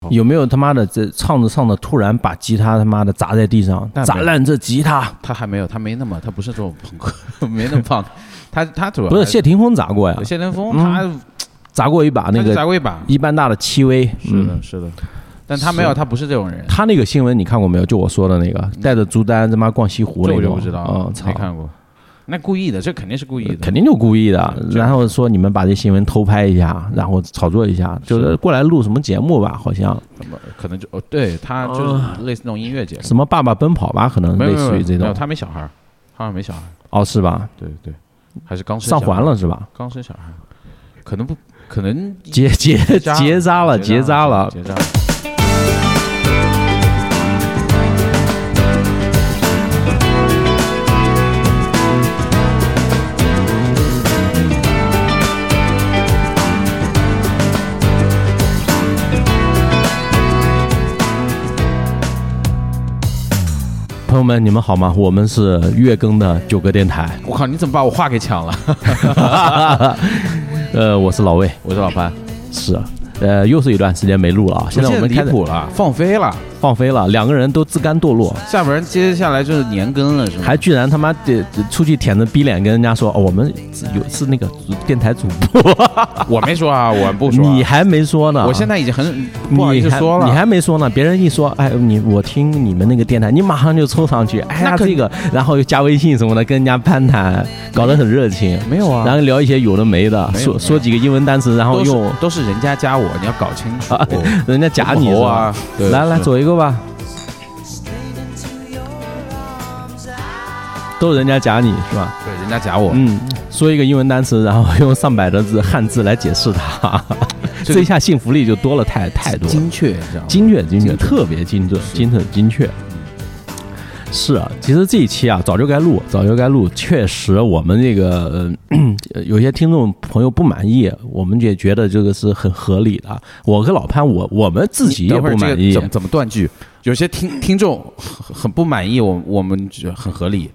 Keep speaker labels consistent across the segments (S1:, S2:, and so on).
S1: 哦
S2: 有没有他妈的这唱着唱着突然把吉他他妈的砸在地上，
S1: 那没有
S2: 砸烂这吉他？
S1: 他还没有，他没那么，他不是这种朋克， 没那么 放。他他主要
S2: 不是
S1: 还
S2: 谢霆锋砸过呀，
S1: 谢霆锋，
S2: 嗯
S1: 他
S2: 砸过一把那
S1: 他就
S2: 个
S1: 砸过一把，
S2: 一般大的戚薇，
S1: 是的，是的，但他没有，
S2: 是
S1: 他不是这种人，
S2: 他那个新闻你看过没有？就我说的那个，带着朱丹他妈逛西湖
S1: 嗯这
S2: 那
S1: 我
S2: 种，
S1: 就不知道
S2: 嗯，
S1: 了，
S2: 操呃
S1: 没，看过。那故意的，这肯定是故意的，
S2: 肯定就故意的。
S1: 这
S2: 然后说你们把这新闻偷拍一下，然后炒作一下，就是过来录什么节目吧，好像
S1: 可能就哦，对他就是类似那种音乐节目，
S2: 什么《爸爸奔跑吧》，可能
S1: 没有
S2: 类
S1: 没有
S2: 啊似于这
S1: 没
S2: 种
S1: 有。他没小孩儿，他好像没小孩儿，
S2: 哦，是吧？
S1: 对对，还是刚生
S2: 上
S1: 小孩
S2: 环
S1: 儿，
S2: 了是吧？
S1: 刚生小孩儿，可能不可能
S2: 结结
S1: 扎
S2: 结扎了，结扎了。
S1: 结扎。
S2: 朋友们，你们好吗？我们是月更的九个电 台，
S1: 我靠，你怎么把我话给抢了？
S2: 呃，我是老魏，
S1: 我是老潘，
S2: 是。呃，又是一段时间没录了啊！现在我们
S1: 离
S2: 开始
S1: 谱了，放飞了，
S2: 放飞了，两个人都自甘堕落，
S1: 要不然接下来就是年更了，是吗？
S2: 还居然他妈的出去舔着逼脸跟人家说，哦、我们有是那个电台主 播，
S1: 我没说 啊，我不说啊，
S2: 你还没说呢。
S1: 我现在已经很
S2: 你
S1: 不好意思
S2: 还
S1: 说了，
S2: 你还没说呢。别人一说，哎，你我听你们那个电台，你马上就冲上去，哎呀
S1: 那可
S2: 这个，然后又加微信什么的，跟人家攀谈，搞得很热情，
S1: 没有啊？
S2: 然后聊一些有的没的，
S1: 没有没
S2: 说
S1: 有
S2: 说几个英文单词，然后
S1: 都
S2: 用
S1: 是都是人家加我，你要搞清楚。
S2: 人家啊夹你
S1: 不
S2: 是
S1: 愁
S2: 吧
S1: 啊！对
S2: 来来，
S1: 是
S2: 走一个吧。都是人家夹你是吧？
S1: 对，人家夹我，
S2: 嗯，说一个英文单词，然后用上百的字汉字来解释它，
S1: 这个
S2: 这一下幸福力就多了太太多了。
S1: 精确，你知道吗？
S2: 精确，精确，
S1: 精准
S2: 特别精准，精准，精确。是啊，其实这一期啊，早就该录，早就该录。确实，我们这个、呃、 有些听众朋友不满意，我们也觉得这个是很合理的。啊我跟老潘，我我们自己也
S1: 等会
S2: 不
S1: 儿这
S2: 满
S1: 个
S2: 意
S1: 怎。么怎么断句？有些听听众很很不满意，我我们觉得很合理，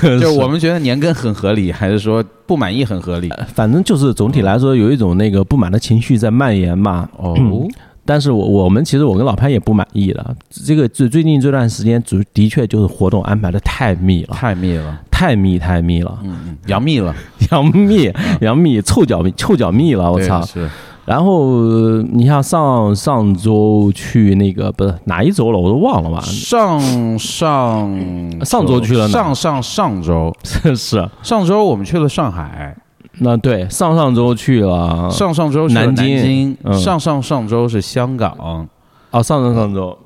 S1: 就是我们觉得年更很合理，还是说不满意很合理？
S2: 反正就是总体来说，有一种那个不满的情绪在蔓延嘛。
S1: 哦，
S2: 嗯但是我我们其实我跟老潘也不满意了。这个最最近这段时间，主的确就是活动安排的太密了，
S1: 太密了，
S2: 太密太密了。
S1: 嗯，杨幂了，
S2: 杨幂，杨幂臭脚臭脚蜜了，我
S1: 啊对
S2: 操！
S1: 是
S2: 然后呃你像上上周去那个不是哪一周了，我都忘了吧？
S1: 上上
S2: 上周去了哪
S1: 上上上周，
S2: 是是，
S1: 上周我们去了上海，
S2: 那对上上周去了，
S1: 上上周去了
S2: 南
S1: 嗯南
S2: 京
S1: 京
S2: 嗯，
S1: 上上上周是香港，
S2: 哦上上上周，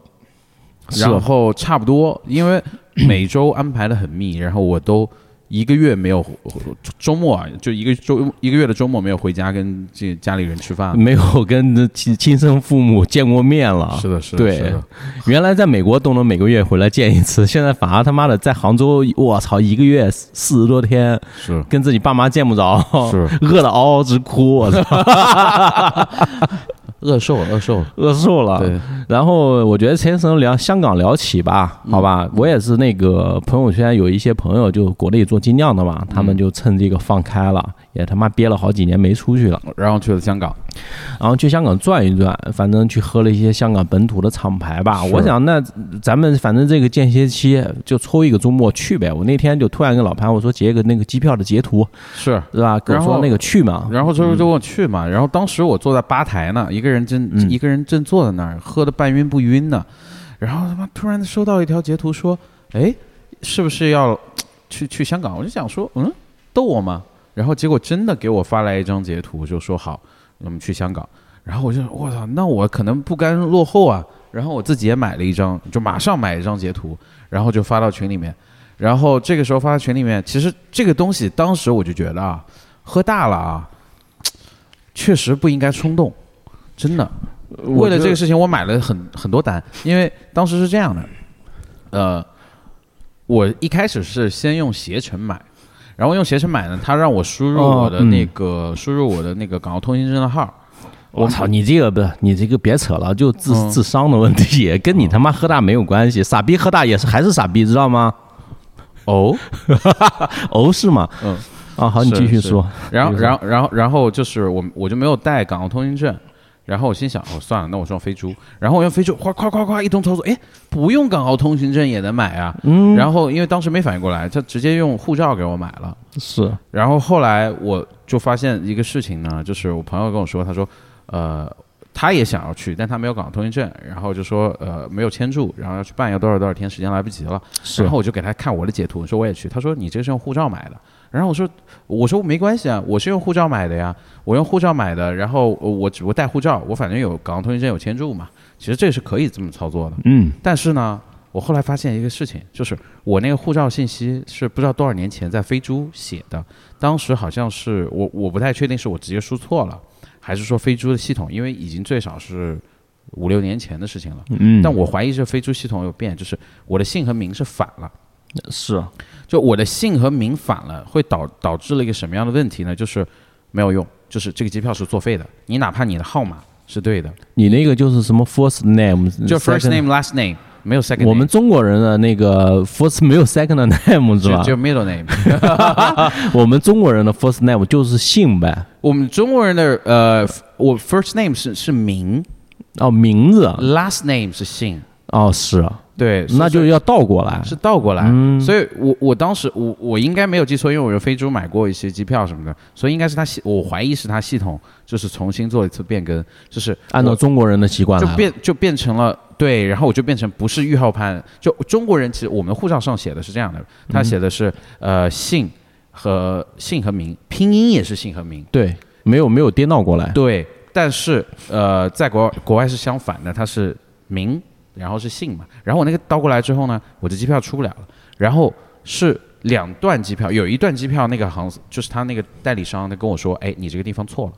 S2: 是
S1: 然后差不多，因为每周安排的很密，然后我都一个月没有周末啊，就一个周一个月的周末没有回家跟这家里人吃饭。
S2: 没有跟亲亲生父母见过面了。
S1: 是的，是
S2: 对
S1: 是的，
S2: 原来在美国都能每个月回来见一次，现在反而他妈的在杭州，我操，一个月四十多天
S1: 是
S2: 跟自己爸妈见不着，
S1: 是
S2: 饿得嗷嗷直哭， 我操，
S1: 饿瘦了，饿瘦啊了。
S2: 饿瘦了。
S1: 对，
S2: 然后我觉得先从聊香港聊起吧，
S1: 嗯
S2: 好吧，我也是那个朋友圈有一些朋友就国内做精酿的嘛，
S1: 嗯
S2: 他们就趁这个放开了，也他妈憋了好几年没出去了，
S1: 然后去了香港，
S2: 然后去香港转一转，反正去喝了一些香港本土的厂牌吧。
S1: 是
S2: 我想那咱们反正这个间歇期就抽一个周末去呗。我那天就突然跟老潘我说截个那个机票的截图，
S1: 是，
S2: 是吧？跟我
S1: 然
S2: 说
S1: 后
S2: 那个去嘛，
S1: 然后周六周我去嘛，然后当时我坐在吧台呢，一个人正、
S2: 嗯
S1: 一个人正坐在那儿，喝的半晕不晕呢，然后他妈突然收到一条截图说，哎，是不是要去去香港？我就想说，嗯，逗我吗？然后结果真的给我发来一张截图，就说好，我们去香港。然后我就我操，那我可能不甘落后啊。然后我自己也买了一张，就马上买一张截图，然后就发到群里面。然后这个时候发到群里面，其实这个东西当时我就觉得啊，喝大了啊，确实不应该冲动，真的。为了这个事情，我买了很很多单，因为当时是这样的，呃，我一开始是先用携程买，然后用携程买呢，他让我输入
S2: 哦
S1: 我的
S2: 嗯
S1: 那个、输入我的那个港澳通行证的号，
S2: 我操，你这个不是你这个别扯了，就智、
S1: 嗯
S2: 智商的问题，跟你他妈喝大没有关系。傻逼喝大也是还是傻逼，知道吗？
S1: 哦，
S2: 哦，是吗？
S1: 嗯。
S2: 啊，好，你
S1: 是
S2: 继续
S1: 是
S2: 说。
S1: 然后，
S2: 就是
S1: 然后，然后，然后就是我，我就没有带港澳通行证，然后我心想，哦，算了，那我装飞猪。然后我用飞猪，哗夸夸夸一通操作，哎，不用港澳通行证也能买啊。
S2: 嗯，
S1: 然后因为当时没反应过来，他直接用护照给我买了。
S2: 是
S1: 然后后来我就发现一个事情呢，就是我朋友跟我说，他说，呃，他也想要去，但他没有港澳通行证，然后就说，呃，没有签注，然后要去办，要多少多少天时间来不及了。
S2: 是
S1: 然后我就给他看我的截图，我说我也去。他说你这是用护照买的。然后我说我说没关系啊，我是用护照买的呀，我用护照买的。然后呃我只不过带护照，我反正有港澳通行证有签注嘛，其实这是可以这么操作的。
S2: 嗯
S1: 但是呢，我后来发现一个事情，就是我那个护照信息是不知道多少年前在飞猪写的，当时好像是我我不太确定是我直接输错了，还是说飞猪的系统，因为已经最少是五六年前的事情了。
S2: 嗯，
S1: 但我怀疑是飞猪系统有变，就是我的姓和名是反了，
S2: 是
S1: 就我的姓和名反了，会导导致了一个什么样的问题呢？就是没有用，就是这个机票是作废的，你哪怕你的号码是对的，
S2: 你那个就是什么 first name，
S1: 就 first
S2: 嗯 second-
S1: name last name 没有 second name。
S2: 我们中国人的那个 first 没有 second name 是吧
S1: 就？就 middle name，
S2: 我们中国人的 first name 就是姓呗，
S1: 我们中国人的呃，我 first name 是是名
S2: 哦，名字，
S1: ，last name 是姓，
S2: 哦，是，
S1: 对，
S2: 那就是是要倒过来，
S1: 是倒过来。所以我我当时我我应该没有记错，因为我有飞猪买过一些机票什么的，所以应该是他系，我怀疑是他系统就是重新做了一次变更，就是
S2: 按照
S1: 我
S2: 中国人的习惯
S1: 就
S2: 来了。
S1: 变就变成了对，然后我就变成不是玉浩潘，就中国人其实我们护照上写的是这样的，他写的是、呃姓和姓和名，拼音也是姓和名。
S2: 对，没有没有颠倒过来。
S1: 对，但是呃，在国国外是相反的，它是名，然后是姓嘛。然后我那个倒过来之后呢，我的机票出不了了。然后是两段机票，有一段机票那个航就是他那个代理商，他跟我说，哎，你这个地方错了。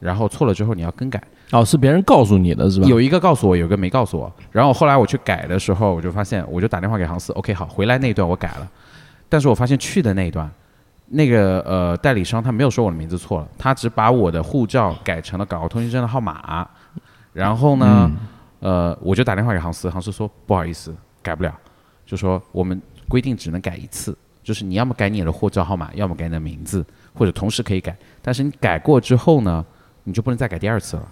S1: 然后错了之后你要更改，
S2: 哦，是别人告诉你的是吧？
S1: 有一个告诉我，有一个没告诉我。然后后来我去改的时候，我就发现，我就打电话给航司，OK，好，回来那一段我改了，但是我发现去的那一段，那个呃代理商他没有说我的名字错了，他只把我的护照改成了港澳通行证的号码。然后呢，
S2: 嗯
S1: 呃，我就打电话给航司，航司说不好意思，改不了，就说我们规定只能改一次，就是你要么改你的护照号码，要么改你的名字，或者同时可以改。但是你改过之后呢，你就不能再改第二次了，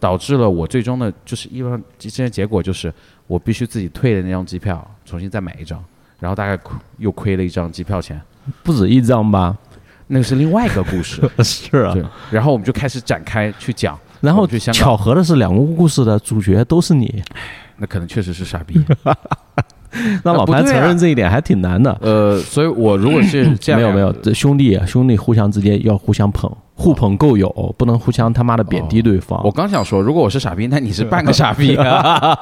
S1: 导致了我最终的就是一般之前的结果就是我必须自己退了那张机票，重新再买一张，然后大概亏又亏了一张机票钱，
S2: 不止一张吧？
S1: 那个是另外一个故事。
S2: 是啊
S1: 对，然后我们就开始展开去讲，
S2: 然
S1: 我
S2: 后
S1: 们去香港
S2: 巧合的是，两个故事的主角都是 你，
S1: 那可能确实是傻逼。
S2: 让老
S1: 啊
S2: 潘
S1: 不对
S2: 承
S1: 啊
S2: 认这一点还挺难的。
S1: 呃，所以我如果是这样， 哦
S2: 没有没有，这兄弟兄弟互相之间要互相捧，互捧够友，不能互相他妈的贬低对方。
S1: 我刚想说，如果我是傻逼，那你是半个傻 逼啊！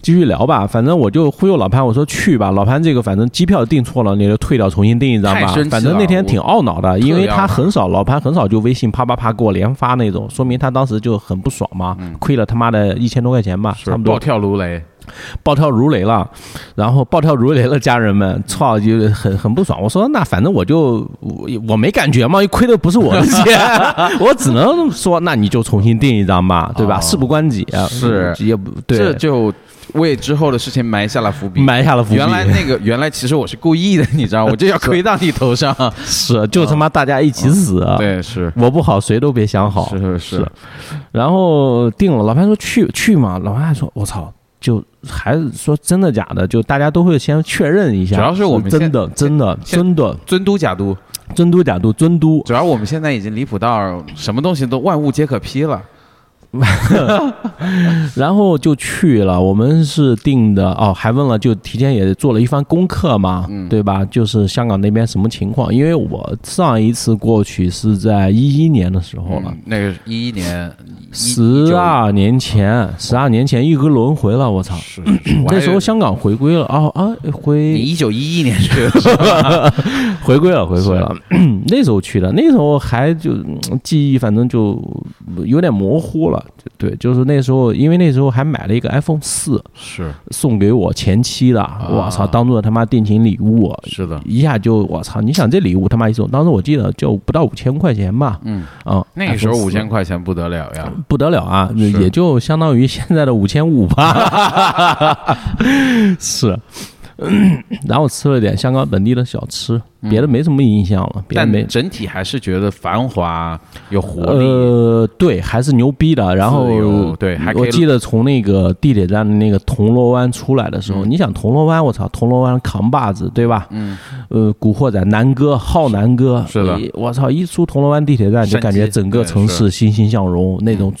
S2: 继续聊吧，反正我就忽悠老潘，我说去吧。老潘这个反正机票订错了，你就退掉，重新订一张
S1: 太
S2: 吧
S1: 生气。了
S2: 反正那天挺懊恼的，因为
S1: 特别懊恼
S2: 他很少，老潘很少就微信啪啪啪给我连发那种，说明他当时就很不爽嘛，
S1: 嗯
S2: 亏了他妈的一千多块钱吧，差不多
S1: 暴跳如雷，
S2: 暴跳如雷了，然后暴跳如雷了，家人们，操，就很很不爽。我说那反正我就我我没感觉嘛，亏的不是我的 钱，我只能说那你就重新订一张吧，对吧？
S1: 哦
S2: 事不关己，啊
S1: 是
S2: 也不
S1: 这
S2: 对，
S1: 就为之后的事情埋下了伏笔。
S2: 埋下 了伏笔。
S1: 原来那个，原来其实我是故意的，你知道，我就要亏到你头上。
S2: 啊是就他妈大家一起死，啊
S1: 哦对，是
S2: 我不好谁都别想好。
S1: 是是是，
S2: 然后定了，老潘说去去嘛，老潘还说我操。就还是说真的假的，就大家都会先确认一下。
S1: 主要是我们
S2: 真
S1: 现
S2: 的真的
S1: 现
S2: 真的
S1: 尊都假都。
S2: 真都假都真都，
S1: 主要我们现在已经离谱到什么东西都万物皆可批了。
S2: 然后就去了。我们是定的哦，还问了，就提前也做了一番功课嘛，
S1: 嗯
S2: 对吧？就是香港那边什么情况？因为我上一次过去是在一一年的时候了，
S1: 嗯，那个一一年
S2: 十，二、年前，
S1: 哦
S2: 十二年前一哥轮回了，我操！
S1: 是是是
S2: 那时候香港回归了，哦啊，
S1: 你
S2: 回
S1: 一九一 一年去的，
S2: 回归了，回归了。
S1: 啊
S2: 那时候去的，那时候还就嗯记忆，反正就有点模糊了。对，就是那时候，因为那时候还买了一个 iPhone 四，
S1: 是
S2: 送给我前妻的，
S1: 啊
S2: 我操，当做他妈定情礼物，
S1: 是的，
S2: 一下就我操！你想这礼物他妈一送，当时我记得就不到五千块钱吧，
S1: 嗯
S2: 啊，
S1: 那个时候
S2: iPhone
S1: 五
S2: 4
S1: 千块钱不得了呀，
S2: 不得了啊，
S1: 是
S2: 也就相当于现在的五千五吧。是， 然后吃了点香港本地的小吃，别的没什么印象了，别的
S1: 嗯但
S2: 没。
S1: 整体还是觉得繁华有活力。
S2: 呃，对，还是牛逼的。然
S1: 自
S2: 后
S1: 由对还可以
S2: 我记得从那个地铁站的那个铜锣湾出来的时
S1: 嗯
S2: 候，你想铜锣湾，我操，铜锣湾扛把子，对吧？嗯。呃，古惑仔、南哥、浩南哥，
S1: 是的
S2: 一我操，一出铜锣湾地铁站，就
S1: 山
S2: 感觉
S1: 鸡
S2: 整个
S1: 对嗯
S2: 城市欣欣向荣，那种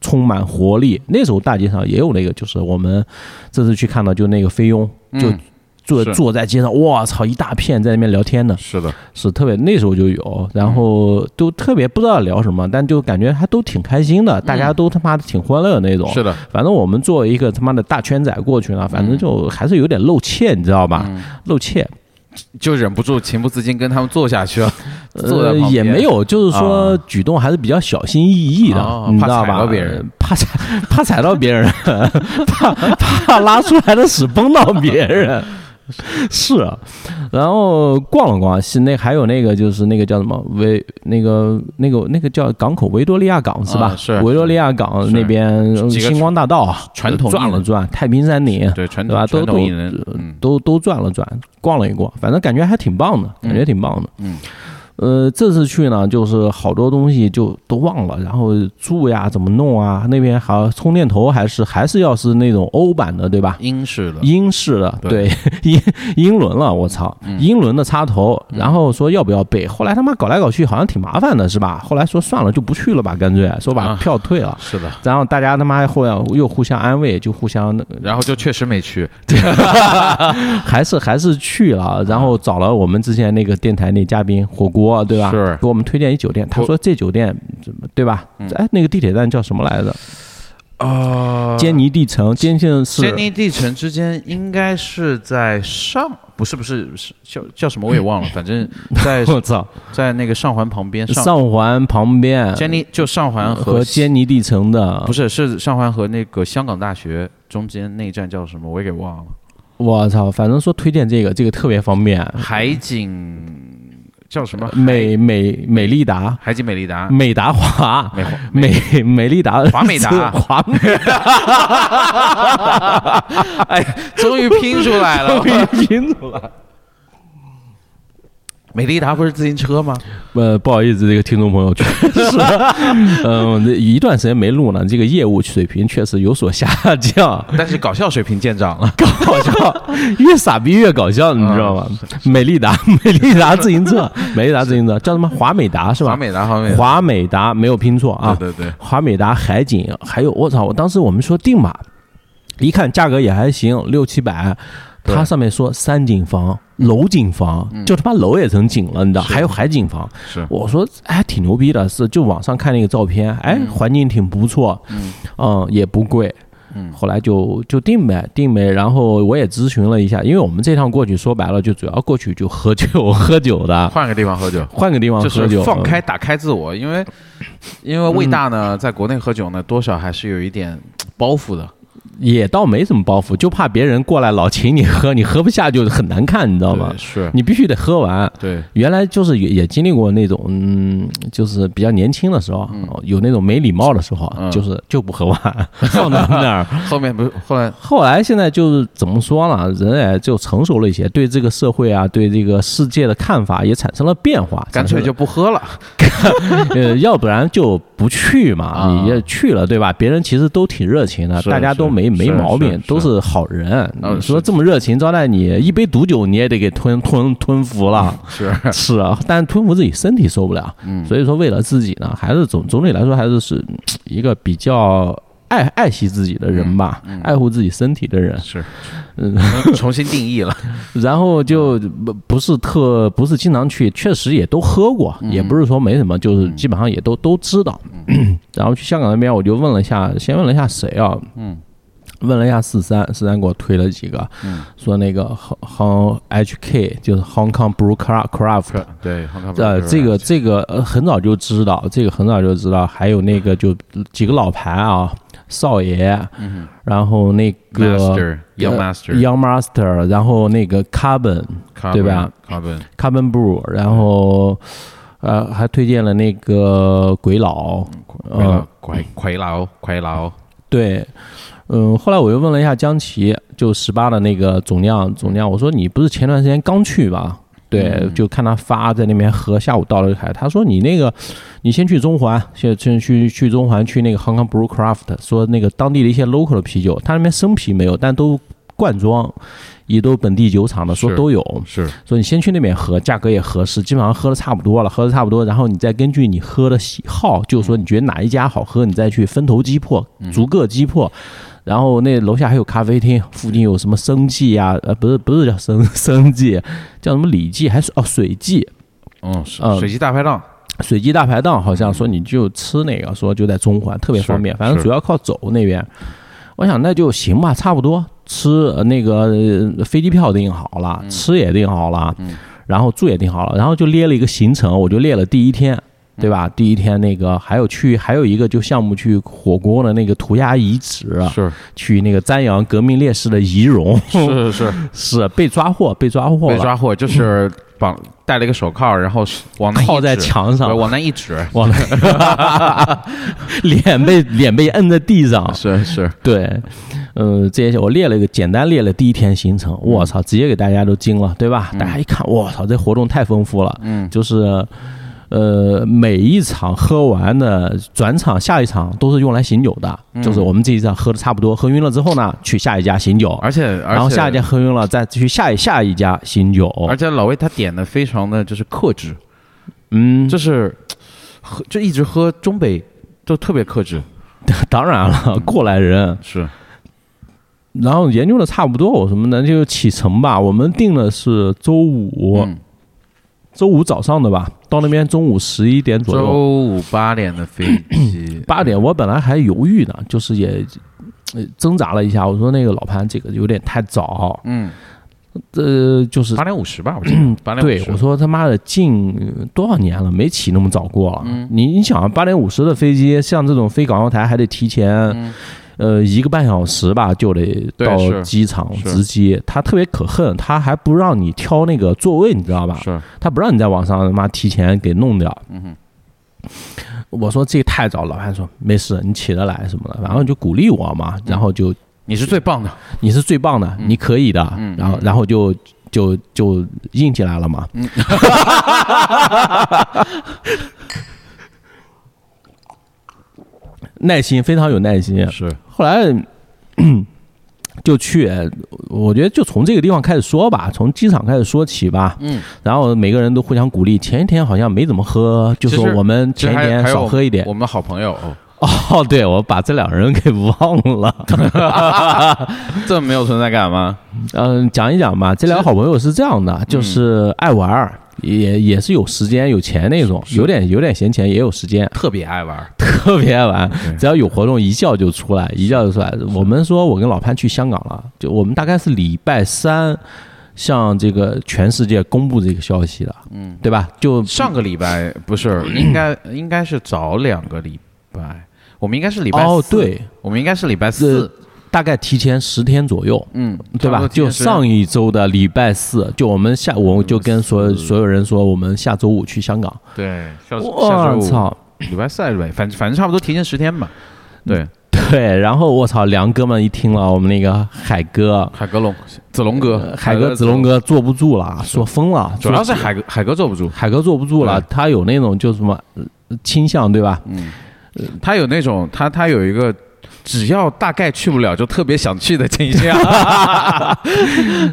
S2: 充满活力。那时候大街上也有那个，就是我们这次去看到，就那个菲佣，就
S1: 嗯
S2: 坐
S1: 是
S2: 坐在街上，我操，一大片在那边聊天的。
S1: 是的，
S2: 是特别那时候就有，
S1: 嗯
S2: 然后都特别不知道聊什么，但就感觉还都挺开心的，大家都他妈的挺欢乐的那种。
S1: 嗯是的，嗯
S2: 反正我们作为一个他妈的大圈仔过去了，反正就还是有点露怯，你知道吧？露怯，
S1: 就忍不住情不自禁跟他们坐下去了，坐在
S2: 呃
S1: 旁边
S2: 也没有，就是说
S1: 啊
S2: 举动还是比较小心翼翼的
S1: 哦，
S2: 你知道
S1: 怕踩
S2: 吧？
S1: 到别人，
S2: 怕踩 怕踩到别人， 怕怕拉出来的屎崩到别人。 是，啊然后逛了逛，是那还有那个就是那个叫什么维那个那个那个叫港口维多利亚港是吧？
S1: 啊是
S2: 维多利亚港
S1: 是
S2: 那边呃
S1: 几个
S2: 星光大道
S1: 传统艺
S2: 转了
S1: 人
S2: 转，太平山顶
S1: 对传
S2: 对
S1: 统
S2: 吧？都
S1: 传
S2: 都
S1: 统艺人，嗯，
S2: 都都转了转，逛了一逛，反正感觉还挺棒的，感觉挺棒的。
S1: 嗯，
S2: 呃，这次去呢，就是好多东西就都忘了，然后住呀怎么弄啊，那边还充电头还是还是要是那种欧版的，对吧？
S1: 英式的，
S2: 英式的，
S1: 嗯对嗯
S2: 对 英英轮了，我操，英轮的插头，然后说要不要备，后来他妈搞来搞去好像挺麻烦的，是吧？后来说算了，就不去了吧，干脆说把
S1: 啊
S2: 票退了。
S1: 是的，
S2: 然后大家他妈后来又互相安慰，就互相
S1: 然后就确实没去，
S2: 还是还是去
S1: 嗯
S2: 了，然后找了我们之前那个电台那嘉宾火锅，对吧？
S1: 是嗯
S2: 给我们推荐一酒店，他
S1: 我
S2: 说这酒店怎么对吧？哎，那个地铁站叫什么来着？
S1: 呃啊
S2: 坚尼地城，坚信是
S1: 坚尼地城之间应该是在上，不是不是是叫叫什么我 也忘了，反正在
S2: 我操，
S1: 在那个上环旁边上
S2: 上环旁边
S1: 坚尼就上环
S2: 和坚尼地城的
S1: 不，是是上环和那个香港大学中间那一站叫什么我也给忘了，
S2: 我操，反正说推荐这个，这个特别方便，
S1: 海景叫什么
S2: 呃美嗯美美利达。
S1: 海景美丽达
S2: 美达华，
S1: 美华
S2: 美美利达，
S1: 华美达
S2: 华美
S1: 哎，终于 拼出来了。
S2: 拼出来。
S1: 美利达不是自行 车吗？
S2: 呃，不好意思，这个听众朋友确 实，嗯、这一段时间没录呢，这个业务水平确实有所下 降，
S1: 但是搞笑水平见长了。
S2: 搞笑，越傻逼越搞笑，你知
S1: 啊
S2: 道吗？美利 达，美利达自行车，美利达自行车叫什么？华美达是吧？
S1: 华美达，华美达，
S2: 华美达没有拼错啊，
S1: 对对对，
S2: 华美达、海景，还有我操，我当时我们说定吧，一看价格也还行，六七百。
S1: 对嗯
S2: 它上面说三景房、楼景房，就他妈楼也成景了，你知道？还有海景房，
S1: 是
S2: 我说哎，挺牛逼的，是就网上看那个照片，哎，环境挺不错，
S1: 嗯
S2: 嗯，也不贵。
S1: 嗯
S2: 后来就就定呗，定呗。然后我也咨询了一下，因为我们这趟过去说白了，就主要过去就喝酒喝酒 的，
S1: 换个地方喝酒。
S2: 换个地方
S1: 就是
S2: 喝酒，
S1: 放
S2: 嗯
S1: 开、打开自我，因为因为魏大呢，在国内喝酒呢，多少还是有一点包袱的，
S2: 也倒没什么包袱，就怕别人过来老请你喝，你喝不下就很难看，你知道吗
S1: 对？是，
S2: 你必须得喝完。
S1: 对，
S2: 原来就是也也经历过那种，嗯，就是比较年轻的时候，哦有那种没礼貌的时候，
S1: 嗯
S2: 就是就不喝完，放到那儿。
S1: 后面不是 后来
S2: 后来现在就是怎么说呢？人也就成熟了一些，对这个社会啊，对这个世界的看法也产生了变化。
S1: 干脆就不喝了，
S2: 产生了呃，要不然就不去嘛。
S1: 啊
S2: 你也去了，对吧？别人其实都挺热情的，
S1: 是
S2: 大家都没
S1: 是
S2: 没
S1: 是
S2: 毛病
S1: 是，
S2: 都是好人。
S1: 嗯
S2: 你说
S1: 是
S2: 这么热情招待你，一杯毒酒你也得给吞吞吞服了。
S1: 是
S2: 是啊，但吞服自己身体受不了，
S1: 嗯
S2: 所以说为了自己呢，还是总总体来说还是是嗯一个比较爱爱惜自己的人吧，
S1: 嗯
S2: 爱护自己身体的人。
S1: 是，
S2: 嗯
S1: 嗯重新定义了，
S2: 然后就不不是特不是经常去，确实也都喝过，也不是说没什么，就是基本上也都都知道。 然后去香港那边，我就问了一下，先问了一下谁啊？嗯。问了一下四三，四三给我推了几个，说那个 Hong Hong HK 就是 Hong Kong Brew Craft，
S1: 对，很可怕
S2: 呃，这个这个呃很早就知道，这个很早就知道，还有那个就几个老牌啊，少爷，然后那个
S1: master young
S2: 呃
S1: master
S2: Young Master，然后那个 Carbon 对吧
S1: ？carbon
S2: Carbon Brew，然后呃还推荐了那个鬼佬，嗯
S1: 奎老奎奎老奎老，
S2: 对，嗯，后来我又问了一下江奇，就十八的那个总酿总酿，我说你不是前段时间刚去吧？对，
S1: 嗯
S2: 就看他发在那边喝，下午到了就开。他说你那个，你先去中环，先先去去中环去那个 Hong Kong Brew Craft，说那个当地的一些 local 的啤酒，他那边生啤没有，但都罐装，也都本地酒厂的，说
S1: 是
S2: 都有。
S1: 是
S2: 所以你先去那边喝，价格也合适，基本上喝的差不多了，喝的差不多，然后你再根据你喝的喜好，就是说你觉得哪一家好喝，你再去分头击破，逐个击破。然后那楼下还有咖啡厅，附近有什么生记呀、呃，不是不是叫生生记，叫什么李记，还是哦水记，
S1: 嗯是
S2: 嗯
S1: 水机大排档，
S2: 水记大排档好像说你就吃那个，说就在中环，特别
S1: 嗯是
S2: 方便，反正
S1: 是
S2: 主要靠走那边。我想那就行吧，差不多吃呃那个呃飞机票订好了，
S1: 嗯
S2: 吃也订好了，然后住也订好了，然后就列了一个行程，我就列了第一天。
S1: 嗯
S2: 对吧？第一天那个还有去，还有一个就项目去火锅的那个涂鸦遗址，
S1: 是
S2: 去那个瞻仰革命烈士的遗容，
S1: 是是
S2: 是被抓获，被抓获
S1: 被
S2: 了，
S1: 抓 获，就是绑戴了一个手铐，然后往那一
S2: 靠在
S1: 指
S2: 墙上啊
S1: 不是往那一指，
S2: 忘了， 脸被脸被摁在地上，
S1: 是是
S2: 对，呃，这些我列了一个简单列了第一天行
S1: 嗯
S2: 程，我操，直接给大家都惊了，对吧？大家一看，我操，这活动太丰富了，嗯，就是。呃，每一场喝完的转场，下一场都是用来醒酒的，
S1: 嗯
S2: 就是我们这一场喝的差不多，喝晕了之后呢，去下一家醒酒，
S1: 而且而且
S2: 然后下一家喝晕了，再去下一下一家醒酒。
S1: 而且老魏他点的非常的就是克制，
S2: 嗯，
S1: 就是喝就一直喝中北，就特别克制，
S2: 当然
S1: 嗯
S2: 了，过来人，
S1: 是
S2: 然后研究的差不多，我什么呢？就启程吧。我们定的是周五，
S1: 嗯
S2: 周五早上的吧，到那边中午十一点左
S1: 周
S2: 右，
S1: 五八点的飞 机
S2: 八点。我本来还犹豫呢，就是也呃挣扎了一下，我说那个老潘这个有点太早，
S1: 嗯，
S2: 呃，就是
S1: 八点五十吧，我记得八
S2: 嗯
S1: 点
S2: 对我说他妈的近呃多少年了没起那么早过了。
S1: 嗯
S2: 你你想啊，八点五十的飞机，像这种飞港澳台还得提前。呃，一个半小时吧，就得
S1: 嗯对
S2: 到
S1: 是
S2: 机场
S1: 是
S2: 直机。他特别可恨，他还不让你挑那个座位，你知道吧？
S1: 是
S2: 他不让你在网上他妈提前给弄掉。嗯我说这太早了，老潘说没事，你起得来什么的，然后就鼓励我
S1: 嗯
S2: 嘛，然后就
S1: 你是最棒的，
S2: 你是最棒
S1: 嗯
S2: 的，你可以的，然后然后就就就硬起来了嘛。 耐心非常有耐心，
S1: 是
S2: 后来 咳就去，我觉得就从这个地方开始说吧，从机场开始说起吧。
S1: 嗯，
S2: 然后每个人都互相鼓励。前一天好像没怎么喝，就说
S1: 其实
S2: 我们前一
S1: 还
S2: 天
S1: 还有
S2: 少喝一点
S1: 我。们的好朋友，哦
S2: 哦，对，我把这两人给忘了。
S1: 这没有存在感吗？
S2: 嗯，讲一讲吧。这两个好朋友是这样
S1: 嗯
S2: 的，就是爱玩儿，也也是有时间有钱那种，有点有点闲钱，也有时 间。
S1: 特别爱玩，
S2: 特别爱玩
S1: 对，
S2: 只要有活动一叫就出来，一叫就出来。我们说，我跟老潘去香港了，就我们大概是礼拜三向这个全世界公布这个消息的，嗯，对吧？就
S1: 上个礼拜不是，应该应该是早两个礼拜，我们应该是礼拜
S2: 哦
S1: 四，
S2: 对，
S1: 我们应该是礼拜
S2: 呃
S1: 四，，
S2: 大概提前十天左右，
S1: 嗯，
S2: 对吧？就上
S1: 一
S2: 一周的礼拜四，就我们下，我就跟所有所有人说，我们下周五去香港。
S1: 对，下下
S2: 我
S1: 周五
S2: 操！
S1: 礼拜四还是礼拜，反正反正差不多提前十天吧。对，
S2: 对，然后我操，梁哥们一听了我们那个海哥。
S1: 海哥龙呃子龙哥，
S2: 海哥、子龙，哥坐不住了，说疯了，
S1: 主要是海哥海哥坐不住，
S2: 海哥坐不住了，
S1: 对嗯
S2: 他有那种就什么呃倾向，对吧？
S1: 他有那种他他有一个。只要大概去不了，就特别想去的倾 向。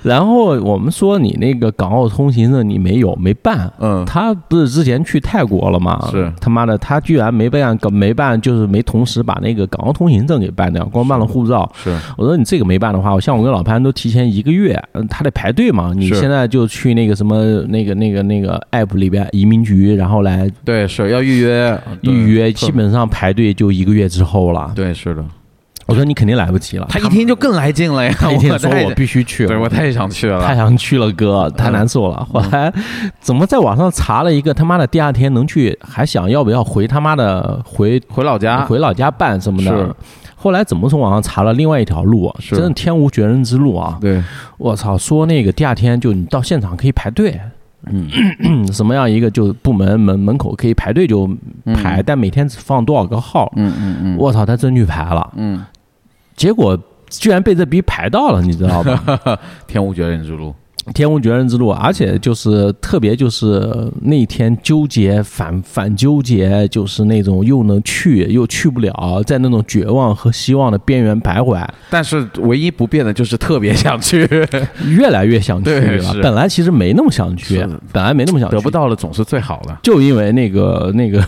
S2: 然后我们说你那个港澳通行证你没有没办，
S1: 嗯，
S2: 他不是之前去泰国了吗？
S1: 是
S2: 他妈的，他居然没办没办，就是没同时把那个港澳通行证给办掉，光办了护照。
S1: 是
S2: 我说你这个没办的话，我像我跟老潘都提前一个月，嗯他得排队嘛。你
S1: 是
S2: 现在就去那个什么那个那个那个 app 里边移民局，然后来
S1: 对，是要预约，
S2: 预约，
S1: 特
S2: 基本上排队就一个月之后了。
S1: 嗯对，是的。
S2: 我说你肯定来不及了。
S1: 他一听就更来劲了呀！
S2: 他一天说
S1: 太
S2: 我必须去，
S1: 对我嗯太想去
S2: 太
S1: 了。
S2: 想去了，哥，太难受了。后来怎么在网上查了一个他妈的第二天能去，还想要不要回他妈的回
S1: 回老家，
S2: 回老家办什么
S1: 啊是
S2: 的。后来怎么从网上查了另外一条路，啊
S1: 是
S2: 真的天无绝人之路啊！
S1: 对，
S2: 我操，说那个第二天就你到现场可以排队，嗯， 什么样一个就部门门门口可以排队就排，但每天只放多少个号，
S1: 嗯嗯嗯嗯，
S2: 我操，他真去排了，
S1: 嗯，
S2: 结果居然被这逼排到了，你知道 吧？
S1: 天无绝人之路，
S2: 天无绝人之路，而且就是特别就是那天纠结反反纠结，就是那种又能去又去不了，在那种绝望和希望的边缘徘徊，
S1: 但是唯一不变的就是特别想 去，
S2: 越来越想去
S1: 对
S2: 了
S1: 是。
S2: 本来其实没那么想去
S1: 是的，
S2: 本来没那么想去，
S1: 得不到的总是最好的。
S2: 就因为那个 那个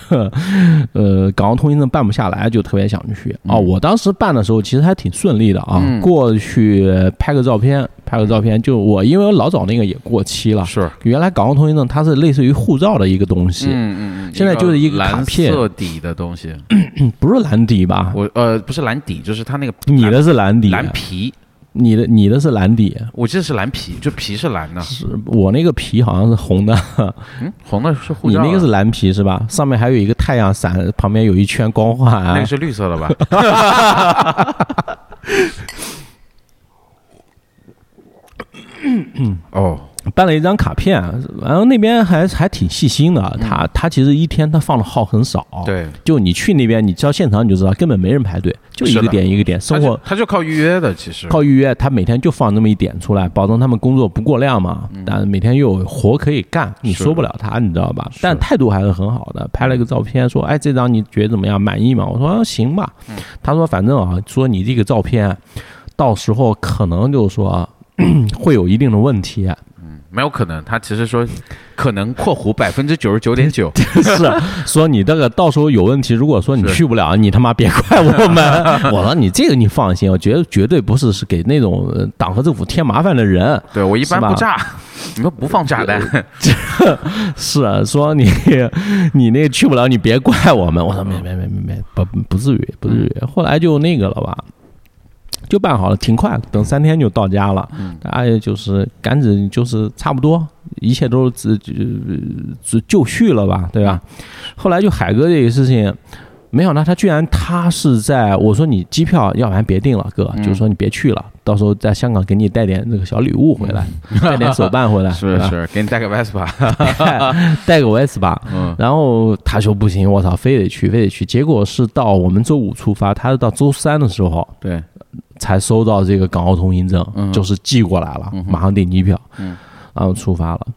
S2: 呃港澳通行证办不下来，就特别想去啊、我当时办的时候其实还挺顺利的啊，
S1: 嗯
S2: 过去拍个照片，拍个照片。就我因为我老早那个也过期了，
S1: 是，
S2: 原来港澳通行证它是类似于护照的一个东西，
S1: 嗯嗯
S2: 现在就是一个卡
S1: 蓝
S2: 片
S1: 色底的东西，
S2: 不是蓝底吧？
S1: 我呃不是蓝底，就是它那个
S2: 你的是蓝底，啊
S1: 蓝皮，
S2: 你的你的是蓝底，
S1: 我记得是蓝皮，就皮是蓝的，
S2: 是我那个皮好像是红的，
S1: 嗯，红的是护
S2: 你
S1: 照啊，
S2: 那个是蓝皮是吧？上面还有一个太阳伞，旁边有一圈光环、啊
S1: 那个是绿色的吧？ 哦，
S2: 办了一张卡片，啊然后那边还还挺细心的。啊他他其实一天他放的号很少，，
S1: 嗯对，
S2: 就你去那边，你到现场你就知道，根本没人排队，就一
S1: 是
S2: 个
S1: 的
S2: 点一个点，
S1: 它
S2: 生
S1: 就嗯
S2: 活
S1: 它就靠预约的，其实
S2: 靠预约，他每天就放那么一点出来，保证他们工作不过量嘛。但每天又有活可以干，你
S1: 嗯是
S2: 说不了他，你知道吧？
S1: 是嗯
S2: 但态度还是很好的，拍了个照片说：“哎，这张你觉得怎么样？满意吗？”我说：“啊行吧。”他说：“反正啊，说你这个照片，到时候可能就是说 会有一定的问题。”
S1: 没有可能，他其实说可能（括弧百分之九十九点九
S2: 是啊说你这个到时候有问题，如果说你去不了，你他妈别怪我们。我说你这个你放心，我觉得绝对不是是给那种呃党和政府添麻烦的人。”，
S1: 对我一般
S2: 是吧
S1: 不炸， 你们不放炸弹，
S2: 是啊说你你那个去不了，你别怪我们。我说没没没没没，不不至于不至于。后来就那个了吧。就办好了，挺快，等三天就到家了。
S1: 嗯
S2: 大家就是赶紧，就是差不多，一切都只只只就绪了吧，对吧？后来就海哥这个事情，没想到他居然他是在我说你机票要不然别订了，哥，
S1: 嗯
S2: 就是说你别去了，到时候在香港给你带点那个小礼物回来，带点手办回来，
S1: 嗯
S2: 对
S1: 是
S2: 吧
S1: 是，给你带个 Vespa，
S2: 带带个 S 吧。
S1: 嗯，
S2: 然后他说不行，我操，非得去，非得去。结果是到我们周五出发，他是到周三的时候
S1: 对，
S2: 才收到这个港澳通行证，
S1: 嗯
S2: 就是寄过来了，
S1: 嗯哼
S2: 马上订机票，
S1: 嗯
S2: 然后出发了。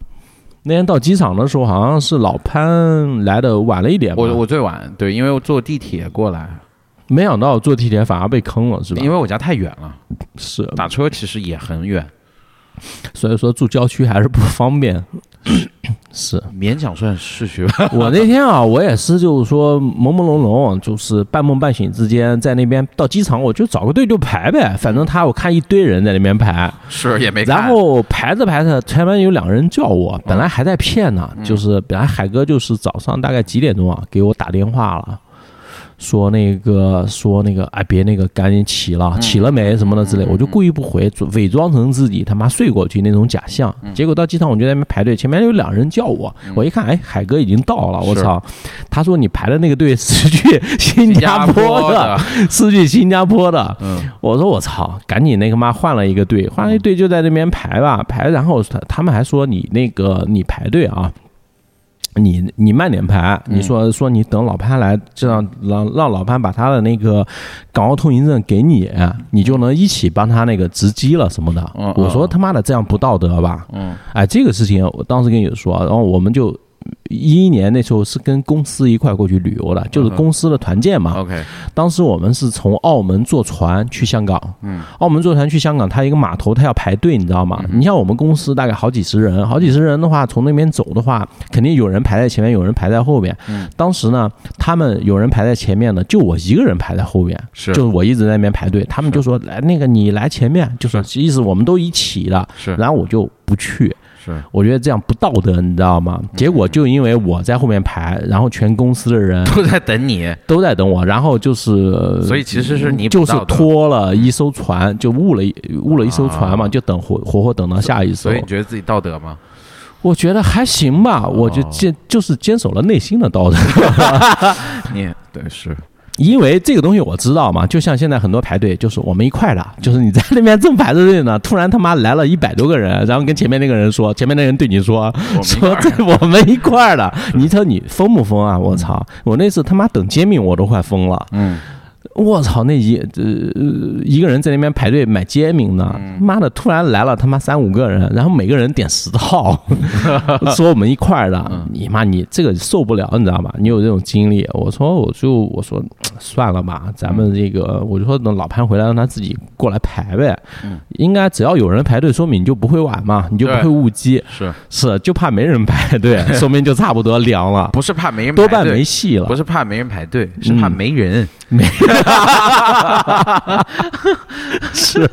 S2: 那天到机场的时候，好像是老潘来的晚了一点吧，
S1: 我我最晚对，因为我坐地铁过来，
S2: 没想到坐地铁反而被坑了，是吧
S1: 因？为我家太远了，
S2: 是，
S1: 打车其实也很远，
S2: 所以说住郊区还是不方 便。是
S1: 勉强算市区吧。
S2: 我那天啊，我也是，就是说朦朦胧胧，就是半梦半醒之间，在那边到机场，我就找个队就排呗，反正他我看一堆人在那边排，
S1: 是也没看
S2: 然后排着排着，前面有两个人叫我，本来还在骗呢，就是本来海哥就是早上大概几点钟啊，给我打电话了。说那个说那个哎别那个赶紧起了起了没什么的之类，我就故意不回，伪装成自己他妈睡过去那种假象。结果到机场我就在那边排队，前面有两人叫我，我一看哎海哥已经到了，我
S1: 是
S2: 操！他说你排的那个队是去新加坡的，
S1: 的，
S2: 是去新加坡的。
S1: 嗯，
S2: 我说我操，赶紧那个嘛换了一个队，换了一队就在那边排吧排，然后他他们还说你那个你排队啊。你你慢点排，
S1: 嗯
S2: 你说、说你等老潘来，这样让让老潘把他的那个港澳通行证给你，你就能一起帮他那个值机了什么的。
S1: 嗯
S2: 我说
S1: 嗯
S2: 他妈的这样不道德吧？
S1: 嗯，
S2: 哎，这个事情我当时跟你说，然后我们就一一年那时候是跟公司一块过去旅游的，就是
S1: 嗯
S2: 公司的团建嘛。
S1: OK，
S2: 当时我们是从澳门坐船去香港，
S1: 嗯，
S2: 澳门坐船去香港，它一个码头它要排队，你知道吗？你像我们公司大概好几十人，好几十人的话，从那边走的话，肯定有人排在前面，有人排在后边。
S1: 嗯
S2: 当时呢，他们有人排在前面的，就我一个人排在后边，
S1: 是
S2: 就是我一直在那边排队，他们就说来那个你来前面，就是意思我们都一起的，
S1: 是
S2: 然后我就不去。
S1: 是，
S2: 我觉得这样不道德，你知道吗？
S1: 嗯
S2: 结果就因为我在后面排，然后全公司的人
S1: 都在等你，
S2: 都在等我，然后就是
S1: 所以其实呃是你
S2: 就是
S1: 不道德，
S2: 拖了一艘船，就误了一误了一艘船嘛，
S1: 啊
S2: 就等活活活等到下一艘
S1: 所以。你哦觉得自己道德吗？
S2: 我觉得还行吧，我就坚就是坚守了内心的道德，
S1: 你对 是
S2: 因为这个东西我知道嘛。就像现在很多排队，就是我们一块的，
S1: 嗯
S2: 就是你在那边正排着队呢，突然他妈来了一百多个人，然后跟前面那个人 说，前面那人对你说，
S1: 我
S2: 说
S1: 明白，
S2: 这我们一块儿的，你瞅你疯不疯啊？我操！我那次他妈等煎饼我都快疯了。
S1: 嗯，
S2: 我操，那一呃一个人在那边排队买煎饼呢，
S1: 嗯
S2: 妈的，突然来了他妈三五个人，然后每个人点十 套，说我们一块儿的，
S1: 嗯
S2: 你妈你这个受不了，你知道吧？你有这种经历，我说我就我说嗯算了吧，咱们这个我就说等老潘回来让他自己过来排呗
S1: 嗯，
S2: 应该只要有人排队，说明你就不会晚嘛，你就不
S1: 对
S2: 会误机，
S1: 是
S2: 是就怕没人排 队，说明就差不多凉了，
S1: 不是怕没人
S2: 多
S1: 排
S2: 半
S1: 队
S2: 没戏了
S1: 不。是怕没人排队，是怕
S2: 嗯
S1: 没人。
S2: 是，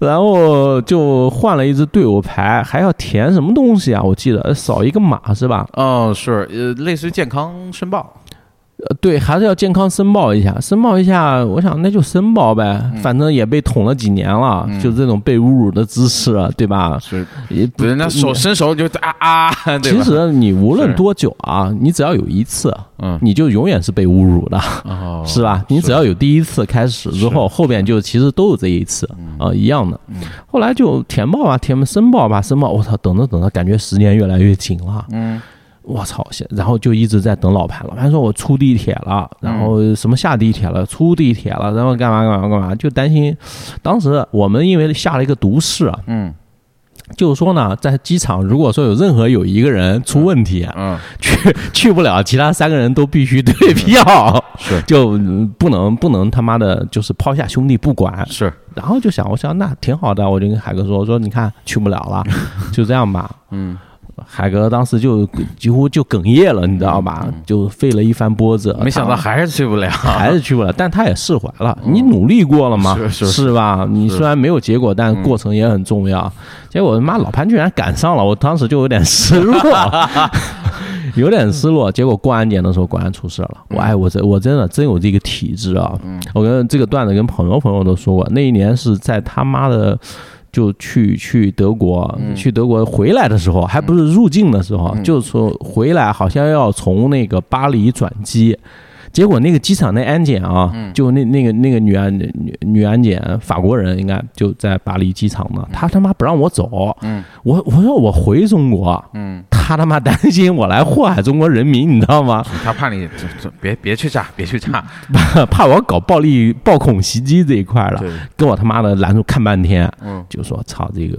S2: 然后就换了一支队伍牌，还要填什么东西啊？我记得扫一个码是吧？
S1: 哦，是呃，类似于健康申报。
S2: 呃，对，还是要健康申报一下，申报一下。我想那就申报呗，反正也被捅了几年了，
S1: 嗯
S2: 就这种被侮辱的姿势，对吧？
S1: 是，
S2: 也不
S1: 人家手伸手就啊啊，对
S2: 其
S1: 吧？
S2: 实你无论
S1: 是
S2: 多久啊，你只要有一次，
S1: 嗯，
S2: 你就永远是被侮辱的。
S1: 哦，
S2: 是吧？你只要有第一次开始之后，后边就其实都有这一次
S1: 嗯
S2: 啊、一样的。后来就填报吧，填申报吧，申报。我操，等着等着，感觉时间越来越紧了。
S1: 嗯，
S2: 我操！现然后就一直在等老潘，老潘说我出地铁了，
S1: 嗯
S2: 然后什么下地铁了，出地铁了，然后干嘛干嘛干嘛，就担心。当时我们因为下了一个毒誓啊，
S1: 嗯
S2: 就是说呢，在机场如果说有任何有一个人出问题，啊
S1: 嗯，
S2: 去去不了，其他三个人都必须退 票。
S1: 是
S2: 就嗯不能不能他妈的，就是抛下兄弟不管。
S1: 是，
S2: 然后就想，我想那挺好的，我就跟海哥说，我说你看去不了 了，就这样吧。
S1: 嗯
S2: 海哥当时就几乎就哽咽了，你知道吧？就费了一番波折，
S1: 嗯没想到
S2: 他
S1: 还是去不了，
S2: 还是去不了，但他也释怀了。你努力过了嘛，
S1: 哦是是嗯
S2: 吧？你虽然没有结果，但过程也很重要。结果他妈老潘居然赶上了，我当时就有点失落， 有点失落。结果过安检的时候，果然出事了。
S1: 嗯
S2: 我哎，我这我真的真有这个体质啊！我跟这个段子跟很多朋友都说过，那一年是在他妈的。就去去德国，
S1: 嗯
S2: 去德国回来的时候，还不是入境的时候，就是说回来好像要从那个巴黎转机，结果那个机场那安检啊，
S1: 嗯
S2: 就那那个那个女安女女安检法国人应该就在巴黎机场呢，她他妈不让我走，
S1: 嗯
S2: 我我说我回中国，
S1: 嗯，
S2: 她他妈担心我来祸害中国人民，你知道 吗？
S1: 嗯他怕你这这别别去炸，别去炸，
S2: 怕我搞暴力暴恐袭击这一块了，
S1: 嗯对，
S2: 跟我他妈的拦住看半天，
S1: 嗯，
S2: 就说操这个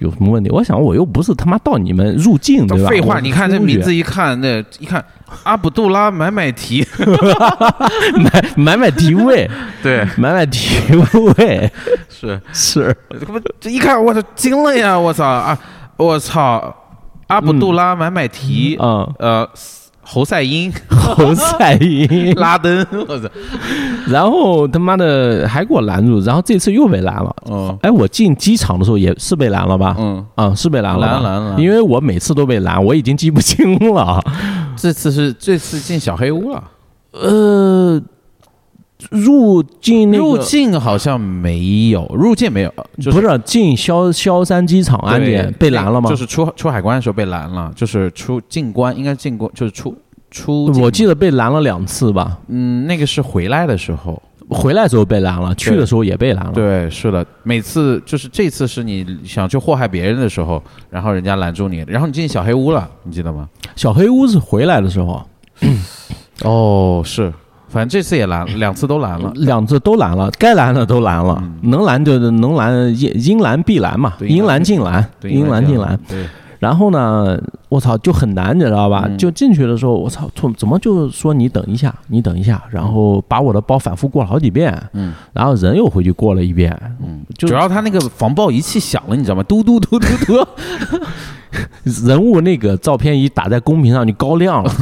S2: 有什么问题？我想我又不是他妈到你们入境
S1: 这
S2: 对吧？
S1: 废
S2: 我
S1: 话，
S2: 是
S1: 你看这
S2: 出去
S1: 名字一看，那一看阿卜杜拉买买提，
S2: 买 买买提位，
S1: 对，
S2: 买买提位
S1: 是，
S2: 是。
S1: 这不这一看，我操，惊了呀，我操啊，我操，阿卜杜拉买买提，
S2: 嗯，
S1: 呃，侯赛因、
S2: 侯赛因，
S1: 拉登，我操，
S2: 然后他妈的还给我拦住，然后这次又被拦了。
S1: 嗯
S2: 哎，我进机场的时候也是被拦了吧？
S1: 嗯。
S2: 啊、是被拦了吧，
S1: 拦拦拦
S2: 因为我每次都被拦，我已经记不清了。
S1: 这次是这次进小黑屋了，
S2: 呃，入境那个
S1: 入境好像没有，入境没有，呃就是
S2: 不是进萧萧山机场安检被
S1: 对
S2: 拦了吗？
S1: 就是出出海关的时候被拦了，就是出进关应该进关就是出出境，
S2: 我记得被拦了两次吧，
S1: 嗯那个是回来的时候，
S2: 回来的时候被拦了，去的时候也被拦了。
S1: 对，是的，每次就是这次是你想去祸害别人的时候，然后人家拦住你，然后你进小黑屋了，你记得吗？
S2: 小黑屋是回来的时候，
S1: 哦，是，反正这次也拦，两次都拦了，
S2: 两次都拦了，该拦的都拦了，能拦就能拦，应应拦必拦嘛，
S1: 对
S2: 应嗯拦尽拦，
S1: 对，
S2: 应拦尽拦。，
S1: 对，
S2: 然后呢，我操就很难，你知道吧？
S1: 嗯
S2: 就进去的时候，我操，怎怎么就说你等一下，你等一下，然后把我的包反复过了好几遍，
S1: 嗯，
S2: 然后人又回去过了一遍，
S1: 嗯，
S2: 就
S1: 主要他那个防爆仪器响了，你知道吗？嘟嘟嘟嘟嘟，
S2: 人物那个照片一打在公屏上就高亮 了，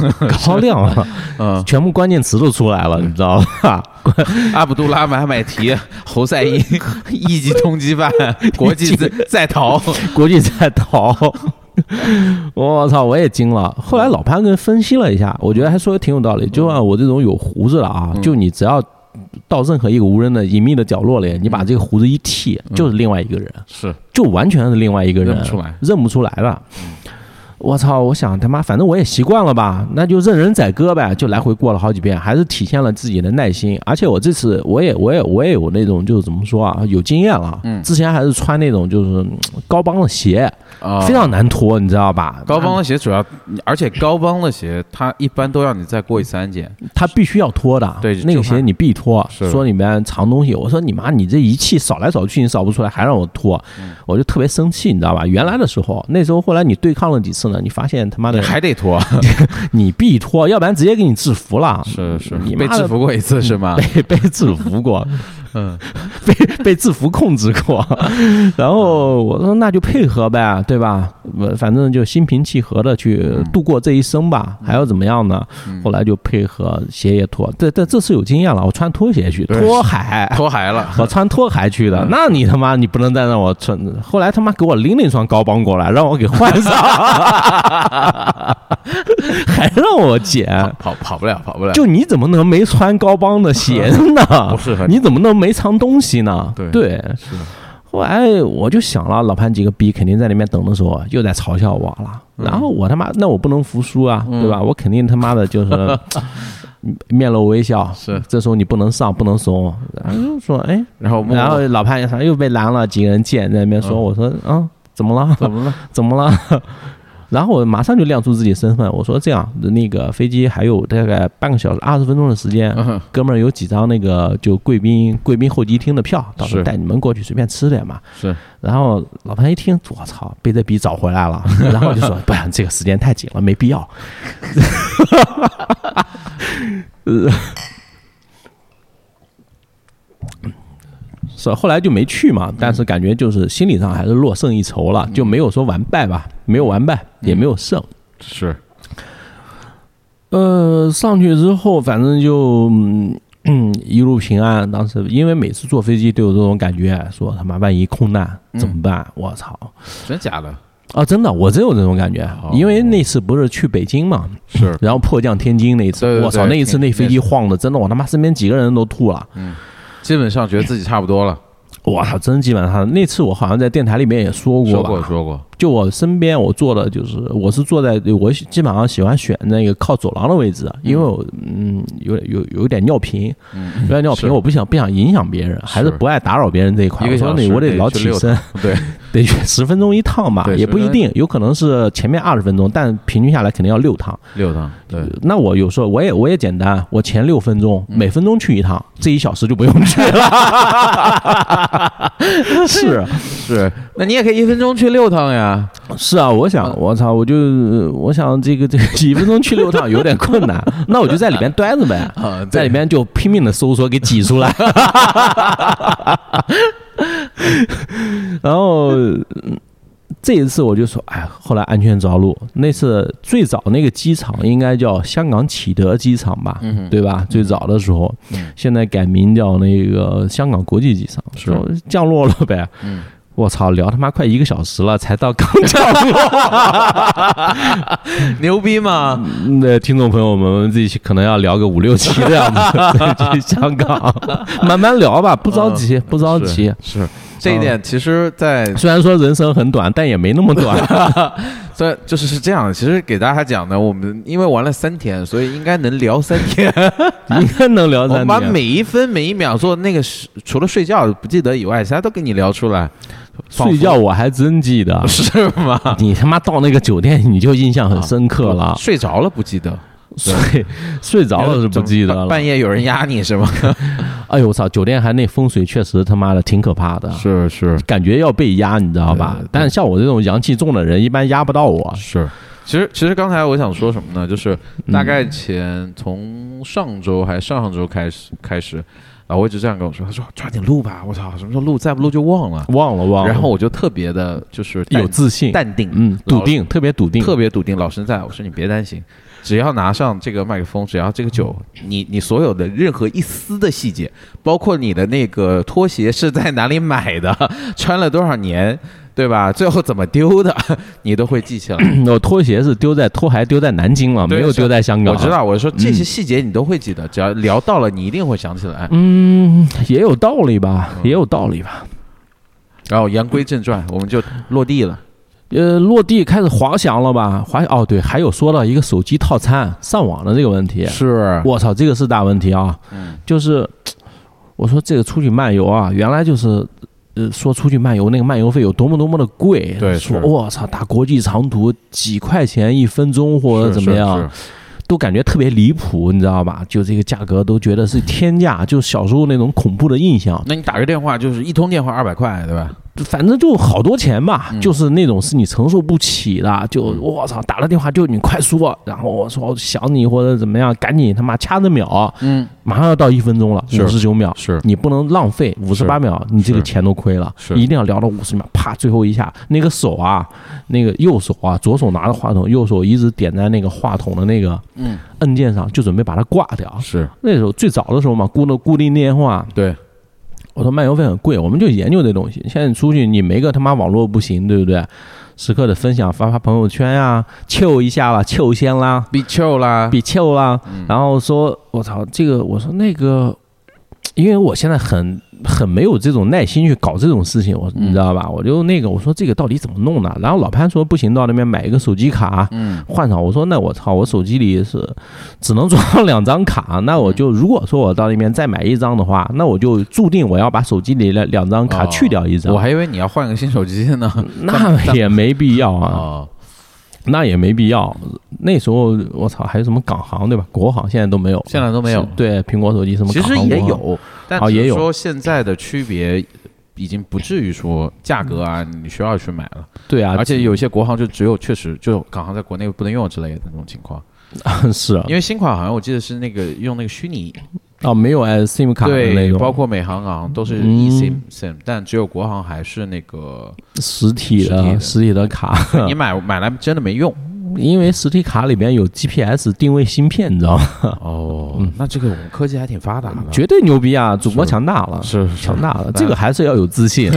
S2: 高亮 了，
S1: 嗯，
S2: 全部关键词都出来了，你知道吧？
S1: 阿卜杜拉买买提、侯赛因、 一级通 缉犯、国际在在逃，
S2: 国际在逃。 我操！我也惊了。后来老潘跟分析了一下，我觉得还说的挺有道理。就按我这种有胡子的啊，就你只要到任何一个无人的隐秘的角落里，你把这个胡子一剃，就是另外一个人，
S1: 是
S2: 就完全是另外一个人，
S1: 认不出来，
S2: 认不出来了。我操！我想他妈，反正我也习惯了吧，那就任人宰割呗，就来回过了好几遍，还是体现了自己的耐心。而且我这次我也我也我也有那种就是怎么说啊，有经验了。
S1: 嗯
S2: 之前还是穿那种就是嗯高帮的鞋，
S1: 啊
S2: 非常难脱，你知道吧？
S1: 高帮的鞋主要，而且高帮的鞋它一般都要你再过一次安检，
S2: 他必须要脱的，
S1: 对
S2: 那
S1: 就
S2: 个
S1: 怕
S2: 鞋你必脱。
S1: 是
S2: 说里面藏东西，我说你妈，你这一气扫来扫去，你扫不出来，还让我脱，
S1: 嗯
S2: 我就特别生气，你知道吧？原来的时候，那时候后来你对抗了几次呢？你发现他妈的
S1: 还得脱，
S2: 你必脱，要不然直接给你制服了。
S1: 是 是
S2: 你，
S1: 被
S2: 妈的
S1: 制服过一次是吗？
S2: 被被制服过，
S1: 嗯，
S2: 被被制服控制过。 然后我说那就配合呗，对吧？我反正就心平气和的去度过这一生吧，
S1: 嗯
S2: 还要怎么样呢？后来就配合鞋也脱，这这这次有经验了，我穿拖鞋去
S1: 对
S2: 拖海。
S1: 脱鞋了，
S2: 我穿拖鞋去
S1: 嗯
S2: 的，那你他妈你不能再让我穿。后来他妈给我拎了一双高帮过来，让我给换上， 还让我捡。
S1: 跑跑不了，跑不了，
S2: 哎就你怎么能没穿高帮的鞋呢？
S1: 不是很
S2: 你怎么能没藏东西呢？
S1: 对是
S2: 后来我就想了，老潘几个逼肯定在那边等的时候啊又在嘲笑我了，
S1: 嗯
S2: 然后我他妈那我不能服输啊，对吧？我肯定他妈的就是 面露微笑，
S1: 是
S2: 这时候你不能上，不能怂，然后就说哎，
S1: 然后默默
S2: 然后老潘也说又被拦了，几个人见在那边说，
S1: 嗯
S2: 我说啊怎么 了？
S1: 怎么了？
S2: 怎么了？ 然后我马上就亮出自己身份，我说这样，那个飞机还有大概半个小时、二十分钟的时间，
S1: 嗯
S2: 哥们儿有几张那个就贵宾贵宾候机厅的票，到时候
S1: 是
S2: 带你们过去随便吃点嘛。
S1: 是
S2: 然后老潘一听，我操，被这逼找回来 了，然后就说，不然这个时间太紧了，没必要。 呃是后来就没去嘛，但是感觉就是心理上还是落剩一筹了，就没有说完败吧，没有完败，也没有胜。
S1: 是，
S2: 呃，上去之后，反正就嗯嗯一路平安。当时因为每次坐飞机都有这种感觉，说他妈万一空难怎么办？我操！
S1: 真假的？
S2: 啊，真的，我真有这种感觉，因为那次不是去北京嘛，
S1: 哦是
S2: 然后迫降天津那一
S1: 对
S2: 次，
S1: 对
S2: 我操，
S1: 对
S2: 那一次那
S1: 天
S2: 飞机晃的，真的，我他妈身边几个人都吐了，
S1: 基本上觉得自己差不多了，
S2: 我操，真基本上那次我好像在电台里面也说过
S1: 说
S2: 吧，
S1: 过说过，
S2: 就我身边我坐的就是我是坐在我喜基本上喜欢选那个靠走廊的位置，因为我嗯有有有点尿频，有点尿频，
S1: 嗯是
S2: 我不想不想影响别人，还是不爱打扰别人这一块，
S1: 一个
S2: 我说
S1: 小
S2: 你
S1: 时
S2: 我得
S1: 得
S2: 老
S1: 去
S2: 起
S1: 溜达
S2: 身，
S1: 对，
S2: 得去十分钟一趟吧，
S1: 对
S2: 也不
S1: 10
S2: 一
S1: 分钟
S2: 定，有可能是前面二十分钟，但平均下来肯定要六趟。
S1: 六趟，对，
S2: 那我有时候我也我也简单，我前六分钟
S1: 嗯
S2: 每分钟去一趟，这一小时就不用去 了。是啊
S1: 是，那你也可以一分钟去六趟呀，
S2: 是啊，我
S1: 嗯
S2: 想我操，我就我想这个这个几分钟去六趟有点困难，那我就在里边待着呗，
S1: 啊，
S2: 在里面就拼命的搜索给挤出来。 然后嗯这一次我就说，哎，后来安全着陆。那次最早那个机场应该叫香港启德机场吧，
S1: 嗯
S2: 对吧？最早的时候，
S1: 嗯
S2: 现在改名叫那个香港国际机场，
S1: 是
S2: 就降落了呗。
S1: 嗯
S2: 我操，聊他妈快一个小时了，才到刚降落。
S1: 牛逼吗？
S2: 嗯那听众朋友们，我们这期可能要聊个五六期这样的，这期香港，慢慢聊吧，不着急，不着急。啊
S1: 是这一点，其实，在
S2: 虽然说人生很短，但也没那么短。
S1: 在就是是这样的，其实给大家讲呢，我们因为玩了三天，所以应该能聊三天。
S2: 应该能聊
S1: 我们
S2: 三
S1: 把
S2: 天。
S1: 每一分每一秒做那个事，除了睡觉不记得以外，其他都给你聊出来。仿佛，
S2: 睡觉我还真记得
S1: 是吗？
S2: 你他妈到那个酒店你就印象很深刻了，
S1: 睡着了不记得，
S2: 睡睡着了是不记得了。
S1: 半夜有人压你 是吗？
S2: 哎呦我操，酒店还那风水确实他妈的挺可怕的，
S1: 是是
S2: 感觉要被压，你知道吧
S1: 对对对？
S2: 但是像我这种阳气重的人，一般压不到我。
S1: 是。其实，其实刚才我想说什么呢？就是
S2: 嗯
S1: 大概前从上周还是上上周开始开始，老魏就这样跟我说，他说抓紧录吧，我操，什么时候录再不录就忘了。
S2: 忘了忘了，
S1: 然后我就特别的，就是淡
S2: 哦有自信，
S1: 淡定，
S2: 嗯，
S1: 老
S2: 笃定，特别笃定，
S1: 特别笃定，老生在，我说你别担心，只要拿上这个麦克风，只要这个酒，你你所有的任何一丝的细节，包括你的那个拖鞋是在哪里买的，穿了多少年，对吧？最后怎么丢的，你都会记起来。
S2: 我拖鞋是丢在拖鞋丢在南京了，
S1: 对
S2: 没有丢在香港。
S1: 我知，道，我
S2: 嗯
S1: 说这些细节你都会记得，只要聊到了，你一定会想起来。
S2: 嗯，也有道理
S1: 嗯
S2: 吧，也有道理吧。
S1: 然哦后言归正传，我们就落地了。
S2: 呃，落地开始滑翔了吧？滑哦，对，还有说到一个手机套餐上网的这个问题，
S1: 是，
S2: 我操，这个是大问题啊！
S1: 嗯
S2: 就是我说这个出去漫游啊，原来就是呃说出去漫游那个漫游费有多么多么的贵，
S1: 对
S2: 说
S1: 是
S2: 我操打国际长途几块钱一分钟或者
S1: 是
S2: 怎么
S1: 是
S2: 样，
S1: 是
S2: 都感觉特别离谱，你知道吧？就这个价格都觉得是天价，就小时候那种恐怖的印象，
S1: 那你打个电话就是一通电话二百块，对吧？
S2: 反正就好多钱吧，
S1: 嗯
S2: 就是那种是你承受不起的，就
S1: 嗯
S2: 我操打了电话就你快说，然后我说想你或者怎么样，赶紧他妈掐着秒，
S1: 嗯，
S2: 马上要到一分钟了，
S1: 是
S2: 五十九秒，
S1: 是
S2: 你不能浪费五十八秒，你这个钱都亏了，
S1: 是
S2: 一定要聊到五十秒，啪，最后一下，那个手啊，那个右手啊，左手拿着话筒，右手一直点在那个话筒的那个
S1: 嗯
S2: 按键上，就准备把它挂掉。
S1: 是
S2: 那时候最早的时候嘛，固定固定电话，
S1: 啊对，
S2: 我说漫游费很贵，我们就研究这东西。现在你出去，你没个他妈网络不行，对不对？时刻的分享，发发朋友圈呀、啊，秀一下啦，秀先啦，
S1: 比丘啦，
S2: 比丘啦，然后说我操，这个我说那个，因为我现在很很没有这种耐心去搞这种事情，我你知道吧？我就那个我说这个到底怎么弄呢？然后老潘说不行，到那边买一个手机卡。
S1: 嗯
S2: 换上我说那我操，我手机里是只能装两张卡，那
S1: 嗯
S2: 我就如果说我到那边再买一张的话，那我就注定我要把手机里的两张卡
S1: 哦
S2: 去掉一张，
S1: 我还以为你要换个新手机 呢。
S2: 那也没必要啊。
S1: 哦，
S2: 那也没必要。那时候我操，还有什么港行对吧？国行现在都没有，
S1: 现在都没有
S2: 是对，苹果手机什么
S1: 其
S2: 港
S1: 实
S2: 行
S1: 也，
S2: 国行
S1: 啊有，但
S2: 哦
S1: 只
S2: 也
S1: 是
S2: 有
S1: 说现在的区别已经不至于说价格啊，你需要去买了。
S2: 对啊，
S1: 而且有些国行就只有确实就港行在国内不能用之类的那种情况，
S2: 是啊
S1: 因为新款好像我记得是那个用那个虚拟，
S2: 哦，没有 SIM 卡的那
S1: 对，
S2: 种，
S1: 包括美行好像都是
S2: 嗯
S1: eSIM SIM，但只有国行还是那个
S2: 实体
S1: 实体的
S2: 的实体的卡，
S1: 你买买来真的没用。
S2: 因为实体卡里边有 GPS 定位芯片，你知道吗？
S1: 哦，那这个我们科技还挺发达的，
S2: 绝对牛逼啊！主播强大了，
S1: 是是
S2: 强大了，这个还是要有自信。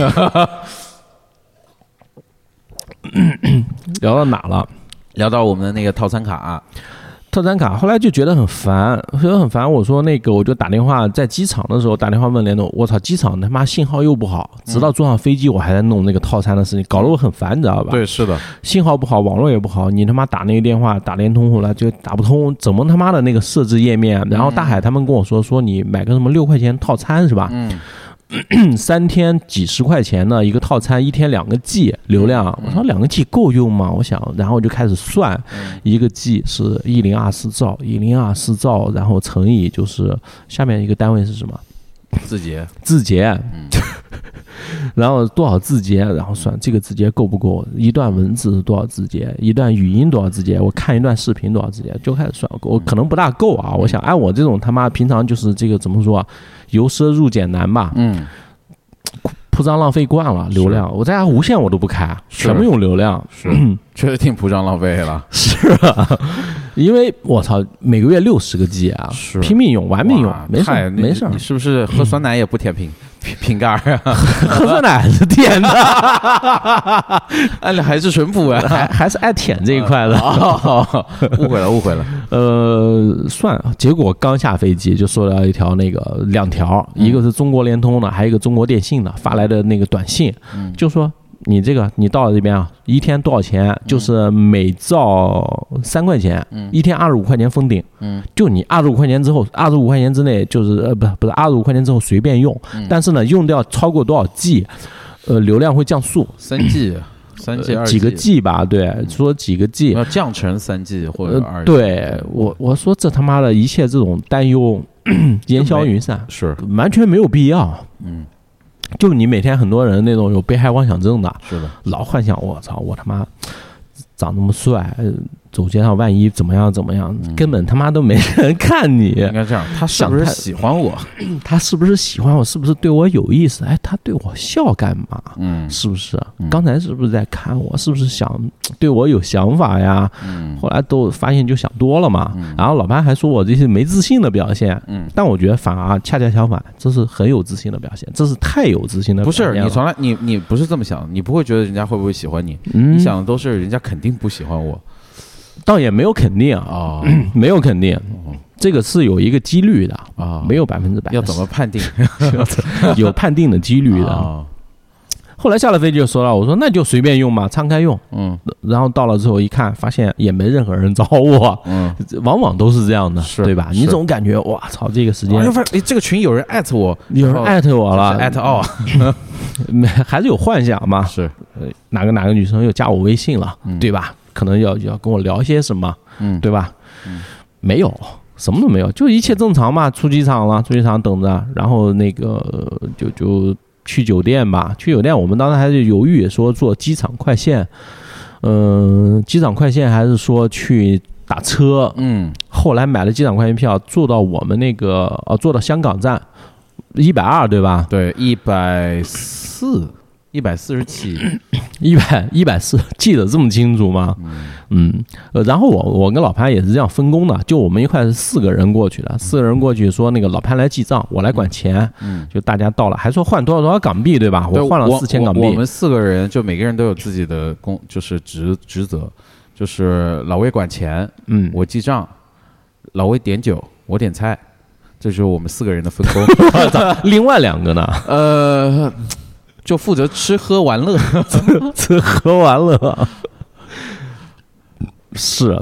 S2: 聊到哪了？
S1: 聊到我们的那个套餐卡啊，
S2: 套餐卡，后来就觉得很烦，觉得很烦。我说那个，我就打电话在机场的时候打电话问联总，我操，机场他妈信号又不好，直到坐上飞机我还在弄那个套餐的事情，搞得我很烦，你知道吧？，，
S1: 是的，
S2: 信号不好，网络也不好，你他妈打那个电话打联通后来就打不通，怎么他妈的那个设置页面？然后大海他们跟我说，说你买个什么六块钱套餐是吧？
S1: 嗯，
S2: 三天几十块钱的一个套餐，一天两个 G 流量，我说两个 G 够用吗？我想，然后我就开始算，一个 G 是一零二四兆，一零二四兆，然后乘以就是下面一个单位是什么？
S1: 字节，
S2: 字节
S1: 嗯，
S2: 然后多少字节，然后算这个字节够不够？一段文字是多少字节？一段语音多少字节？我看一段视频多少字节？就开始算，我可能不大够
S1: 嗯
S2: 啊。我想，按我这种他妈平常就是这个怎么说啊，由奢入俭难吧，
S1: 嗯，
S2: 铺张浪费惯了流量，我在家无线我都不开，啊
S1: 是
S2: 全部用流量，
S1: 是，确实挺铺张浪费了，
S2: 是啊，因为我操，每个月六十个 G 啊，
S1: 是
S2: 拼命用，玩命用
S1: 哇，
S2: 没事
S1: 太
S2: 儿
S1: 你
S2: 没事儿
S1: 你，是不是喝酸奶也不舔瓶 瓶瓶盖儿啊？
S2: 喝酸奶还是舔的，
S1: 哎，还是淳朴啊？
S2: 还还是爱舔这一块的。
S1: 哦， 误会了，误会了。
S2: 呃，算，结果刚下飞机就收到一条那个两条，
S1: 嗯
S2: 一个是中国联通的，还有一个中国电信的发来的那个短信，
S1: 嗯
S2: 就说。你这个，你到了这边啊，一天多少钱？就是每兆三块钱，
S1: 嗯
S2: 一天二十五块钱封顶。
S1: 嗯
S2: 就你二十五块钱之后，二十五块钱之内就是呃不不是二十五块钱之后随便用，
S1: 嗯
S2: 但是呢用掉超过多少 G，呃流量会降速，
S1: 三 G，三 G
S2: 呃
S1: 二
S2: 几个 G 吧，对，说几个 G，
S1: 要降成三 G 或
S2: 呃
S1: 者二 G，
S2: 对我我说这他妈的一切这种担 忧烟消云散，
S1: 是
S2: 完全没有必要。
S1: 嗯
S2: 就你每天很多人那种有被害妄想症的，
S1: 是的，
S2: 老幻想我操，我他妈长那么帅，呃走街上万一怎么样怎么样，
S1: 嗯
S2: 根本他妈都没人 看你。
S1: 应该这样。他是不是
S2: 想太
S1: 喜欢我？
S2: 他是不是喜欢我？是不是对我有意思？哎，他对我笑干嘛？
S1: 嗯
S2: 是不是啊
S1: 嗯？
S2: 刚才是不是在看我？是不是想对我有想法呀？
S1: 嗯
S2: 后来都发现就想多了嘛。然后老潘还说我这是没自信的表现，
S1: 嗯，
S2: 但我觉得反而恰恰相反，这是很有自信的表现，这是太有自信的
S1: 不
S2: 表现
S1: 是
S2: 了
S1: 你从来你你不是这么想，你不会觉得人家会不会喜欢你，
S2: 嗯
S1: 你想的都是人家肯定不喜欢我
S2: 倒也没有肯定啊，
S1: 啊
S2: 没有肯定，
S1: 嗯
S2: 这个是有一个几率的，
S1: 啊，
S2: 没有百分之百的
S1: 要怎么判定哦
S2: 有判定的几率的。
S1: 啊？
S2: 后来下了飞机就收到，我说那就随便用嘛，敞开用。
S1: 嗯
S2: 然后到了之后一看，发现也没任何人找我，
S1: 嗯，
S2: 往往都是这样的，
S1: 是
S2: 对吧？
S1: 是
S2: 你总感觉哇操，这个时
S1: 我就
S2: 间
S1: 发现哎这个群有人艾特我，
S2: 有人艾特我了，
S1: 艾特哦，啊
S2: 没 还是有幻想嘛？
S1: 是，
S2: 哪个哪个女生又加我微信了，
S1: 嗯
S2: 对吧？可能要要跟我聊些什么，
S1: 嗯，
S2: 对吧？
S1: 嗯
S2: 没有，什么都没有，就一切正常嘛。出机场了，出机场等着，然后那个呃就就去酒店吧。去酒店，我们当时还是犹豫说坐机场快线，嗯、机场快线还是说去打车。
S1: 嗯
S2: 后来买了机场快线票，坐到我们那个呃，坐到香港站，一百二对吧？
S1: 对，一百四，一百四十 七，
S2: 一百 一百四，记得这么清楚吗？嗯，呃，然后我我跟老潘也是这样分工的，就我们一块是四个人过去的，四个人过去说那个老潘来记账，我来管钱，
S1: 嗯，
S2: 就大家到了还说换多少多少港币对吧？
S1: 对
S2: 我换了
S1: 我
S2: 四千
S1: 我
S2: 港
S1: 我
S2: 币，
S1: 们四个人就每个人都有自己的工，就是职职责，就是老魏管钱，
S2: 嗯，
S1: 我记账，老魏点酒，我点菜，这就是我们四个人的分工。
S2: 另外两个呢，
S1: 呃，就负责吃喝玩乐。
S2: 吃喝玩乐，是。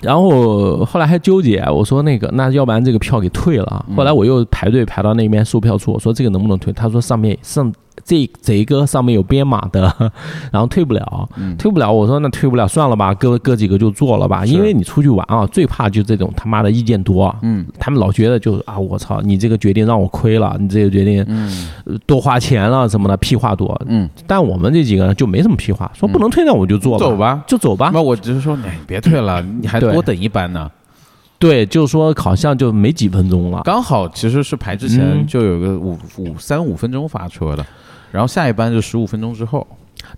S2: 然后后来还纠结，我说那个，那要不然这个票给退了
S1: 嗯
S2: 啊。后来我又排队排到那边售票处，我说这个能不能退？他说上面上这这个上面有编码的， 然后退不了，退不了。我说那退不了，算了吧，哥哥几个就做了吧。
S1: 嗯是
S2: 因为你出去玩啊，最怕就这种他妈的意见多，啊
S1: 嗯
S2: 他们老觉得就是啊，我操，你这个决定让我亏了，你这个决定
S1: 嗯
S2: 呃多花钱了什么的，屁话多。
S1: 嗯，
S2: 但我们这几个人就没什么屁话，说不能退那我就做吧，
S1: 走吧。
S2: 就走吧。
S1: 那我只是说，啊哎，你别退了，你还
S2: 对
S1: 多等一班呢。
S2: 对，就说好像就没几分钟了。
S1: 刚好其实是排之
S2: 嗯
S1: 前就有个五五三五分钟发出来的，然后下一班就十五分钟之后，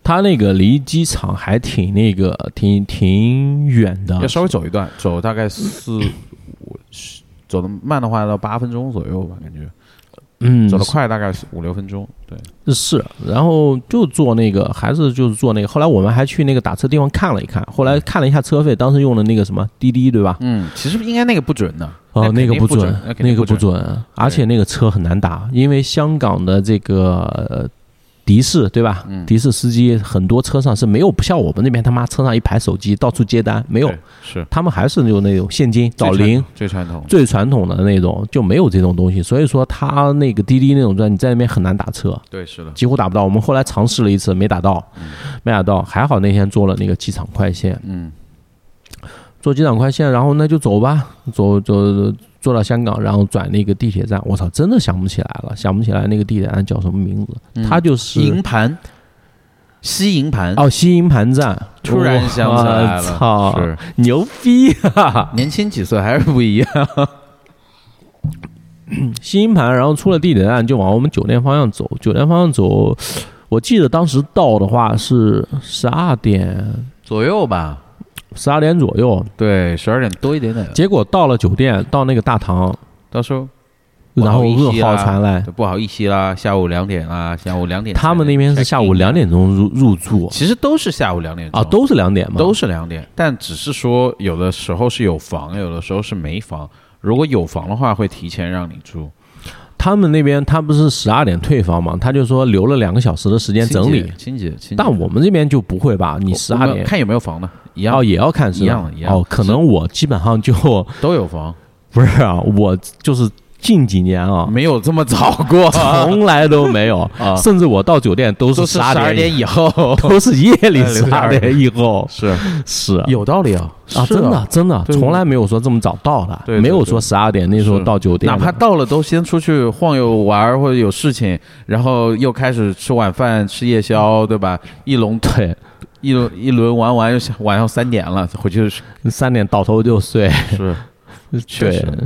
S2: 他那个离机场还挺那个，挺挺远的
S1: 要。稍微走一段，走大概四五十，走的慢的话要到八分钟左右吧，感觉
S2: 嗯
S1: 走，得快大概五六分钟。对，
S2: 是。然后就坐那个，还是就是坐那个。后来我们还去那个打车地方看了一看，后来看了一下车费，当时用的那个什么滴滴，对吧？
S1: 嗯，其实应该那个不准的。
S2: 哦，
S1: 那
S2: 那
S1: 肯
S2: 个
S1: 定不
S2: 准
S1: 准那，肯定
S2: 那个
S1: 不
S2: 不
S1: 准
S2: 准，而且那个车很难打，因为香港的这个呃的士，对吧？
S1: 嗯
S2: 的士司机很多车上是没有，不像我们那边他妈车上一排手机到处接单，没有
S1: 对，是
S2: 他们还是有那种现金找零。
S1: 最传统，
S2: 最传统的那种就没有这种东西，所以说他那个滴滴那种站，你在那边很难打车，
S1: 对是的，
S2: 几乎打不到。我们后来尝试了一次，没打到，没打到，还好那天坐了那个机场快线，
S1: 嗯
S2: 坐机场快线，然后那就走吧，走走坐到香港，然后转那个地铁站。我操，真的想不起来了，想不起来那个地铁站叫什么名字。
S1: 嗯
S2: 它就是
S1: 银盘，西银盘，
S2: 哦，西营盘站。
S1: 突然想起来了
S2: 我操，
S1: 是
S2: 牛逼啊！
S1: 年轻几岁还是不一样。
S2: 西营盘，然后出了地铁站就往我们酒店方向走。酒店方向走，我记得当时到的话是十二点，
S1: 左右吧，
S2: 十二点左右。
S1: 对，十二点多一点点。
S2: 结果到了酒店，到那个大堂，
S1: 到时候
S2: 然后噩
S1: 不好意思
S2: 耗
S1: 啊
S2: 传来。
S1: 就不好意思啦，下午两点啦，下午两点才能 check in。
S2: 他们那边是
S1: 啊
S2: 下午两点钟入入住
S1: 其实都是下午两点钟
S2: 啊，都是两点吗？
S1: 哦都是两点，但只是说有的时候是有房，有的时候是没房。如果有房的话，会提前让你住。
S2: 他们那边他不是十二点退房嘛，他就说留了两个小时的时间整理。
S1: 清洁，清洁。清洁
S2: 但我们这边就不会吧？你十
S1: 我
S2: 二
S1: 们
S2: 点
S1: 看有没有房的，一样
S2: 哦也要看是吧
S1: 一样的一样的
S2: 哦，可能我基本 上就
S1: 都有房，
S2: 不是啊，我就是近几年啊，
S1: 没有这么早 过，
S2: 从来都没 有，
S1: 啊
S2: 甚至我到酒店都
S1: 都
S2: 是
S1: 是
S2: 十
S1: 十二
S2: 点以，
S1: 点以后。
S2: 都是夜里
S1: 哎
S2: 十二点以后
S1: 是
S2: 是。
S1: 有道理啊，
S2: 啊，
S1: 是
S2: 真的，真的，
S1: 对
S2: 从来没有说这么早到的，
S1: 对对
S2: 没有说十二点那时候
S1: 是
S2: 到酒店
S1: 哪
S2: 的，
S1: 怕到了都先出去晃悠玩儿或者有事情，然后又开始吃晚饭、吃夜宵，对吧？一 笼
S2: 对
S1: 一轮一轮玩完，又下晚上三点了，回去是
S2: 三点倒头就睡，
S1: 是 确
S2: 对
S1: 实，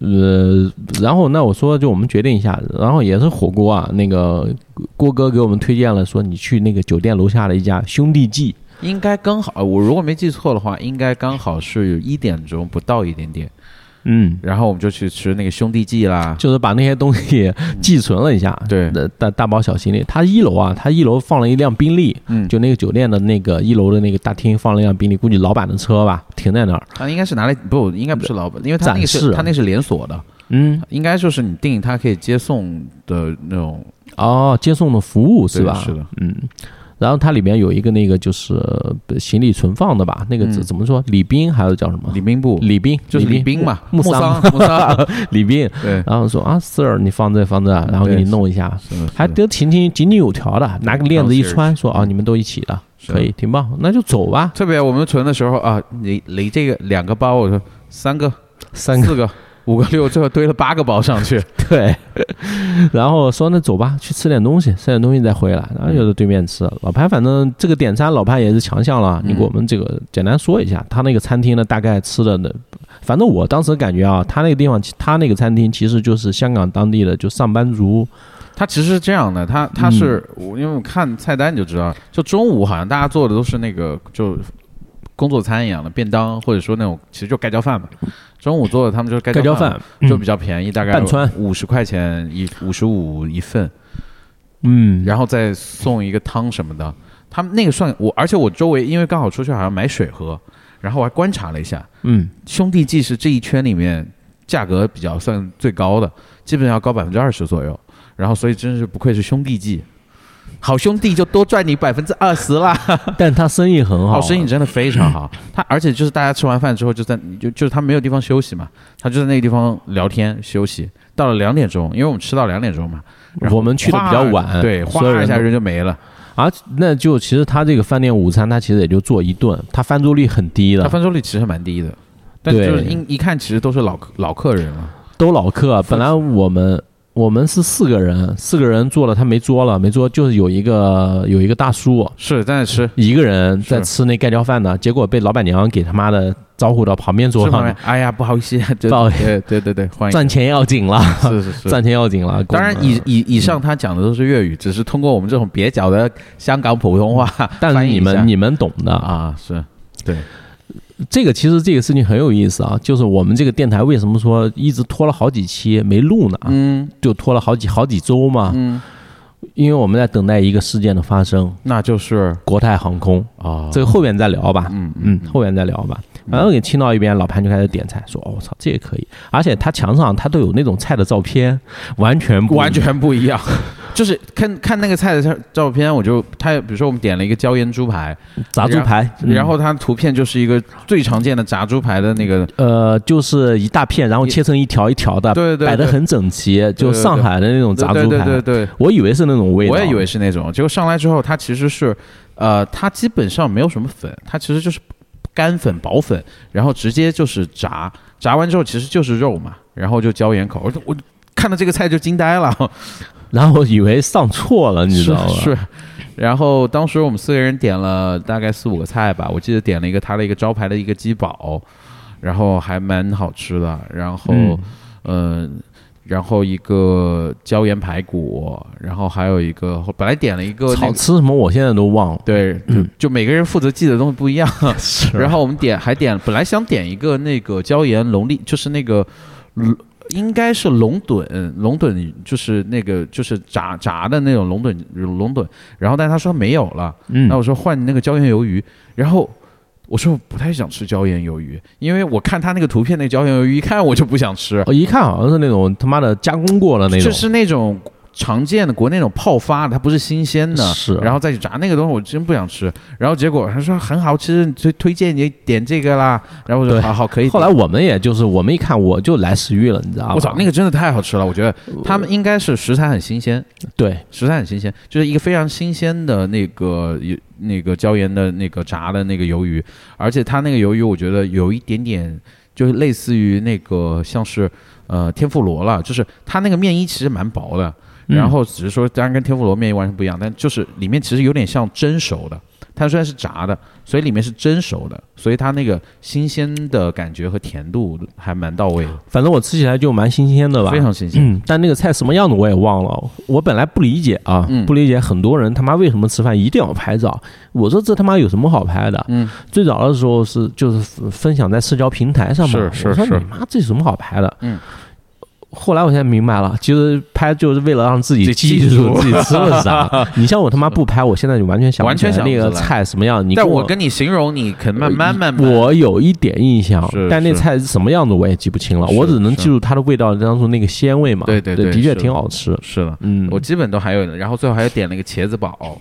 S2: 呃，然后那我说就我们决定一下，然后也是火锅啊，那个郭哥给我们推荐了，说你去那个酒店楼下的一家兄弟记，
S1: 应该刚好，我如果没记错的话，应该刚好是一点钟不到一点点，
S2: 嗯，
S1: 然后我们就去吃那个兄弟记啦，
S2: 就是把那些东西寄存了一下，
S1: 对
S2: 呃，大大包小行李。他一楼啊，他一楼放了一辆宾利，
S1: 嗯，
S2: 就那个酒店的那个一楼的那个大厅放了一辆宾利，估计老板的车吧，停在那儿。
S1: 啊他应该是拿来不，应该不是老板，因为他那
S2: 展
S1: 个
S2: 示
S1: 是
S2: 啊
S1: 他那是连锁的，
S2: 嗯，
S1: 应该就是你定它可以接送的那种，
S2: 哦，接送的服务是
S1: 对
S2: 吧？
S1: 是的，
S2: 嗯。然后它里面有一个那个就是呃行李存放的吧，那个怎
S1: 嗯
S2: 怎么说？礼宾还是叫什么？
S1: 礼宾部
S2: 礼宾
S1: 就是礼宾嘛，
S2: 穆
S1: 穆
S2: 桑
S1: 桑穆桑，
S2: 礼宾。
S1: 对，
S2: 然后说啊，Sir，你放这放这，啊然后给你
S1: 嗯对
S2: 弄一下，
S1: 是的是
S2: 还
S1: 的
S2: 得井井井井有条的，拿个链子一
S1: Concierge
S2: 穿，说啊，你们都一起的，
S1: 嗯是
S2: 可以，挺棒，那就走吧，
S1: 特别我们存的时候啊，离离这个两个包，我说三个、
S2: 三个
S1: 四个、五个、六，最后堆了八个包上去。
S2: 对，然后说那走吧，去吃点东西，吃点东西再回来，然后
S1: 嗯
S2: 就在对面吃。老潘反正这个点餐，老潘也是强项了，你给我
S1: 嗯
S2: 们这个简单说一下，他那个餐厅呢，大概吃的那，反正我当时感觉啊，他那个地方，他那个餐厅其实就是香港当地的就上班族，
S1: 它其实是这样的，它它是我嗯因为我看菜单你就知道，就中午好像大家做的都是那个就工作餐一样的便当，或者说那种其实就盖浇饭嘛。中午做的他们就是盖
S2: 盖
S1: 浇
S2: 浇饭，
S1: 就比较便宜，大概
S2: 半川
S1: 五十块钱一五十五一份，
S2: 嗯，
S1: 然后再送一个汤什么的。他们那个算我，而且我周围因为刚好出去好像买水喝，然后我还观察了一下，
S2: 嗯，
S1: 兄弟记是这一圈里面价格比较算最高的，基本要高百分之二十左右。然后，所以真是不愧是兄弟记，好兄弟就多赚你百分之二十啦。
S2: 但他生意很好，
S1: 好哦生意真的非常好，他而且就是大家吃完饭之后就在就就是他没有地方休息嘛，他就在那个地方聊天休息。到了两点钟，因为我们吃到两点钟嘛，然后
S2: 我们去的比较晚，
S1: 哗对，
S2: 所有
S1: 哗一
S2: 人
S1: 下
S2: 都
S1: 人就没了。
S2: 啊，那就其实他这个饭店午餐，他其实也就做一顿，他翻桌率很低
S1: 他
S2: 的，
S1: 翻桌率其实蛮低的，但是
S2: 啊对
S1: 就是一一看其实都是老客老客人了。
S2: 都老客。啊本来我们我们是四个人，四个人坐了，他没桌了，没桌就是有一个有一个大叔
S1: 是在那吃，
S2: 一个人在
S1: 是
S2: 吃那盖浇饭呢，结果被老板娘给他妈的招呼到旁边桌
S1: 是旁
S2: 上
S1: 边，哎呀，不好意思， 对
S2: 不好意
S1: 对对对对，欢 迎，
S2: 赚钱要紧了，
S1: 是是是。
S2: 赚钱要紧了。
S1: 当然
S2: 哥，们
S1: 以以以上他讲的都是粤语，只是通过我们这种蹩脚的香港普通话
S2: 嗯但是
S1: 翻译
S2: 你
S1: 一下
S2: 们你们懂的啊，
S1: 啊，是对，
S2: 这个其实这个事情很有意思啊，就是我们这个电台为什么说一直拖了好几期没录呢？
S1: 嗯
S2: 就拖了好几好几周嘛，
S1: 嗯，
S2: 因为我们在等待一个事件的发生，
S1: 那就是
S2: 国泰航空，
S1: 啊，
S2: 这个后面再聊吧。
S1: 嗯
S2: 嗯，后面再聊吧。然后给听到一边，老潘就开始点菜，说：“哦，我操，这也可以。”而且他墙上他都有那种菜的照片，完全不
S1: 完全 不一样。就是看看那个菜的照照片，我就他比如说我们点了一个椒盐猪排，
S2: 炸猪排，嗯
S1: 然后它图片就是一个最常见的炸猪排的那个，
S2: 呃就是一大片，然后
S1: 一
S2: 切成一条一条的，
S1: 对对对
S2: 摆的很整齐，就
S1: 对对
S2: 上海的那种炸
S1: 对
S2: 猪
S1: 对对
S2: 排。
S1: 对
S2: 我以为是那种味
S1: 对，
S2: 道，
S1: 我也以为是那种，结果上来之后，它其实是，呃，它基本上没有什么粉，它其实就是干粉、薄粉，然后直接就是炸，炸完之后其实就是肉嘛，然后就椒盐口，我我看到这个菜就惊呆了，
S2: 然后以为上错了，你知道吗？
S1: 是。是然后当时我们四个人点了大概四五个菜吧，我记得点了一个他的一个招牌的一个鸡煲，然后还蛮好吃的。然后，
S2: 嗯
S1: 呃，然后一个椒盐排骨，然后还有一个本来点了一个、哦那
S2: 草
S1: 个、
S2: 吃什么我现在都忘了。
S1: 对，就就每个人负责记的东西不一样。
S2: 嗯 是
S1: 然后我们点还点本来想点一个那个椒盐龙利，就是那个嗯应该是龙趸，龙趸就是那个就是炸炸的那种龙趸龙趸。然后但是他说没有了，
S2: 嗯
S1: 那我说换那个椒盐鱿鱼，然后。我说我不太想吃椒盐鱿鱼，因为我看他那个图片，那个椒盐鱿鱼一看我就不想吃，
S2: 哦我一看好像是那种他妈的加工过的那
S1: 就
S2: 种，
S1: 是那种常见的国内那种泡发的，它不是新鲜的，
S2: 是啊
S1: 然后再去炸那个东西，我真不想吃。然后结果他说很好吃，推推荐你点这个啦。然后我
S2: 对
S1: 说好好可以。
S2: 后来我们也就是我们一看我就来食欲了，你知道吗？
S1: 我操，那个真的太好吃了！我觉得他们应该是食材很新鲜，
S2: 对，
S1: 食材很新鲜，就是一个非常新鲜的那个呃有那个椒盐的那个炸的那个鱿鱼，而且它那个鱿鱼，我觉得有一点点就是类似于那个像是呃天妇罗了，就是它那个面衣其实蛮薄的，
S2: 嗯
S1: 然后只是说当然跟天妇罗面衣完全不一样，但就是里面其实有点像蒸熟的。它虽然是炸的，所以里面是蒸熟的，所以它那个新鲜的感觉和甜度还蛮到位的，
S2: 反正我吃起来就蛮新鲜的吧，
S1: 非常新鲜。
S2: 嗯，但那个菜什么样子我也忘了。我本来不理解啊，
S1: 嗯
S2: 不理解很多人他妈为什么吃饭一定要拍照。我说这他妈有什么好拍的？
S1: 嗯，
S2: 最早的时候是就是分享在社交平台上嘛，
S1: 是是
S2: 我说
S1: 是
S2: 你妈这有什么好拍的？
S1: 嗯，
S2: 后来我才明白了，其实拍就是为了让自己
S1: 自己
S2: 记
S1: 记
S2: 住
S1: 住
S2: 自己吃了 啥。你像我他妈不拍，我现在就完全想不
S1: 完全
S2: 起来
S1: 想不
S2: 那个
S1: 起来
S2: 菜什么样。你
S1: 但
S2: 我
S1: 我跟你形容，你可能慢慢慢慢，
S2: 我有一点印象
S1: 是，
S2: 但那
S1: 是
S2: 菜是什么样子我也记不清了，
S1: 是
S2: 我只能
S1: 是
S2: 记住它的味道当中那个鲜味嘛。
S1: 对对对
S2: 的确
S1: 是
S2: 挺好吃。
S1: 是的，
S2: 嗯，
S1: 我基本都还有，然后最后还有点了一个茄子煲，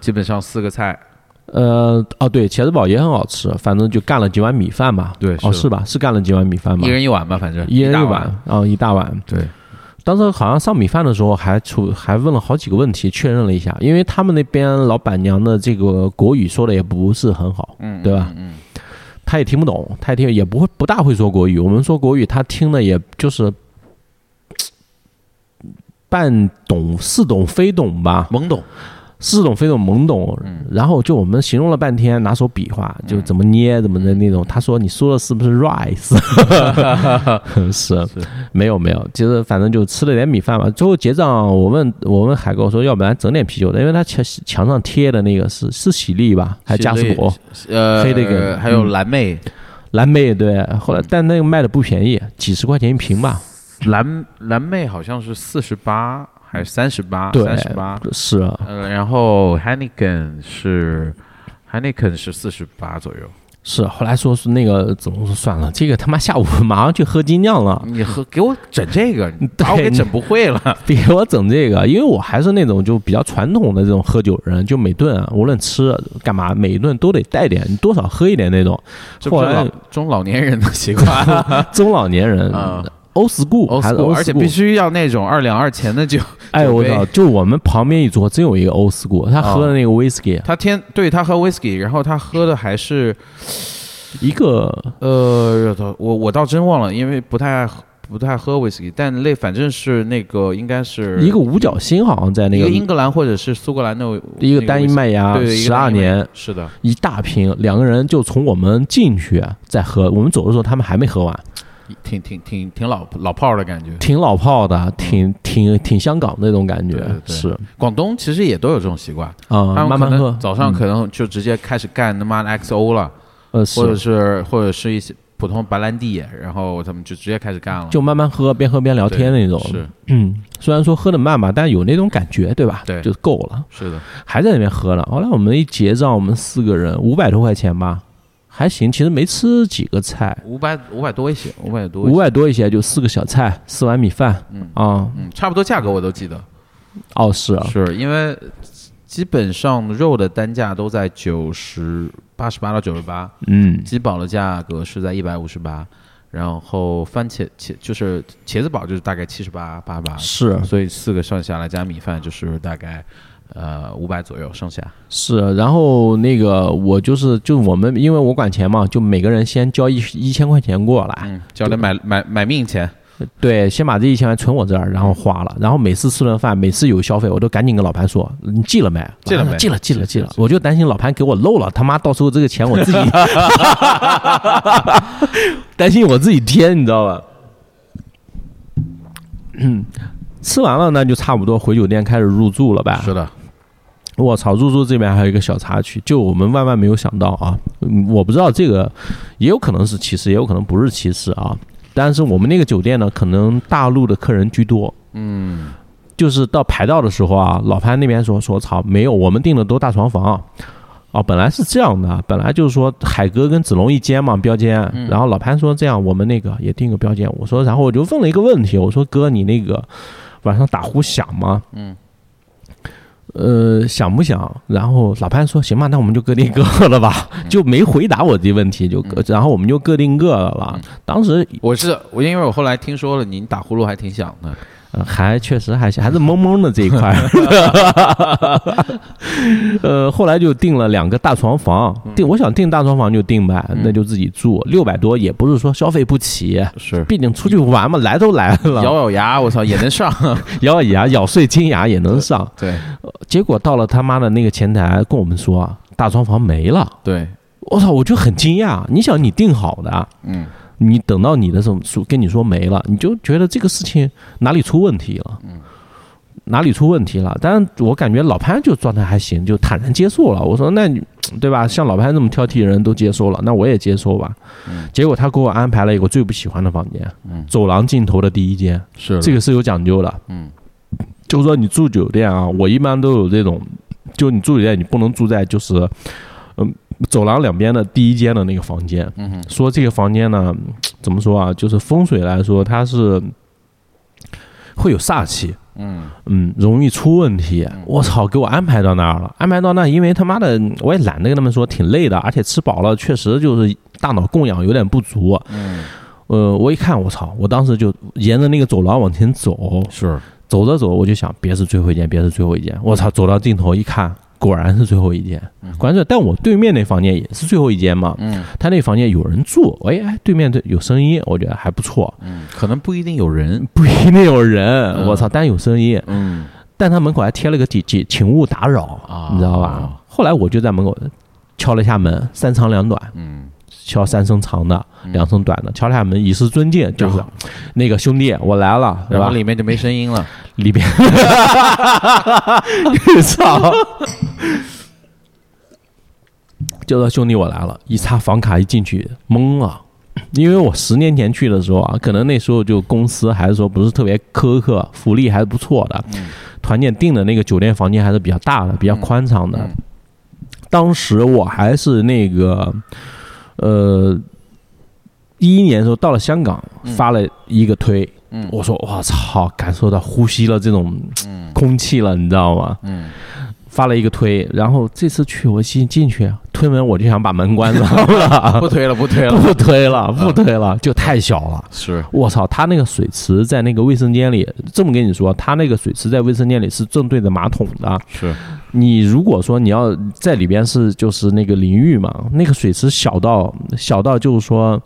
S1: 基本上四个菜，
S2: 呃哦对，茄子煲也很好吃，反正就干了几碗米饭吧。
S1: 对
S2: 哦
S1: 是
S2: 是吧？是干了几碗米饭吧
S1: 一？人一碗吧，反正
S2: 一人
S1: 大
S2: 一碗，啊、一大碗。
S1: 对，
S2: 当时好像上米饭的时候还出还问了好几个问题，确认了一下，因为他们那边老板娘的这个国语说的也不是很好，
S1: 嗯，
S2: 对吧
S1: 嗯？
S2: 她也听不懂，她也听也不会不大会说国语。我们说国语，她听的也就是半懂似懂非懂吧
S1: 嗯，，懵懂，
S2: 似懂非懂懵懂。然后就我们形容了半天，拿手比划，就怎么捏怎么的那种。她说：“你说的是不是 rice？” 是
S1: 是
S2: 没有没有，其实反正就吃了点米饭嘛。最后结账，我问我问海哥说，要不然整点啤酒的，因为他墙墙上贴的那个是是喜力吧，还是嘉士伯、
S1: 呃，
S2: 黑的一个
S1: 还有蓝妹，
S2: 蓝莓对。后来但那个卖的不便宜，几十块钱一瓶吧。
S1: 蓝蓝妹好像是四十八还是三十八，
S2: 对
S1: 三十八，
S2: 是啊
S1: 呃，然后 Heineken 是 Heineken 是四十八左右，
S2: 是，后来说是那个怎么说算了，这个他妈下午马上去喝精酿了，
S1: 啊你喝给我整这个，你把我
S2: 对
S1: 给
S2: 你
S1: 整不会了。
S2: 别给我整这个，因为我还是那种就比较传统的这种喝酒人，就每顿啊无论吃干嘛，每一顿都得带点，多少喝一点那种。
S1: 这不
S2: 后
S1: 是老
S2: 来
S1: 中老年人的习惯
S2: 中老年人。
S1: 啊
S2: old school
S1: ，old
S2: 还是
S1: school，
S2: old
S1: 而且
S2: school
S1: 必须要那种二两二钱的酒。
S2: 哎，
S1: 酒
S2: 我
S1: 杯
S2: 操！就我们旁边一桌真有一个 old school，他
S1: 啊
S2: 喝的那个 whisky，、
S1: 他天对他喝 whisky，然后他喝的还是
S2: 一个
S1: 呃，我我倒真忘了，因为不太爱喝不太喝 whisky，但类反正是那个应该是
S2: 一个五角星，好像在那
S1: 一
S2: 个
S1: 个英格兰或者是苏格兰的
S2: 一个单一麦芽
S1: 对对一个
S2: 十
S1: 单
S2: 二
S1: 一麦芽
S2: 年
S1: 是的，
S2: 一大瓶，两个人就从我们进去再喝，我们走的时候他们还没喝完，
S1: 挺挺挺挺老老炮儿的感觉。
S2: 挺老炮的，挺挺挺香港那种感觉
S1: 嗯对对，对
S2: 是
S1: 广东其实也都有这种习惯，
S2: 啊，
S1: 他们
S2: 慢
S1: 可
S2: 慢
S1: 能
S2: 喝，
S1: 早上可能就直接开始干他妈的 XO 了，
S2: 呃
S1: 或者
S2: 是
S1: 是或者是一些普通白兰地，然后他们就直接开始干了，
S2: 就慢慢喝，边喝边聊天那种，
S1: 是
S2: 嗯，虽然说喝的慢吧，但有那种感觉，对吧？
S1: 对
S2: 就够了。
S1: 是的，
S2: 还在那边喝呢。后来我们一结账，我们四个人五百多块钱吧，还行，其实没吃几个菜，
S1: 五百五百多一些，五百多一
S2: 五
S1: 些，
S2: 百多一些，就四个小菜，四碗米饭，嗯啊，
S1: 嗯，差不多价格我都记得，
S2: 哦是啊，
S1: 是因为基本上肉的单价都在九十八十八到九十八，
S2: 嗯
S1: 鸡煲的价格是在一百五十八，然后番茄茄就是茄子煲就是大概七十八八八，
S2: 是
S1: 所以四个上下来加米饭就是大概呃五百左右上下，
S2: 是，然后那个我就是就我们因为我管钱嘛，就每个人先交一一千块钱过来，
S1: 嗯，交点买买买命钱，
S2: 对，先把这一千块存我这儿，然后花了，然后每次吃顿饭，每次有消费，我都赶紧跟老盘说，你记了没？
S1: 记了没
S2: 老盘说记了，记了，记了。我就担心老盘给我漏了，他妈到时候这个钱我自己， 担心我自己贴，你知道吧？ 嗯，吃完了那就差不多回酒店开始入住了呗。
S1: 是的，
S2: 我操，入住这边还有一个小插曲，就我们万万没有想到啊，嗯我不知道这个也有可能是歧视，也有可能不是歧视啊。但是我们那个酒店呢，可能大陆的客人居多，
S1: 嗯，
S2: 就是到排到的时候啊，老潘那边说说操，没有，我们订的都大床房。哦，本来是这样的，本来就是说海哥跟子龙一间嘛，标间。然后老潘说这样，我们那个也订个标间。我说，然后我就问了一个问题，我说哥，你那个晚上打呼响吗？
S1: 嗯。
S2: 呃，响不响？然后老潘说：“行吧，那我们就各定各的吧。”就没回答我这问题，就各然后我们就各定各的了。当时
S1: 我是我因为我后来听说了您打呼噜还挺响的，
S2: 呃还确实还行，还是懵懵的这一块儿。呃，后来就订了两个大床房，订我想订大床房就订呗，那就自己住，六百多也不是说消费不起，
S1: 是
S2: 毕竟出去玩嘛，来都来了，
S1: 咬咬牙，我操也 能上，
S2: 咬咬牙，咬碎金牙也能上。
S1: 对
S2: 结果到了他妈的那个前台，跟我们说大床房没了，
S1: 对，
S2: 我操，我就很惊讶。你想，你订好的，
S1: 嗯，
S2: 你等到你的时候说跟你说没了，你就觉得这个事情哪里出问题了，哪里出问题了。但是我感觉老潘就状态还行，就坦然接受了。我说那你对吧？像老潘这么挑剔的人都接收了，那我也接收吧。
S1: 嗯
S2: 结果他给我安排了一个我最不喜欢的房间，
S1: 嗯
S2: 走廊尽头的第一间，
S1: 是
S2: 这个是有讲究的。
S1: 嗯，
S2: 就是说你住酒店啊，我一般都有这种，就你住酒店你不能住在就是，嗯、走廊两边的第一间的那个房间。
S1: 嗯哼
S2: 说这个房间呢，怎么说啊？就是风水来说，它是会有煞气，
S1: 嗯
S2: 嗯，容易出问题。我操，给我安排到那儿了，安排到那儿，因为他妈的我也懒得跟他们说，挺累的，而且吃饱了，确实就是大脑供氧有点不足。啊
S1: 嗯
S2: 呃，我一看，我操，我当时就沿着那个走廊往前走，
S1: 是
S2: 走着走，我就想，别是最后一间，别是最后一间。我操，走到尽头一看，果然是最后一间。关键，但我对面那房间也是最后一间嘛。
S1: 嗯
S2: 他那房间有人住，哎哎，对面对有声音，我觉得还不错，
S1: 嗯，可能不一定有人
S2: 不一定有人，
S1: 嗯
S2: 我操，但有声音，
S1: 嗯
S2: 但他门口还贴了个几几，请勿打扰，
S1: 啊，
S2: 你知道吧？？后来我就在门口敲了一下门，三长两短，
S1: 嗯，
S2: 敲三声长的，两声短的，敲了一下门以示尊敬，就是那个兄弟，我来了，对
S1: 嗯然后
S2: 吧？
S1: 里面就没 声音了。
S2: 里边，操！就说兄弟，我来了，一插房卡一进去懵啊了，因为我十年前去的时候啊，可能那时候就公司还是说不是特别苛刻，福利还是不错的，
S1: 嗯
S2: 团建订的那个酒店房间还是比较大的，比较宽敞的。
S1: 嗯
S2: 当时我还是那个，呃，一一年的时候到了香港，发了一个推，
S1: 嗯
S2: 我说我操，感受到呼吸了这种
S1: 嗯
S2: 空气了，你知道吗？
S1: 嗯，
S2: 发了一个推，然后这次去我进进去推门，我就想把门关上 了，
S1: 不推了，不推了。
S2: 不推了，不推了，就太小了。
S1: 是，
S2: 我操，他那个水池在那个卫生间里，这么跟你说，他那个水池在卫生间里是正对着马桶的。
S1: 是，
S2: 你如果说你要在里边是就是那个淋浴嘛，那个水池小到小到就是说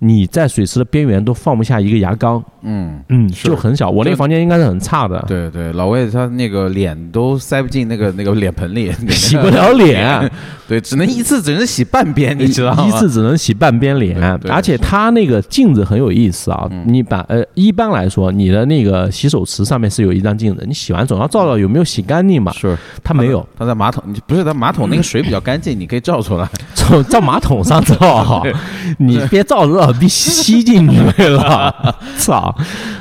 S2: 你在水池的边缘都放不下一个牙缸，
S1: 嗯，
S2: 嗯，
S1: 是
S2: 就很小。我那个房间应该是很差的，
S1: 对对，老魏他那个脸都塞不进那个那个脸 盆里，
S2: 洗不了 脸，
S1: 对，只能一次只能洗半边，你知道吗？
S2: 一次只能洗半边脸
S1: 对对，嗯
S2: 而且它那个镜子很有意思啊。你把呃，一般来说，你的那个洗手池上面是有一张镜子，你洗完总要照照有没有洗干净嘛。
S1: 是，
S2: 它没有，
S1: 他在马桶，你不是他马桶那个水比较干净，你可以照出来。
S2: 照照马桶上照， 你别照着照地吸进去了，操，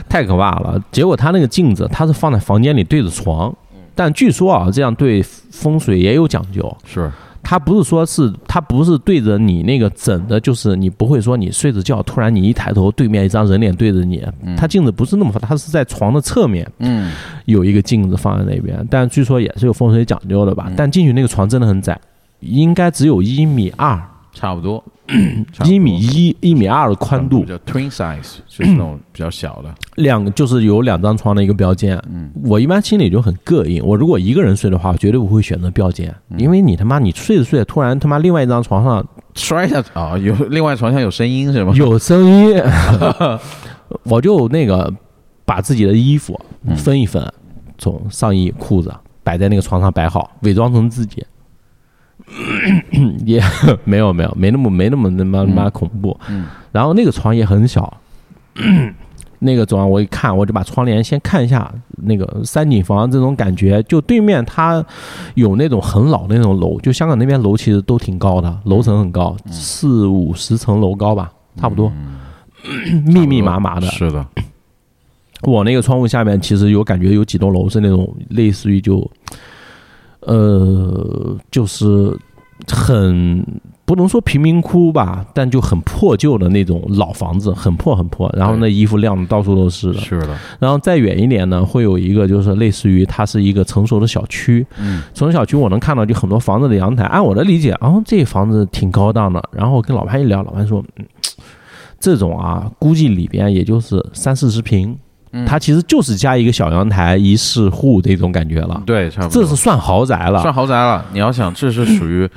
S2: 太可怕了。结果他那个镜子，它是放在房间里对着床，但据说啊，这样对风水也有讲究。
S1: 是，
S2: 它不是说是它不是对着你那个枕的，就是你不会说你睡着觉，突然你一抬头，对面一张人脸对着你，它镜子不是那么放，它是在床的侧面
S1: 嗯
S2: 有一个镜子放在那边，但据说也是有风水讲究的吧
S1: 嗯？
S2: 但进去那个床真的很窄，应该只有一米二、
S1: 差不多，差不
S2: 嗯
S1: 多
S2: 一米一、一米二的宽度，嗯
S1: 叫 twin size，就是那种比较小的。
S2: 两就是有两张床的一个标间。
S1: 嗯
S2: 我一般心里就很膈应，我如果一个人睡的话，我绝对不会选择标间，
S1: 嗯
S2: 因为你他妈你睡着睡着，突然他妈另外一张床上
S1: 摔下去啊！有另外床上有声音是吗？
S2: 有声音，我就那个把自己的衣服
S1: 嗯
S2: 分一分，从上衣、裤子摆在那个床上摆好，伪装成自己。 也 没有没有没那么没那么他妈他妈恐怖，
S1: 嗯
S2: 然后那个床也很小， 那个床我一看我就把窗帘先看一下，那个三井房这种感觉，就对面它有那种很老的那种楼，就香港那边楼其实都挺高的，楼层很高，四五十层楼高吧，差不多，密密麻麻的。
S1: 是的，
S2: 我那个窗户下面其实有感觉有几栋楼是那种类似于就，呃，就是很不能说贫民窟吧，但就很破旧的那种老房子，很破很破，然后那衣服晾的到处都是的。
S1: 是的，
S2: 然后再远一点呢，会有一个就是类似于它是一个成熟的小区，
S1: 嗯，
S2: 成熟小区我能看到就很多房子的阳台。按我的理解，哦，这房子挺高档的。然后跟老潘一聊，老潘说，嗯，这种啊，估计里边也就是三四十平，
S1: 嗯
S2: 它其实就是加一个小阳台一室户这种感觉了，
S1: 对，差不多。
S2: 这是算嗯豪宅了。
S1: 嗯算豪宅了。你要想，这是属于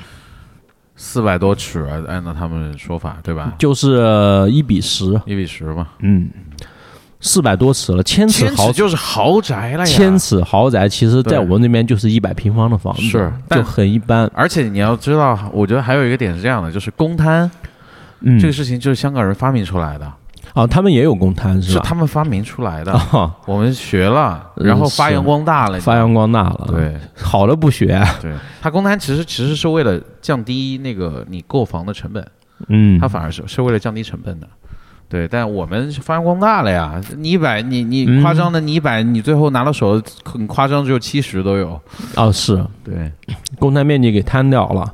S1: 四百多尺，按照他们说法，对吧？
S2: 就是一比十，
S1: 一比十嘛，
S2: 嗯，四百多尺了，千尺
S1: 千
S2: 豪
S1: 尺就是豪宅了呀。
S2: 千尺豪宅，其实在
S1: 对
S2: 我们这边就是一百平方的房子，
S1: 是但
S2: 就很一般。
S1: 而且你要知道，我觉得还有一个点是这样的，就是公摊、
S2: 嗯，
S1: 这个事情就是香港人发明出来的。
S2: 啊，他们也有公摊
S1: 是
S2: 吧？
S1: 他们发明出来的，
S2: 啊，
S1: 我们学了，
S2: 嗯
S1: 然后发扬光大了。
S2: 发扬光大了。，
S1: 对
S2: 好的不学，
S1: 对，它啊公摊其实其实是为了降低那个你购房的成本，
S2: 嗯
S1: 它，反而是是为了降低成本的。对，但我们是发扬光大了呀！你一百，你你
S2: 嗯
S1: 夸张的，你一百，你最后拿到手很夸张，只有七十都有。
S2: 哦，是
S1: 对，
S2: 公摊面积给摊掉了。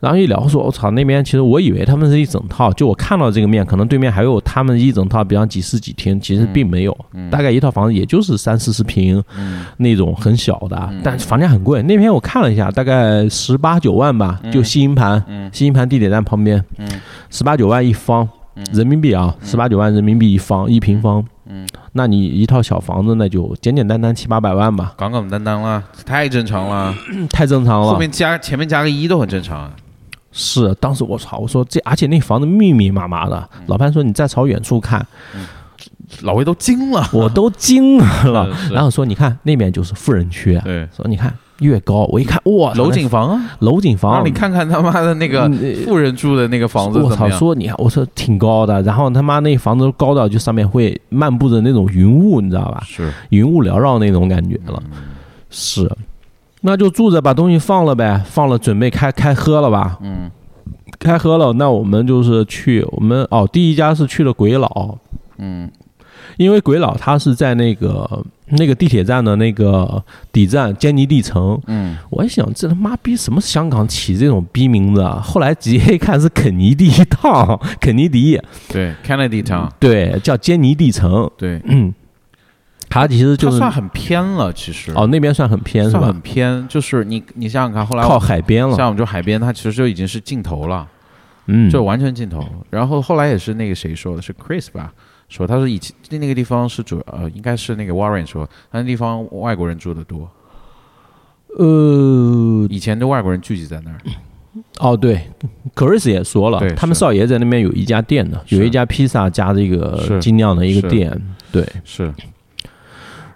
S2: 然后一聊说，我操，那边其实我以为他们是一整套，就我看到这个面，可能对面还有他们一整套，比方几室几厅，其实并没有，大概一套房子也就是三四十平、那种很小的，但是房价很贵。那边我看了一下，大概十八九万吧，就西营盘，西营盘地铁站旁边，十八九万一方。人民币啊，十八九万人民币一方一平方，嗯，那你一套小房子那就简简单单七八百万吧，
S1: 杠杠担当了，太正常了。
S2: 太正常了。
S1: 嗯后面加前面加个一都很正常啊。
S2: 是，当时我操，我说这，而且那房子密密麻麻的。
S1: 嗯
S2: 老潘说你再朝远处 看，
S1: 老魏都惊了，
S2: 我都惊了。
S1: 是是
S2: 然后啊说你看那边就是富人区，
S1: 对
S2: 说你看越高，我一看哇，
S1: 楼
S2: 那
S1: 景房啊，
S2: 楼景
S1: 让
S2: 房
S1: 你。看看他妈的那个
S2: 嗯
S1: 富人住的那个房子
S2: 我
S1: 怎么
S2: 操！
S1: 样？
S2: 说你，我说挺高的，然后他妈那房子都高到就上面会漫步着那种云雾，你知道吧？
S1: 是，
S2: 云雾缭绕那种感觉了。
S1: 嗯
S2: 是，那就住着，把东西放了呗，放了准备开开喝了吧。
S1: 嗯，
S2: 开喝了，那我们就是去我们哦，第一家是去了鬼佬，
S1: 嗯，
S2: 因为鬼佬它是在那个那个地铁站的那个底站坚尼地城，
S1: 嗯，
S2: 我一想这他妈逼什么香港起这种逼名字啊？后来仔细一看是肯尼迪趟，肯尼
S1: 啊
S2: 迪，
S1: 对，Kennedy Town，
S2: 对，叫坚尼地城，
S1: 对，
S2: 嗯，它其实就
S1: 它
S2: 是
S1: 算很偏了，其实
S2: 哦那边算很偏是
S1: 算
S2: 吧？
S1: 很偏，就是你你想想看，后来
S2: 靠海边
S1: 像
S2: 了，
S1: 我们就海边，它其实就已经是尽头了，
S2: 嗯，
S1: 就完全尽头。然后后来也是那个谁说的，是 Chris 吧？说他说以前那个地方是主呃，应该是那个 Warren 说，他那地方外国人住的多，
S2: 呃
S1: 以前的外国人聚集在那儿，
S2: 哦对，Chris 也说了
S1: 对，
S2: 他们
S1: 是
S2: 少爷在那边有一家店的，有
S1: 是
S2: 一家披萨加这个
S1: 是
S2: 精酿的一个
S1: 是
S2: 店，对。
S1: 是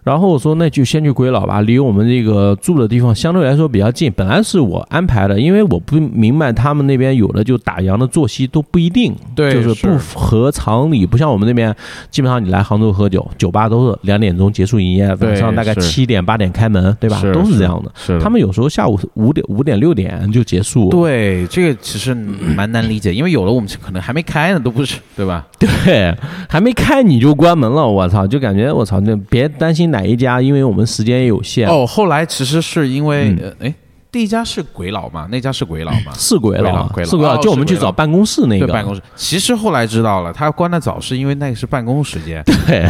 S2: 然后我说那就先去鬼佬吧，离我们这个住的地方相对来说比较近。本来是我安排的，因为我不明白他们那边有的就打烊的作息都不一定，
S1: 对
S2: 就是不合常理，不像我们那边，基本上你来杭州喝酒，酒吧都是两点钟结束营业，
S1: 对
S2: 晚上大概
S1: 是
S2: 七点八点开门，对吧？
S1: 是
S2: 都是这样的。
S1: 是
S2: 他们有时候下午五点、五点、六点就结束，
S1: 嗯对这个其实蛮难理解，因为有的我们可能还没开呢，都不是对吧？
S2: 对，还没开你就关门了，我操！就感觉我操，那别担心哪一家，因为我们时间也有限。，
S1: 哦，后来其实是因为呃哎，第一家是鬼佬嘛，那家是鬼佬嘛
S2: 是鬼佬
S1: 鬼，佬
S2: 是鬼佬，
S1: 哦
S2: 就我们去
S1: 是鬼佬
S2: 找办公室那个
S1: 对办公室。其实后来知道了，他关的早是因为那个是办公时间。
S2: 对，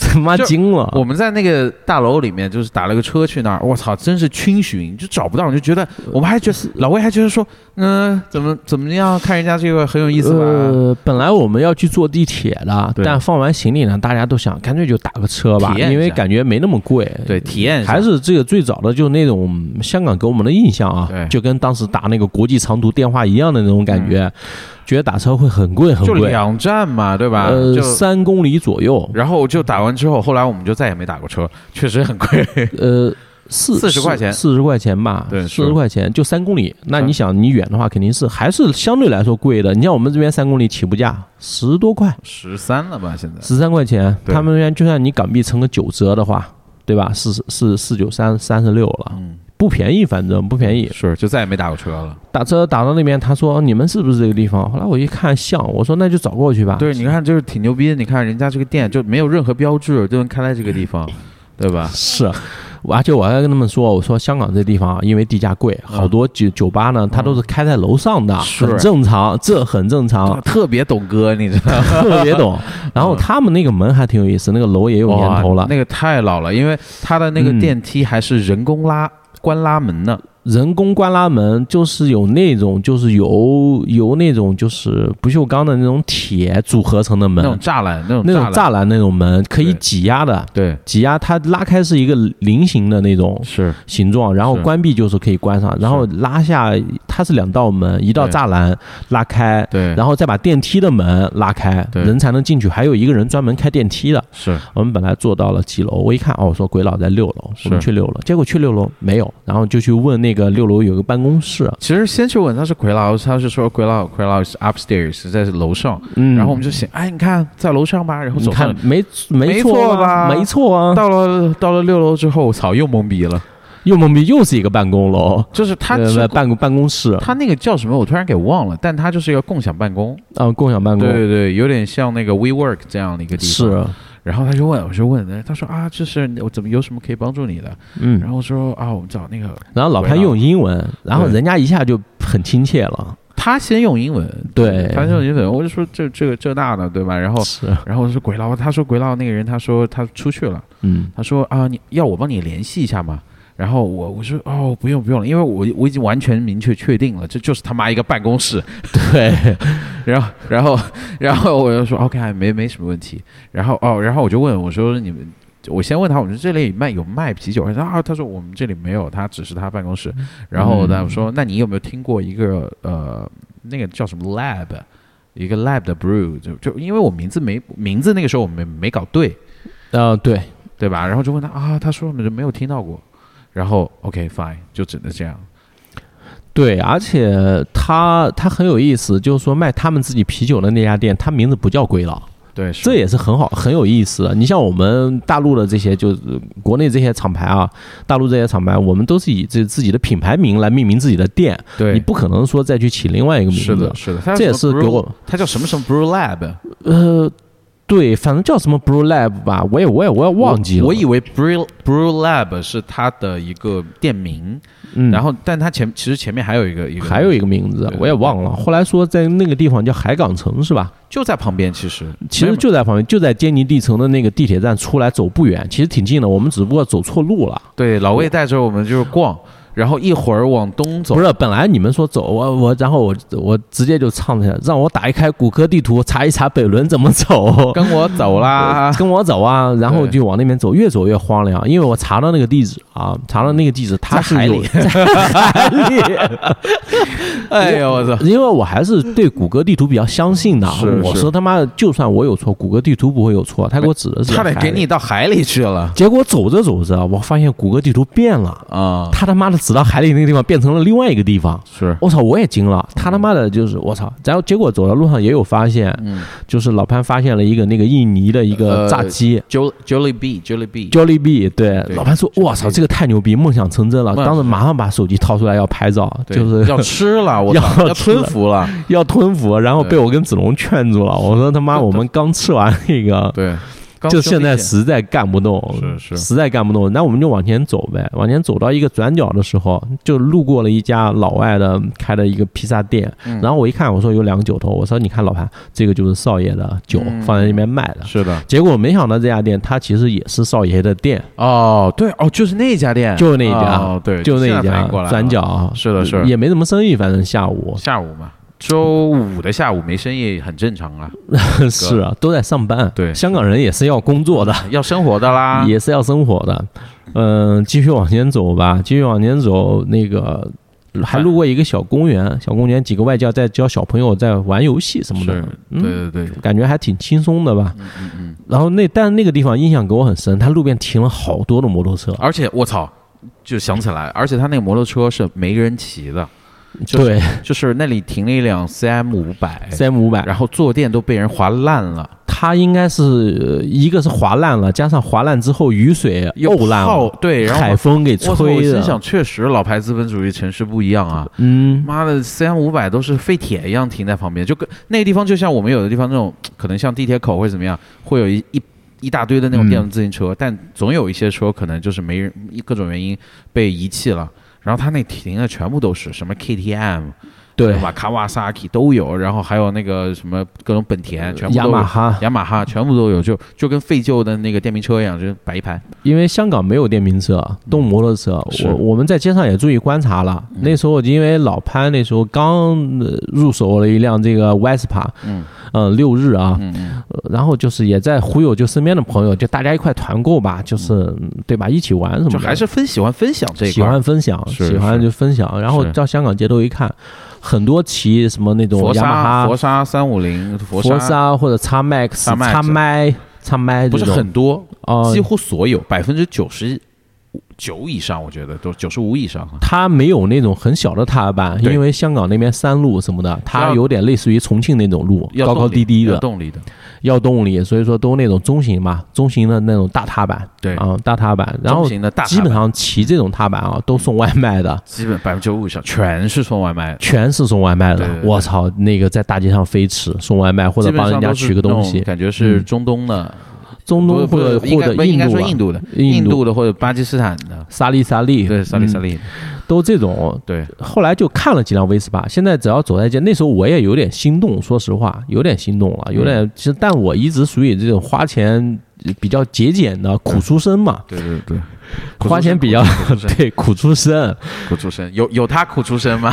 S2: 他妈
S1: 就
S2: 惊了，
S1: 我们在那个大楼里面，就是打了个车去那儿，我操，真是逡巡，就找不到，你就觉得我们还觉得老魏还觉得说，嗯、怎么怎么样，看人家这个很有意思吧？
S2: 呃，本来我们要去坐地铁的，
S1: 对
S2: 但放完行李呢，大家都想干脆就打个车吧，
S1: 体验一下
S2: 因为感觉没那么贵。
S1: 对，体验一下
S2: 还是这个最早的，就是那种香港给我们的印象啊
S1: 对，
S2: 就跟当时打那个国际长途电话一样的那种感觉，觉得打车会很贵很
S1: 嗯就
S2: 贵，
S1: 两站嘛，对吧？
S2: 呃，
S1: 就
S2: 三公里左右，
S1: 然后就打完之后，后来我们就再也没打过车，确实很 贵。
S2: 呃，四
S1: 40块钱
S2: 四十块钱吧，
S1: 对
S2: 四
S1: 是
S2: 十块钱就三公里。那
S1: 是
S2: 你想，你远的话肯定是还是相对来说贵的。你像我们这边三公里起步价十多块，
S1: 十三了吧？现在
S2: 十三块钱，
S1: 对
S2: 他们那边就算你港币乘个九折的话，对吧？四十四四九三三十六了，
S1: 嗯
S2: 不便宜，反正不便宜。
S1: 是就再也没打过车了。
S2: 打车打到那边，他说你们是不是这个地方？后来我一看像，我说那就找过去吧。
S1: 对，你看就是挺牛逼的，你看人家这个店就没有任何标志，就能开在这个 地方，对吧？
S2: 是，我而且我还跟他们说，我说香港这地方啊因为地价贵，好多酒酒吧呢，它都是开在楼上的，
S1: 嗯是，
S2: 很正常，这很正常
S1: 特别懂哥，你知道 吗？
S2: 特别懂。然后他们那个门还挺有意思，那个楼也有年头
S1: 嗯哇
S2: 了，
S1: 那个太老了，因为他的那个
S2: 嗯
S1: 电梯还是人工拉。关拉门呢？
S2: 人工关拉门就是有那种就是由由那种就是不锈钢的那种铁组合成的
S1: 那
S2: 门，
S1: 种栅栏，那种
S2: 那种
S1: 栏，
S2: 栅栏那种门可以
S1: 对
S2: 挤压的。
S1: 对，
S2: 挤压它拉开是一个菱形的那种
S1: 是
S2: 形状，然后
S1: 是
S2: 关闭就是可以关上，然后拉下它是两道门，一道
S1: 对
S2: 栅栏拉开，
S1: 对，
S2: 然后再把电梯的门拉开，
S1: 对
S2: 人才能进去。还有一个人专门开电梯的。
S1: 是
S2: 我们本来坐到了几楼，我一看哦，我说鬼佬在六楼，
S1: 是
S2: 我们去六楼，结果去六楼没有，然后就去问那那个六楼有个办公室，
S1: 其实先去问他是鬼佬，他是说鬼佬鬼佬是 upstairs 在楼上，
S2: 嗯，
S1: 然后我们就想，哎，你看在楼上吧，然后
S2: 你
S1: 走上
S2: 看没没
S1: 没
S2: 错
S1: 错吧
S2: 没错啊，
S1: 到了到了六楼之后，我操，又懵逼了，
S2: 又懵逼，又是一个办公楼，
S1: 就是他
S2: 呃
S1: 只
S2: 办公办公室，
S1: 他那个叫什么，我突然给忘了，但他就是一个共享办公，
S2: 啊，共享办
S1: 对
S2: 公
S1: 对对，有点像那个 WeWork 这样的一个地方。
S2: 是，
S1: 然后他就问，我就问，他说啊，这是我怎么有什么可以帮助你的？然
S2: 嗯，
S1: 后我说啊，我们找那个
S2: 然后老潘用英文，然后
S1: 对
S2: 人家一下就很亲切了，
S1: 他先用英文，
S2: 对
S1: 他先用英文，我就说这这个这那的，对吧？然后
S2: 是，
S1: 然后我说鬼佬，他说鬼佬那个人，他说他出去了，
S2: 嗯，
S1: 他说啊，你要我帮你联系一下吗？然后我我说哦，不用不用了，因为我我已经完全明确确定了，这就是他妈一个办公室。
S2: 对，
S1: 然后然后然后我就说 OK，没哎没什么问题。然后哦，然后我就问我说你们。我先问他，我们这里卖有卖啤酒？他说啊，他说我们这里没有，他只是他办公室。然后呢，
S2: 嗯
S1: 我说那你有没有听过一个呃，那个叫什么 lab，一个 lab 的 brew？就就因为我名字没名字那个时候我们没搞对，
S2: 啊，对，
S1: 对吧？然后就问他啊，他说我们就没有听到过。然后 OK fine，就只能这样。
S2: 对，而且他他很有意思，就是说卖他们自己啤酒的那家店，他名字不叫龟佬，
S1: 对，
S2: 这也是很好很有意思的。啊你像我们大陆的这些，就是国内这些厂牌啊，大陆这些厂牌，我们都是以这自己的品牌名来命名自己的店，
S1: 对，
S2: 你不可能说再去起另外一个名字。
S1: 是的，是的，他
S2: 这也
S1: 叫什么
S2: 是给
S1: brew-
S2: 我
S1: 他叫什么什么 brew lab，
S2: 呃，对，反正叫什么 Brew Lab 吧，我也我也我也忘记了。
S1: 我。我以为 brew brew lab 是他的一个店名，
S2: 嗯，
S1: 然后但他前其实前面还有一个一个
S2: 还有一个名字
S1: 对
S2: 我也忘了，后来说在那个地方叫海港城是吧？
S1: 就在旁边，其实
S2: 其
S1: 没
S2: 实
S1: 有
S2: 就在旁边，就在坚尼地城的那个地铁站出来走不远，其实挺近的，我们只不过走错路了。
S1: 对老魏带着我们就是逛，然后一会儿往东走
S2: 不，是，本来你们说走，我我然后我我直接就唱起来，让我打一开谷歌地图查一查北仑怎么 走，，
S1: 跟我走啦
S2: 跟我走啊，然后
S1: 对
S2: 就往那边走，越走越荒凉，因为我查到那个地址啊，查到那个地址，它是
S1: 在海
S2: 有
S1: 里
S2: 海里，
S1: 哎呦我操！
S2: 因为我还是对谷歌地图比较相信的，
S1: 是
S2: 我
S1: 是
S2: 说他妈就算我有错，谷歌地图不会有错，他给我指的是
S1: 差点
S2: 海
S1: 给
S2: 里
S1: 你。到海里去了
S2: 结果走着走着，我发现谷歌地图变了，
S1: 啊！
S2: 他他妈的指到海里那个地方变成了另外一个地方。
S1: 是，
S2: 我操，我也惊了，他他妈的就是我操！然后结果走到路上也有发现，
S1: 嗯
S2: 就是老潘发现了一个那个印尼的一个
S1: 呃
S2: 炸鸡。
S1: ，Jolly Jolly B Jolly B，
S2: Jollibee，对，
S1: 对
S2: 老潘说：“我操，这个太牛逼，梦想成真了！”
S1: 梦想
S2: 当时马上把手机掏出来要拍照，就是
S1: 要吃 了，我操
S2: 要
S1: 要
S2: 吃了
S1: 吞服 了，
S2: 要吞服，然后被
S1: 对
S2: 我跟子龙劝住了。我说他妈，
S1: 对
S2: 我们刚吃完那个，
S1: 对，刚
S2: 就
S1: 兄弟
S2: 现在
S1: 姐
S2: 实在干不动，
S1: 是是
S2: 实在干不动，那我们就往前走呗。往前走到一个转角的时候，就路过了一家老外的开的一个披萨店，
S1: 嗯
S2: 然后我一看，我说有两个酒头，我说你看老潘，这个就是少爷的酒，
S1: 嗯
S2: 放在那边卖的。
S1: 是的，
S2: 结果没想到这家店，它其实也是少爷的店，
S1: 哦，对，哦，就是那家店，
S2: 就那一家
S1: 哦，对，
S2: 就那
S1: 现在
S2: 一
S1: 反
S2: 家
S1: 应过来了
S2: 转角，
S1: 是的是的
S2: 也没什么生意，反正下午
S1: 下午嘛，周五的下午没生意很正常啊，
S2: 是啊，都在上班。
S1: 对
S2: 香港人也是要工作的，
S1: 要生活的啦，
S2: 也是要生活的。嗯、继续往前走吧，继续往前走，那个还路过一个小公园，小公园几个外教在教小朋友在玩游戏什么的
S1: 是，，
S2: 嗯
S1: 对对对，
S2: 感觉还挺轻松的吧。
S1: 嗯嗯嗯，
S2: 然后那但那个地方印象给我很深，它路边停了好多的摩托车，
S1: 而且我操。就想起来，而且他那个摩托车是没人骑的，就是
S2: 对
S1: 就是那里停了一辆 CM 五百，
S2: ，CM 五百，
S1: 然后坐垫都被人划烂了，
S2: 它应该是呃一个是划烂了，加上划烂之后雨水沤烂
S1: 泡
S2: 了，
S1: 对，然后
S2: 海风给
S1: 我操！我
S2: 吹
S1: 心想，
S2: 的，
S1: 确实老牌资本主义城市不一样啊。
S2: 嗯，
S1: 妈的，CM 五百都是废铁一样停在旁边，就跟那个地方就像我们有的地方那种，可能像地铁口或者怎么样，会有一一一大堆的那种电动自行车，但总有一些车可能就是没人各种原因被遗弃了。然后他那停的全部都是什么 KTM，
S2: 对，
S1: 吧？卡瓦萨 i 都有，然后还有那个什么各种本田，全部
S2: 雅
S1: 都
S2: 马
S1: 有。
S2: 哈，
S1: 雅马哈全部都有，就就跟废旧的那个电瓶车一样，就是摆一排。
S2: 因为香港没有电瓶车，都摩托车。
S1: 嗯是嗯
S2: 我我们在街上也注意观察了。那时候因为老潘那时候刚呃入手了一辆这个 Vespa，
S1: 嗯
S2: 嗯，六日啊，
S1: 嗯嗯，
S2: 呃然后就是也在忽悠就身边的朋友，就大家一块团购吧，就是嗯对吧，一起玩什么的，
S1: 就还是分喜欢分享这一
S2: 喜
S1: 块儿。
S2: 欢分享，
S1: 是
S2: 喜欢
S1: 是
S2: 就分享。然后
S1: 是
S2: 到香港街头一看，很多骑什么那种
S1: 佛
S2: 雅马
S1: 沙
S2: 哈
S1: 佛、沙三五零佛
S2: 佛沙或者叉 Max、
S1: Xmax
S2: 叉麦、叉麦这
S1: 不是
S2: 种
S1: 很多，
S2: 哦
S1: 几乎所有百分之九十九以上，我觉得都九十五以上啊。
S2: 它没有那种很小的踏板，
S1: 对
S2: 因为香港那边山路什么的，它有点类似于重庆那种路，
S1: 要
S2: 高高
S1: 动力
S2: 低低
S1: 要
S2: 的，
S1: 动力的，
S2: 要动力，所以说都那种中型吧，中型的那种大踏板，
S1: 对
S2: 啊，大踏板，然
S1: 中
S2: 后
S1: 型的大踏板
S2: 基本上骑这种踏板啊，都送外卖的，
S1: 基本百分之九五以上全是送外卖的，
S2: 全是送外卖的
S1: 对对，对
S2: 我操，那个在大街上飞驰送外卖或者
S1: 基本
S2: 帮
S1: 上
S2: 人家
S1: 都是
S2: 取个东
S1: 那种
S2: 西，
S1: 感觉是
S2: 嗯
S1: 中东的，
S2: 中东
S1: 不
S2: 或者
S1: 不应
S2: 或
S1: 该
S2: 者
S1: 不应该说
S2: 吧
S1: 印度的，
S2: 印
S1: 印
S2: 度
S1: 度的或者巴基斯坦的，
S2: 沙利沙利，
S1: 对，萨利
S2: 嗯
S1: 萨利，
S2: 都这种
S1: 对，
S2: 后来就看了几辆 Vespa，现在只要走在街，那时候我也有点心动，说实话，有点心动
S1: 嗯
S2: 了，有点。其实，但我一直属于这种花钱比较节俭的苦出身嘛，
S1: 对对对，嗯苦
S2: 花
S1: 出身
S2: 钱比较
S1: 苦出身
S2: 对苦出 身，
S1: 苦出身，有有他苦出身 吗？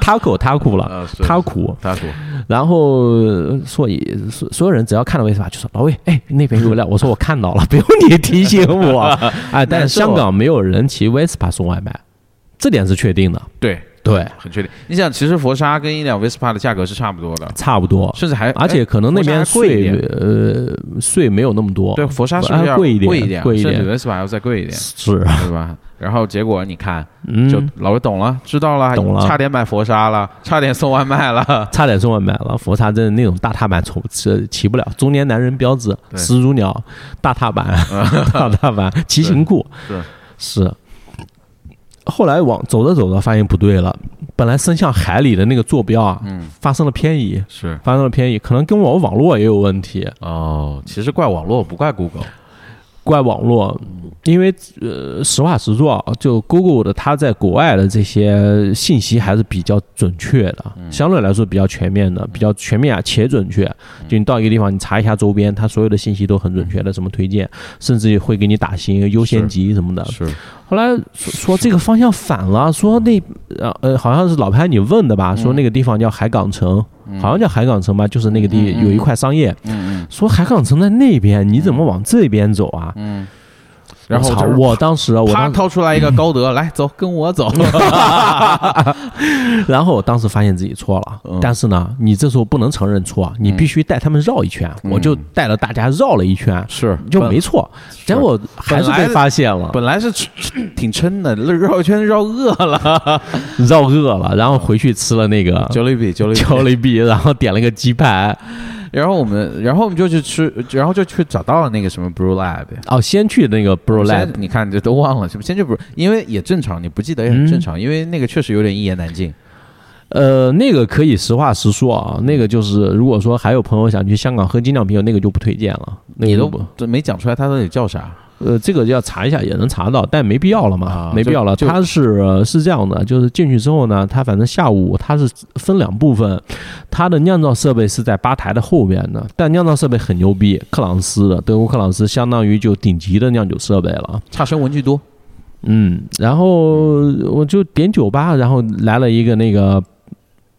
S2: 他苦他苦了，
S1: 呃，是
S2: 他苦。
S1: 他苦，
S2: 然后呃所以所所有人只要看到 Vespa 就说老魏，哎，那边有一 辆，我说我看到了，不用你提醒我。哎，但
S1: 啊
S2: 是香港没有人骑 Vespa 送外卖，这点是确定的。
S1: 对，
S2: 对，
S1: 很确定。你想，其实佛沙跟一辆 Vespa 的价格是差不多的，
S2: 差不多。
S1: 甚至还
S2: 哦而且可能那边
S1: 佛山还贵一
S2: 税
S1: 点
S2: 呃税没有那么多，
S1: 对佛沙是不是
S2: 还
S1: 要
S2: 哎贵一点
S1: 一点，
S2: 贵一
S1: 甚至
S2: 点
S1: Vespa 还要再贵一 点，
S2: 是，
S1: 对吧？然后结果你看，
S2: 嗯，
S1: 就老魏懂了，知道了，
S2: 懂了
S1: 差点买佛沙了，差点送外卖 了，
S2: 差点送外卖了。佛刹镇那种大踏板从骑骑不了，中年男人标志，
S1: 对
S2: 始祖鸟，大踏 板，大踏板，骑行裤
S1: 是
S2: 是。后来往走着走着发现不对了，本来伸向海里的那个坐标啊，
S1: 嗯，
S2: 发生了偏移，
S1: 是。
S2: 发生了偏移，可能跟我网络也有问题。
S1: 哦，其实怪网络不怪 Google，
S2: 啊怪网络，因为呃，实话实说啊，就 Google 的它在国外的这些信息还是比较准确的，
S1: 嗯
S2: 相对来说比较全面的，比较全面啊且准确。
S1: 嗯
S2: 就你到一个地方，你查一下周边，它所有的信息都很准确的，什么推荐，甚至会给你打星、优先级什么的。
S1: 是
S2: 后来说说这个方向反了，说那呃呃，好像是老潘你问的
S1: 嗯
S2: 吧，说那个地方叫海港城，好像叫海港城吧，就是那个地有一块商业，
S1: 嗯嗯
S2: 说海港城在那边，你怎么往这边走啊？
S1: 嗯，然后
S2: 我操
S1: 就是
S2: 我当时啊，我
S1: 啪
S2: 当时，
S1: 掏出来一个高德，来走，跟 我走，
S2: 然后我当时发现自己错了，
S1: 嗯
S2: 但是呢，你这时候不能承认错，啊你必须带他们绕一圈，
S1: 嗯
S2: 我就带了大家绕了一圈，
S1: 是
S2: 就没错，结果还是
S1: 本
S2: 被
S1: 来
S2: 发现了，
S1: 本来是挺撑的，绕一圈绕饿 了。
S2: 绕饿了，然后回去吃了那 个
S1: Jollibee Jollibee，
S2: Jollibee，然后点了个鸡排，
S1: 然后我们然后我们就去吃，然后就去找到了那个什么 Brew Lab。
S2: 哦，先去那个 Bro
S1: 现在
S2: Lab，
S1: 你看这都忘了，什么先去 Brew，因为也正常，你不记得也很正常，因为那个确实有点一言难尽。
S2: 呃，那个可以实话实说啊，那个就是如果说还有朋友想去香港喝精酿啤酒，那个就不推荐了，那个
S1: 你
S2: 就
S1: 都
S2: 不
S1: 这没讲出来，它到底叫啥？
S2: 呃，这个要查一下也能查到，但没必要了嘛，
S1: 啊
S2: 没必要了。
S1: 就就
S2: 它是呃是这样的，就是进去之后呢，它反正下午它是分两部分，它的酿造设备是在吧台的后边的，但酿造设备很牛逼，克朗斯的德国克朗斯相当于就顶级的酿酒设备了。
S1: 差生文具多。
S2: 嗯，然后我就点酒吧，然后来了一个那个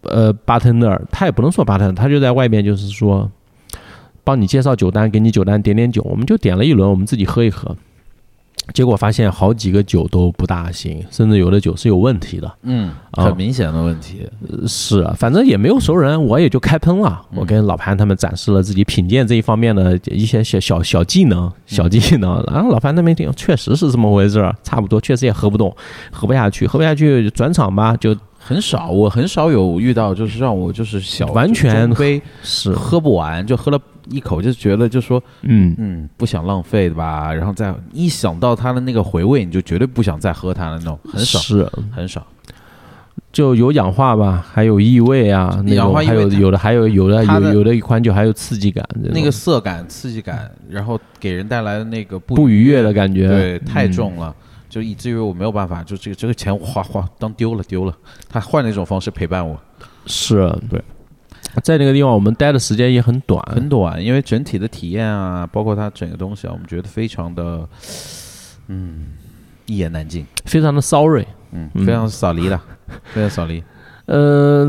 S2: 呃 bartender，他也不能说 bartender，他就在外面就是说帮你介绍酒单，给你酒单点点酒，我们就点了一轮，我们自己喝一喝。结果发现好几个酒都不大行，甚至有的酒是有问题的。
S1: 嗯，
S2: 啊
S1: 很明显的问题。
S2: 是啊，反正也没有熟人，我也就开喷了。
S1: 嗯
S2: 我跟老潘他们展示了自己品鉴这一方面的一些小小小技
S1: 嗯
S2: 能、小技能。然后老潘那边听，确实是这么回事儿，差不多，确实也喝不动，喝不下去，喝不下去，转场吧，就
S1: 很少，我很少有遇到，就是让我就是小
S2: 完全
S1: 中杯
S2: 是，
S1: 喝不完，就喝了一口，就觉得就说
S2: 嗯，
S1: 嗯，不想浪费的吧？然后再一想到它的那个回味，你就绝对不想再喝它了，那种很少，
S2: 是，
S1: 很少。
S2: 就有氧化吧，还有异味啊，那
S1: 氧
S2: 种
S1: 化异
S2: 还
S1: 味
S2: 有
S1: 它
S2: 有的还有有的
S1: 它
S2: 有
S1: 的
S2: 有的一款酒还有刺激感，这种
S1: 那个色感、刺激感，然后给人带来的那个不
S2: 不愉悦的感觉，
S1: 对，太
S2: 嗯
S1: 重了，就以至于我没有办法，就这个这个钱我花花当丢了丢了。他换了一种方式陪伴我，
S2: 是
S1: 对。
S2: 在那个地方，我们待的时间也很短，
S1: 很短，因为整体的体验啊，包括它整个东西啊，我们觉得非常的，嗯，一言难尽，
S2: 非常的 sorry。
S1: 嗯，
S2: 嗯
S1: 非常扫离的，非常扫离。
S2: 呃，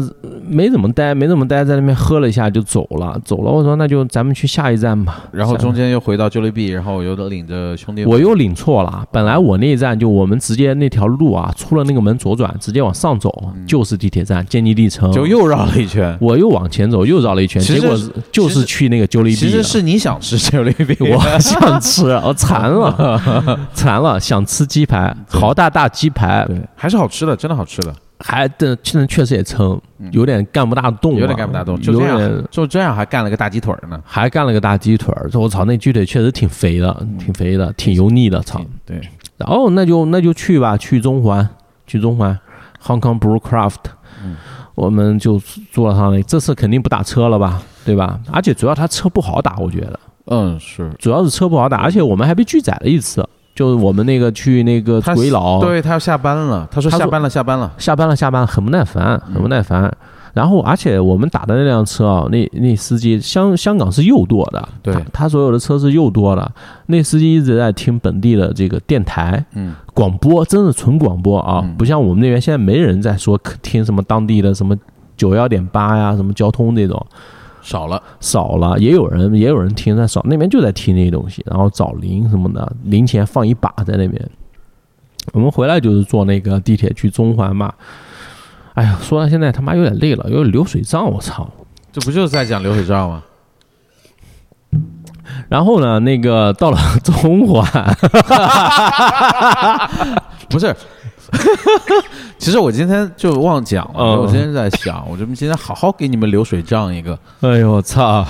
S2: 没怎么待，没怎么待，在那边喝了一下就走了，走了。我说那就咱们去下一站吧。
S1: 然后中间又回到 j o l l i b e 然后我又领着兄弟们，
S2: 我又领错了，本来我那一站就我们直接那条路啊，出了那个门左转，直接往上走
S1: 嗯
S2: 就是地铁站坚尼地城。
S1: 就又绕了一圈。
S2: 我又往前走，又绕了一圈，
S1: 其
S2: 结
S1: 实
S2: 果是就是去那个 j o l l i
S1: 其
S2: b
S1: 实
S2: e
S1: 是你想吃 j o l l i b e
S2: 我想吃，我馋了， 馋了，想吃鸡排，豪大大鸡排，
S1: 对， 还是好吃的，真的好吃的，
S2: 还但确确实也撑，有点干不大动了，
S1: 嗯有点干不大动，就
S2: 啊有
S1: 这
S2: 点
S1: 样，就这样还干了个大鸡腿儿呢。
S2: 还干了个大鸡腿儿，我操，那鸡腿确实挺肥的，挺肥的，挺油腻的，操。
S1: 对，
S2: 然后那就那就去吧，去中环，去中环，Hong Kong Brew Craft，、我们就坐上了。这次肯定不打车了吧，对吧？而且主要他车不好打，我觉得
S1: 嗯，是。
S2: 主要是车不好打，而且我们还被拒载了一次，就是我们那个去那个
S1: 他
S2: 鬼佬，
S1: 对他要下班了，他说
S2: 哦他说
S1: 下班了，下班了。
S2: 下班了，下班了，很不耐烦，很不耐
S1: 嗯
S2: 烦。然后，而且我们打的那辆车啊，那那司机香香港是右舵的，
S1: 对
S2: 他他所有的车是右舵的。那司机一直在听本地的这个电台，
S1: 嗯，
S2: 广播，真是纯广播啊，
S1: 嗯
S2: 不像我们那边现在没人在说听什么当地的什么九幺点八呀，什么交通这种
S1: 少了，
S2: 少了，也有人也有人听，但少那边就在听那些东西，然后找零什么的，零钱放一把在那边。我们回来就是坐那个地铁去中环嘛。哎呀，说到现在他妈有点累了，有点流水账，我操！
S1: 这不就是在讲流水账 吗？
S2: 然后呢，那个到了中环，
S1: 不是。 其实我今天就忘讲了，
S2: 嗯
S1: 我今天在想，我这么今天好好给你们流水账一个，
S2: 哎呦我操！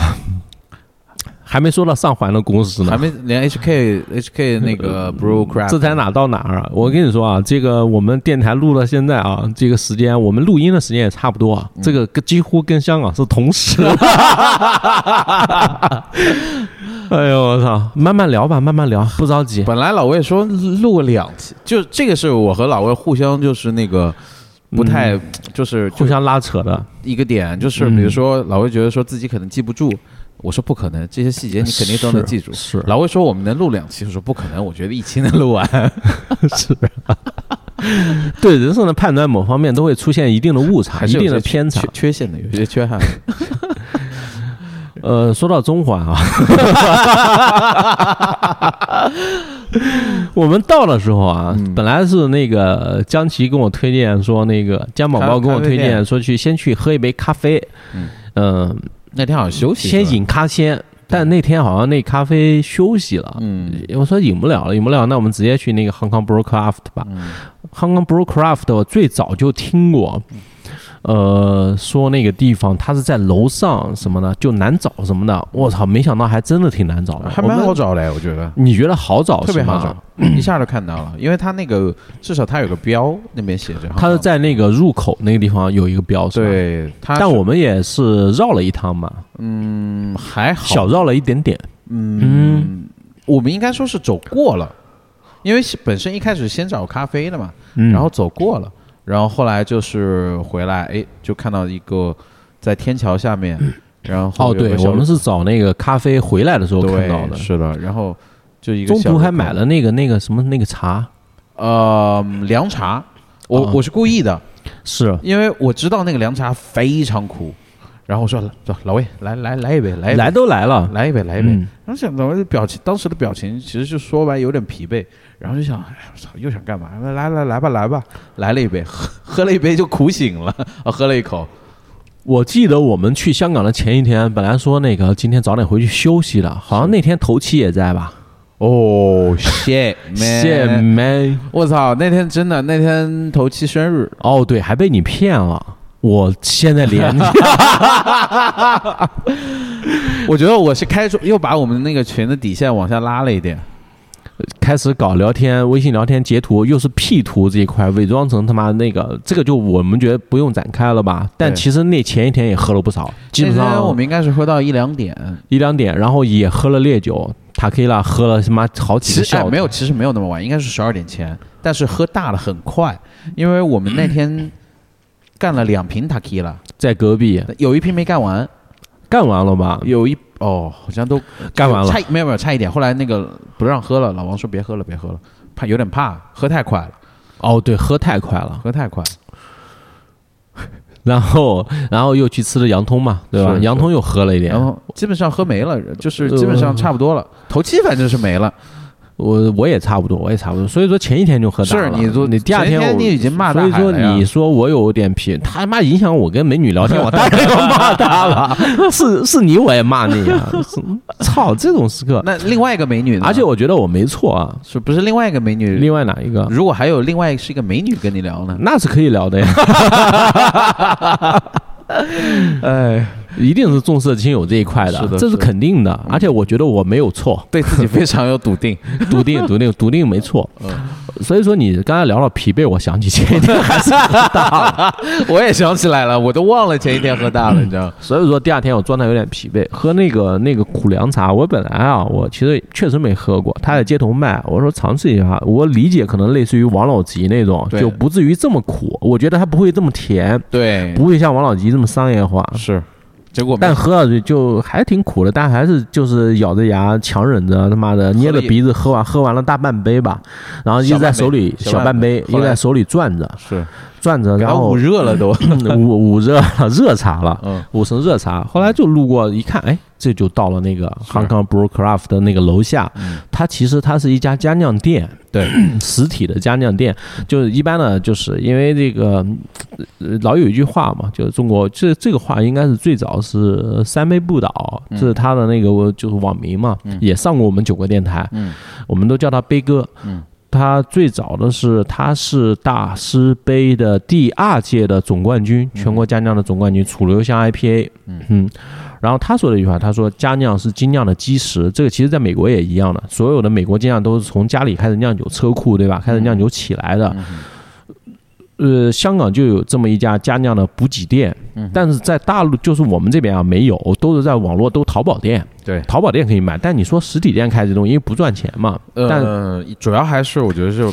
S2: 还没说到上环的故事呢
S1: 还，没连 HK HK 那个 Brew Craft，
S2: 这才哪到哪儿啊！我跟你说啊，这个我们电台录到现在啊，这个时间我们录音的时间也差不多，
S1: 嗯
S2: 啊，这个跟几乎跟香港是同时。 哎呦我操！慢慢聊吧，慢慢聊，不着急。
S1: 本来老魏说录过两期，就这个是我和老魏互相就是那个
S2: 嗯
S1: 不太、就是
S2: 互相拉扯的，
S1: 一个点，就是
S2: 嗯
S1: 比如说老魏觉得说自己可能记不住，我说不可能，这些细节你肯定都能记住。
S2: 是是
S1: 老魏说我们能录两期，我说不可能，我觉得一期能录完。
S2: 是、对人生的判断某方面都会出现一定的误差，
S1: 还
S2: 一
S1: 是有
S2: 定的
S1: 些
S2: 偏差
S1: 缺。缺陷的，有些缺憾。
S2: 呃，说到中环 啊，我们到的时候啊，
S1: 嗯
S2: 本来是那个江琪跟我推荐说，那个江宝宝跟我推
S1: 咖啡
S2: 荐
S1: 店
S2: 说去先去喝一杯咖啡，
S1: 嗯
S2: 嗯，
S1: 那天好像休息，
S2: 先，饮咖先。但那天好像那咖啡休息了，
S1: 嗯
S2: 我说饮不了了，饮不了，那我们直接去那个 Hong Kong Brew Craft 吧。Hong
S1: 嗯
S2: Kong Brew Craft 我最早就听过，
S1: 嗯
S2: 呃，说那个地方它是在楼上什么的，就难找什么的。我操，没想到还真的挺难找的，
S1: 还蛮
S2: 我
S1: 嗯好
S2: 们。
S1: 找嘞，我觉得。
S2: 你觉得好找
S1: 特
S2: 是
S1: 别
S2: 吗
S1: 好找，一下就看到了，因为他那个至少他有个标，那边写着，
S2: 它是在那个入口那个地方有一个标，是吧，
S1: 对他是，
S2: 但我们也是绕了一趟嘛，
S1: 嗯还好，
S2: 小绕了一点点。嗯
S1: 我们应该说是走过了，因为是本身一开始先找咖啡的嘛，
S2: 嗯
S1: 然后走过了，然后后来就是回来，哎，就看到一个在天桥下 面，然后
S2: 哦，
S1: 有个
S2: 对，
S1: 小
S2: 我们是找那个咖啡回来的时候看到
S1: 对
S2: 的，
S1: 是的，然后就一个
S2: 中
S1: 小
S2: 途还
S1: 路口
S2: 买了那个那个什么那个茶，
S1: 呃凉茶，我、
S2: 啊
S1: 我是故意的，
S2: 是
S1: 因为我知道那个凉茶非常苦，然后我说走老魏来来来一杯，来一杯
S2: 来都来了，
S1: 来一杯，来一杯。
S2: 嗯
S1: 然后想老魏的表情，当时的表情其实就说白有点疲惫，然后就想，哎呀，我操，又想干嘛？来来来来吧，来吧，来了一杯，喝喝了一杯就苦醒了，啊，喝了一口，
S2: 我记得我们去香港的前一天，本来说那个今天早点回去休息的，好像那天头七也在吧？
S1: 哦，shit
S2: 谢
S1: man，
S2: 没？
S1: 我操，那天真的，那天头七生日，
S2: 哦，对，还被你骗了。我现在 连
S1: 我觉得我是开出又把我们那个群的底线往下拉了一点，
S2: 开始搞聊天，微信聊天截图，又是 P 图这一块，伪装成他妈那个，这个就我们觉得不用展开了吧？但
S1: 对
S2: 其实那前一天也喝了不少，基本
S1: 那天
S2: 上
S1: 我们应该是喝到一两点，
S2: 一两点，然后也喝了烈酒，塔 K 拉喝了他妈好几
S1: 其
S2: 个
S1: 实哎
S2: 小时，
S1: 没有，其实没有那么晚，应该是十二点前，但是喝大了很快，因为我们那 天干了两瓶 tequila，
S2: 在隔壁
S1: 有一瓶没干完，
S2: 干完了吧？
S1: 有一哦好像都
S2: 干完了
S1: 差一没有没有差一点，后来那个不让喝了，老王说别喝了别喝了，怕有点怕，喝太快了，
S2: 哦，对，喝太快了。
S1: 喝太快，
S2: 然后 然后又去吃了洋葱嘛，对吧？
S1: 是是
S2: 洋葱又喝了一点
S1: 然，后基本上喝没了，就是基本
S2: 呃
S1: 上差不多了，头七反正是没了。
S2: 我我也差不多，我也差不多。所以说前一天就喝大
S1: 是
S2: 了，
S1: 你
S2: 你
S1: 做
S2: 第二
S1: 前一
S2: 我
S1: 天你已经骂
S2: 所
S1: 大
S2: 以
S1: 海
S2: 说
S1: 了呀
S2: 你说我有点皮，他妈影响我跟美女聊天，我当然要骂他 了。是是你我也骂你啊！ 是操，这种时刻，
S1: 那另外一个美女呢，
S2: 呃而且我觉得我没错啊。
S1: 是不是另外一个美女？
S2: 另外哪一个？
S1: 如果还有另外是一个美女跟你聊 呢？
S2: 那是可以聊的呀，
S1: 哎，
S2: 一定是重色轻友这一块的，嗯
S1: 是的
S2: 这
S1: 是
S2: 是
S1: 的
S2: 肯定的。而且我觉得我没有 错，
S1: 对自己非常有笃 定。
S2: 笃定，笃定，笃定没错。所以说你刚才聊到疲惫，我想起前一天还是
S1: 我也想起来了，我都忘了前一天喝大了，你知道？
S2: 所以说第二天我状态有点疲惫，喝那个那个苦凉茶，我本来啊，我其实确实没喝过，他在街头卖，我说尝试一下，我理解可能类似于王老吉那种，
S1: 对
S2: 就不至于这么苦，我觉得它不会这么甜，
S1: 对，
S2: 不会像王老吉这么商业化。
S1: 是，结果没
S2: 但喝了就还挺苦的，但还是就是咬着牙强忍着，他妈的捏着鼻子喝完，喝完了大半杯吧，然后一直在手里
S1: 小
S2: 小
S1: 半
S2: 半
S1: 杯
S2: 杯，
S1: 后
S2: 一直
S1: 来
S2: 在手里转着
S1: 是
S2: 转着，
S1: 给
S2: 然
S1: 他
S2: 后
S1: 捂热了都。
S2: 捂捂热了热茶了，
S1: 嗯，
S2: 五层热茶，后来就路过一看，哎，这就到了那个
S1: 是嗯
S2: Hong Kong Brew Craft 的那个楼下。它其实它是一家家酿店，
S1: 对，
S2: 实体的家酿店。就是一般呢，就是因为这个呃老有一句话嘛，就是中国这这个话应该是最早是三杯不倒，
S1: 嗯
S2: 这是他的那个就是网名嘛，也上过我们九个电台，
S1: 嗯
S2: 我们都叫他杯哥。
S1: 嗯
S2: 他最早的是，他是大师杯的第二届的总冠军，全国家酿的总冠军，楚留香 IPA。
S1: 嗯
S2: 然后他说了一句话，他说家酿是精酿的基石，这个其实在美国也一样的，所有的美国精酿都是从家里开始酿酒，车库对
S1: 嗯
S2: 吧？开始酿酒起来的。呃，香港就有这么一家家酿的补给店，
S1: 嗯
S2: 但是在大陆就是我们这边啊没有，都是在网络都淘宝店，
S1: 对，
S2: 淘宝店可以买，但你说实体店开这东西，因为不赚钱嘛，但
S1: 呃，主要还是我觉得是，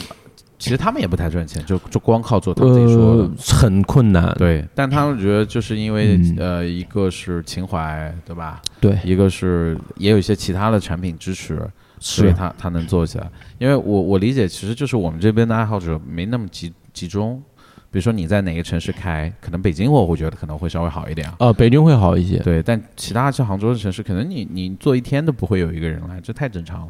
S1: 其实他们也不太赚钱，就就光靠做他们自己说
S2: 呃
S1: 的。
S2: 很困难。
S1: 对，但他们觉得就是因为、
S2: 嗯
S1: 呃，一个是情怀，对吧？
S2: 对，
S1: 一个是也有一些其他的产品支持，所以
S2: 是
S1: 他他能做起来。因为我我理解，其实就是我们这边的爱好者没那么集集中。比如说你在哪个城市开，可能北京我会觉得可能会稍微好一点啊。
S2: 呃，北京会好一些。
S1: 对，但其他像杭州的城市，可能你你做一天都不会有一个人来，这太正常了。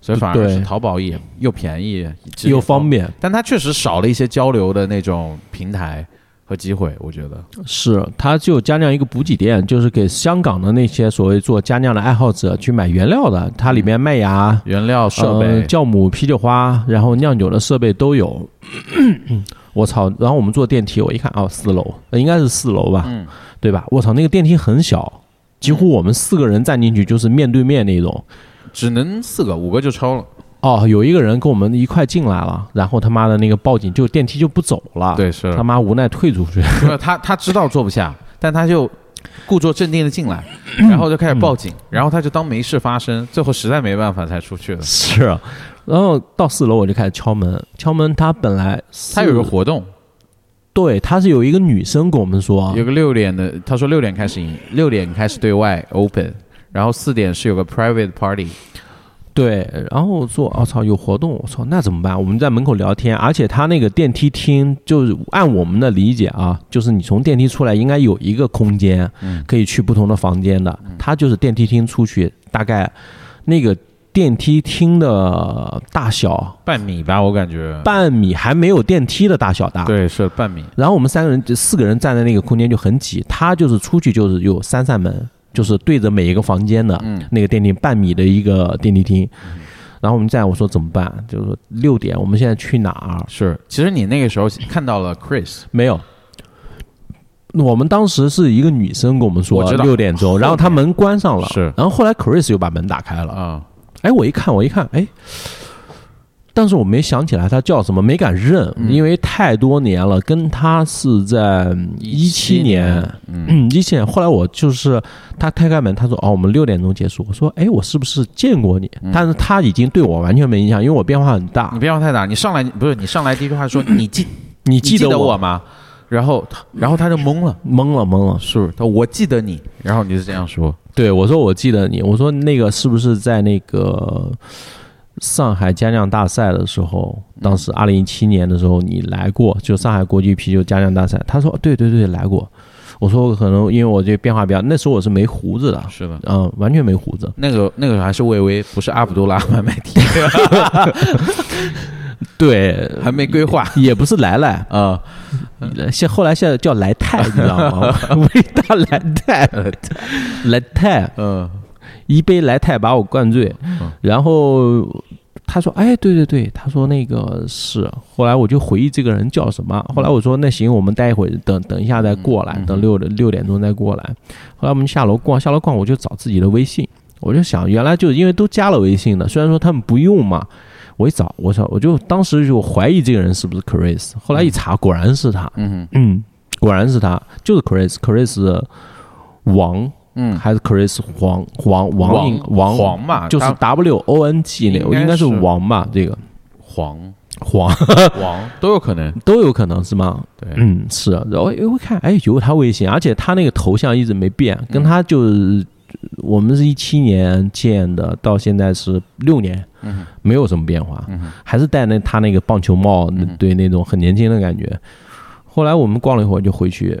S1: 所以反而
S2: 对
S1: 是淘宝也又便宜
S2: 又方
S1: 便，
S2: 便
S1: 但它确实少了一些交流的那种平台和机会，我觉得。
S2: 是，它就加酿一个补给店，就是给香港的那些所谓做加酿的爱好者去买原料的，它里面麦芽、
S1: 原料、设备、
S2: 呃酵母、啤酒花，然后酿酒的设备都 有。我操！然后我们坐电梯，我一看，哦，四楼，呃应该是四楼吧，
S1: 嗯
S2: 对吧？我操，那个电梯很小，几乎我们四个人站进去就是面对面那种。
S1: 只能四个，五个就超了。
S2: 哦，有一个人跟我们一块进来了，然后他妈的那个报警，就电梯就不走了，，
S1: 对，是
S2: 啊他妈无奈退出去。
S1: 不是他他知道坐不下，但他就故作镇定 的进来，然后就开始报
S2: 嗯
S1: 警，然后他就当没事发生，最后实在没办法才出去的。
S2: 是，啊然后到四楼我就开始敲门，敲门。他本来是
S1: 他有个活动，
S2: 对，他是有一个女生跟我们说，啊
S1: 有个六点的，他说六点开始营，六点开始对外 open，然后四点是有个 private party，
S2: 对，然后我说，我、操，有活动，我操，那怎么办？我们在门口聊天，而且他那个电梯厅，就是按我们的理解啊，就是你从电梯出来应该有一个空间，可以去不同的房间的。
S1: 嗯
S2: 他就是电梯厅出去，大概那个电梯厅的大小
S1: 半米吧，我感觉。
S2: 半米还没有电梯的大小大，
S1: 对，是半米。
S2: 然后我们三个人，四个人站在那个空间就很挤。他就是出去就是有三扇门，就是对着每一个房间的
S1: 嗯
S2: 那个电梯半米的一个电梯厅。然后我们站，我说怎么办？就是说六点，我们现在去哪儿？
S1: 是，其实你那个时候看到了 Chris，
S2: 没有。我们当时是一个女生跟我们说
S1: 我知道
S2: 六点钟，然后 她门关上了，
S1: 是
S2: 然后后来 Chris 又把门打开了，
S1: 啊、
S2: 哎，我一看，我一看，哎，但是我没想起来他叫什么，没敢认，
S1: 嗯
S2: 因为太多年了，跟他是在一七年，嗯，一七年。后来我就是他开开门，他说：“哦，我们六点钟结束。”我说：“哎，我是不是见过你？”但是他已经对我完全没印象，因为我变化很大
S1: 你。变化太大，你上来不是你上来第一句 话说你记
S2: 你
S1: 嗯你记
S2: 得
S1: 得我吗？然后他然后他就懵了，
S2: 懵了懵了，
S1: 是他我记得你，然后你就这样说，
S2: 对我说：“我记得你。”我说：“那个是不是在那个？”上海佳酿大赛的时候，当时二零一七年的时候你来过，就上海国际啤酒佳酿大赛。他说对对对，来过。我说可能因为我这变化比较，那时候我是没胡子的，
S1: 是的，
S2: 嗯，完全没胡子。
S1: 那个那个还是魏巍，不是阿卜杜拉曼麦提，
S2: 对，
S1: 还没 规划
S2: 也不是来来，
S1: 啊。
S2: 现后来现在叫来泰，你知道吗？ 伟大来 泰，来呃泰，
S1: 嗯，
S2: 一杯来泰把我灌醉
S1: 嗯，
S2: 然后他说：“哎，对对对，他说那个是。”后来我就回忆这个人叫什么。后来我说：“那行，我们待一会儿，等等一下再过来
S1: 嗯，
S2: 等六六点钟再过来。”后来我们下楼逛，下楼逛我就找自己的微信，我就想原来就因为都加了微信的，虽然说他们不用嘛。我一找，我操！我就当时就怀疑这个人是不是 Chris，后来一查，果然是他。
S1: 嗯
S2: 嗯，果然是他，就是 Chris，Chris 王
S1: 嗯，
S2: 还是 Chris 黄黄王应王
S1: 黄嘛，
S2: 就是
S1: 大
S2: W O N G 那
S1: 啊应
S2: 个，
S1: 该
S2: 应该是
S1: 是
S2: 王吧？这个
S1: 黄
S2: 黄
S1: 黄呃都有可能。
S2: 都有可能是吗？
S1: 对，
S2: 嗯，是。然后哎，我看哎有他微信，而且他那个头像一直没变，
S1: 嗯
S2: 跟他就是我们是一七年见的，到现在是六年，
S1: 嗯哼
S2: 没有什么变化。
S1: 嗯哼嗯
S2: 还是戴那他那个棒球帽，那对那种很年轻的感觉。后来我们逛了一会儿就回去，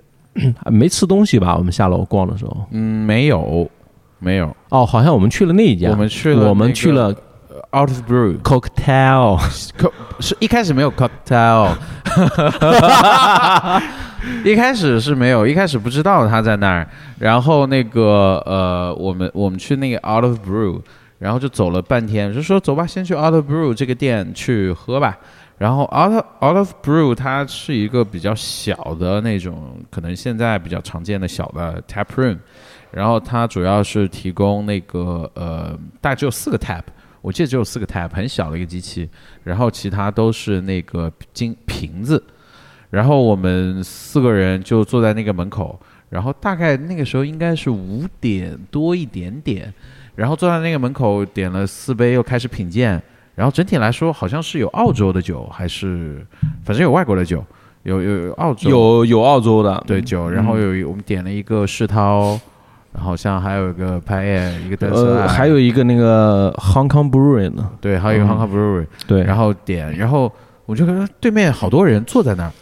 S2: 啊没吃东西吧？我们下楼逛的时候，
S1: 嗯，没有没有，
S2: 哦，好像我们去了那一家，
S1: 我们去了
S2: 我们
S1: 那
S2: 去
S1: 个
S2: 了
S1: Out of Brew，
S2: cocktail，
S1: 是一开始没有 cocktail，一开始是没有，一开始不知道他在那儿。然后那个呃，我们我们去那个 Out of Brew，然后就走了半天，就说走吧，先去 Out of Brew 这个店去喝吧。然后 Out of, Out of Brew 它是一个比较小的那种，可能现在比较常见的小的 tap room，然后它主要是提供那个呃，大概只有四个 tap，我记得只有四个 tap，很小的一个机器，然后其他都是那个金瓶子，然后我们四个人就坐在那个门口，然后大概那个时候应该是五点多一点点，然后坐在那个门口点了四杯，又开始品鉴，然后整体来说好像是有澳洲的酒，还是反正有外国的酒，有有有澳洲
S2: 有有澳洲的，
S1: 对酒，然后有我们点了一个世涛，然后像还有一个潘叶，一个德斯
S2: 呃，
S1: 拉
S2: 还有一个那个 Hong Kong Brewery 呢，
S1: 对，还有一个 Hong Kong Brewery，
S2: 对，
S1: 然后点，然后我就看到对面好多人坐在那儿，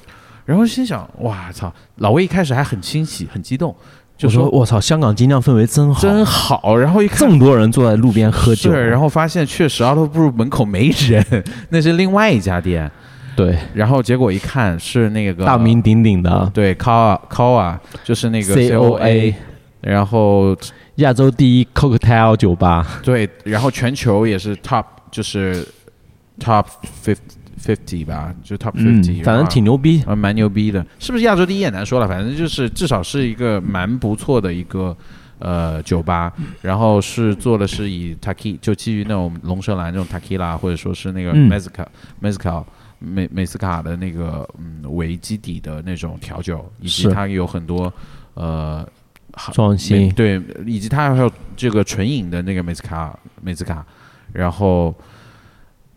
S1: 然后心想，哇操！老魏一开始还很欣喜，很激动，就
S2: 就说我操，香港精酿氛围真好，
S1: 真好，然后一看
S2: 这。么多人坐在路边喝酒，啊
S1: 是，然后发现确实 Out of Brew 门口没人， 那是另外一家店。
S2: 对，
S1: 然后结果一看是那个
S2: 大名鼎鼎的
S1: 对 Coa Coa，就是那个
S2: COA
S1: 然后
S2: 亚洲第一 cocktail 酒吧，
S1: 对，然后全球也是 top 就是 top fifty fifty 吧，就 top
S2: 嗯
S1: fifty，、，
S2: 反正挺牛逼，
S1: 呃蛮牛逼的，是不是亚洲第一也难说了，反正就是至少是一个蛮不错的一个呃酒吧，然后是做的是以 taki 就基于那种龙舌兰这种 taki 啦，或者说是那个
S2: 嗯
S1: mezcal、mezcal 美美斯卡的那个嗯为基底的那种调酒，以及
S2: 是
S1: 它有很多呃
S2: 创
S1: 美
S2: 新，
S1: 对，以及它还有这个纯饮的那个美兹卡美兹卡，然后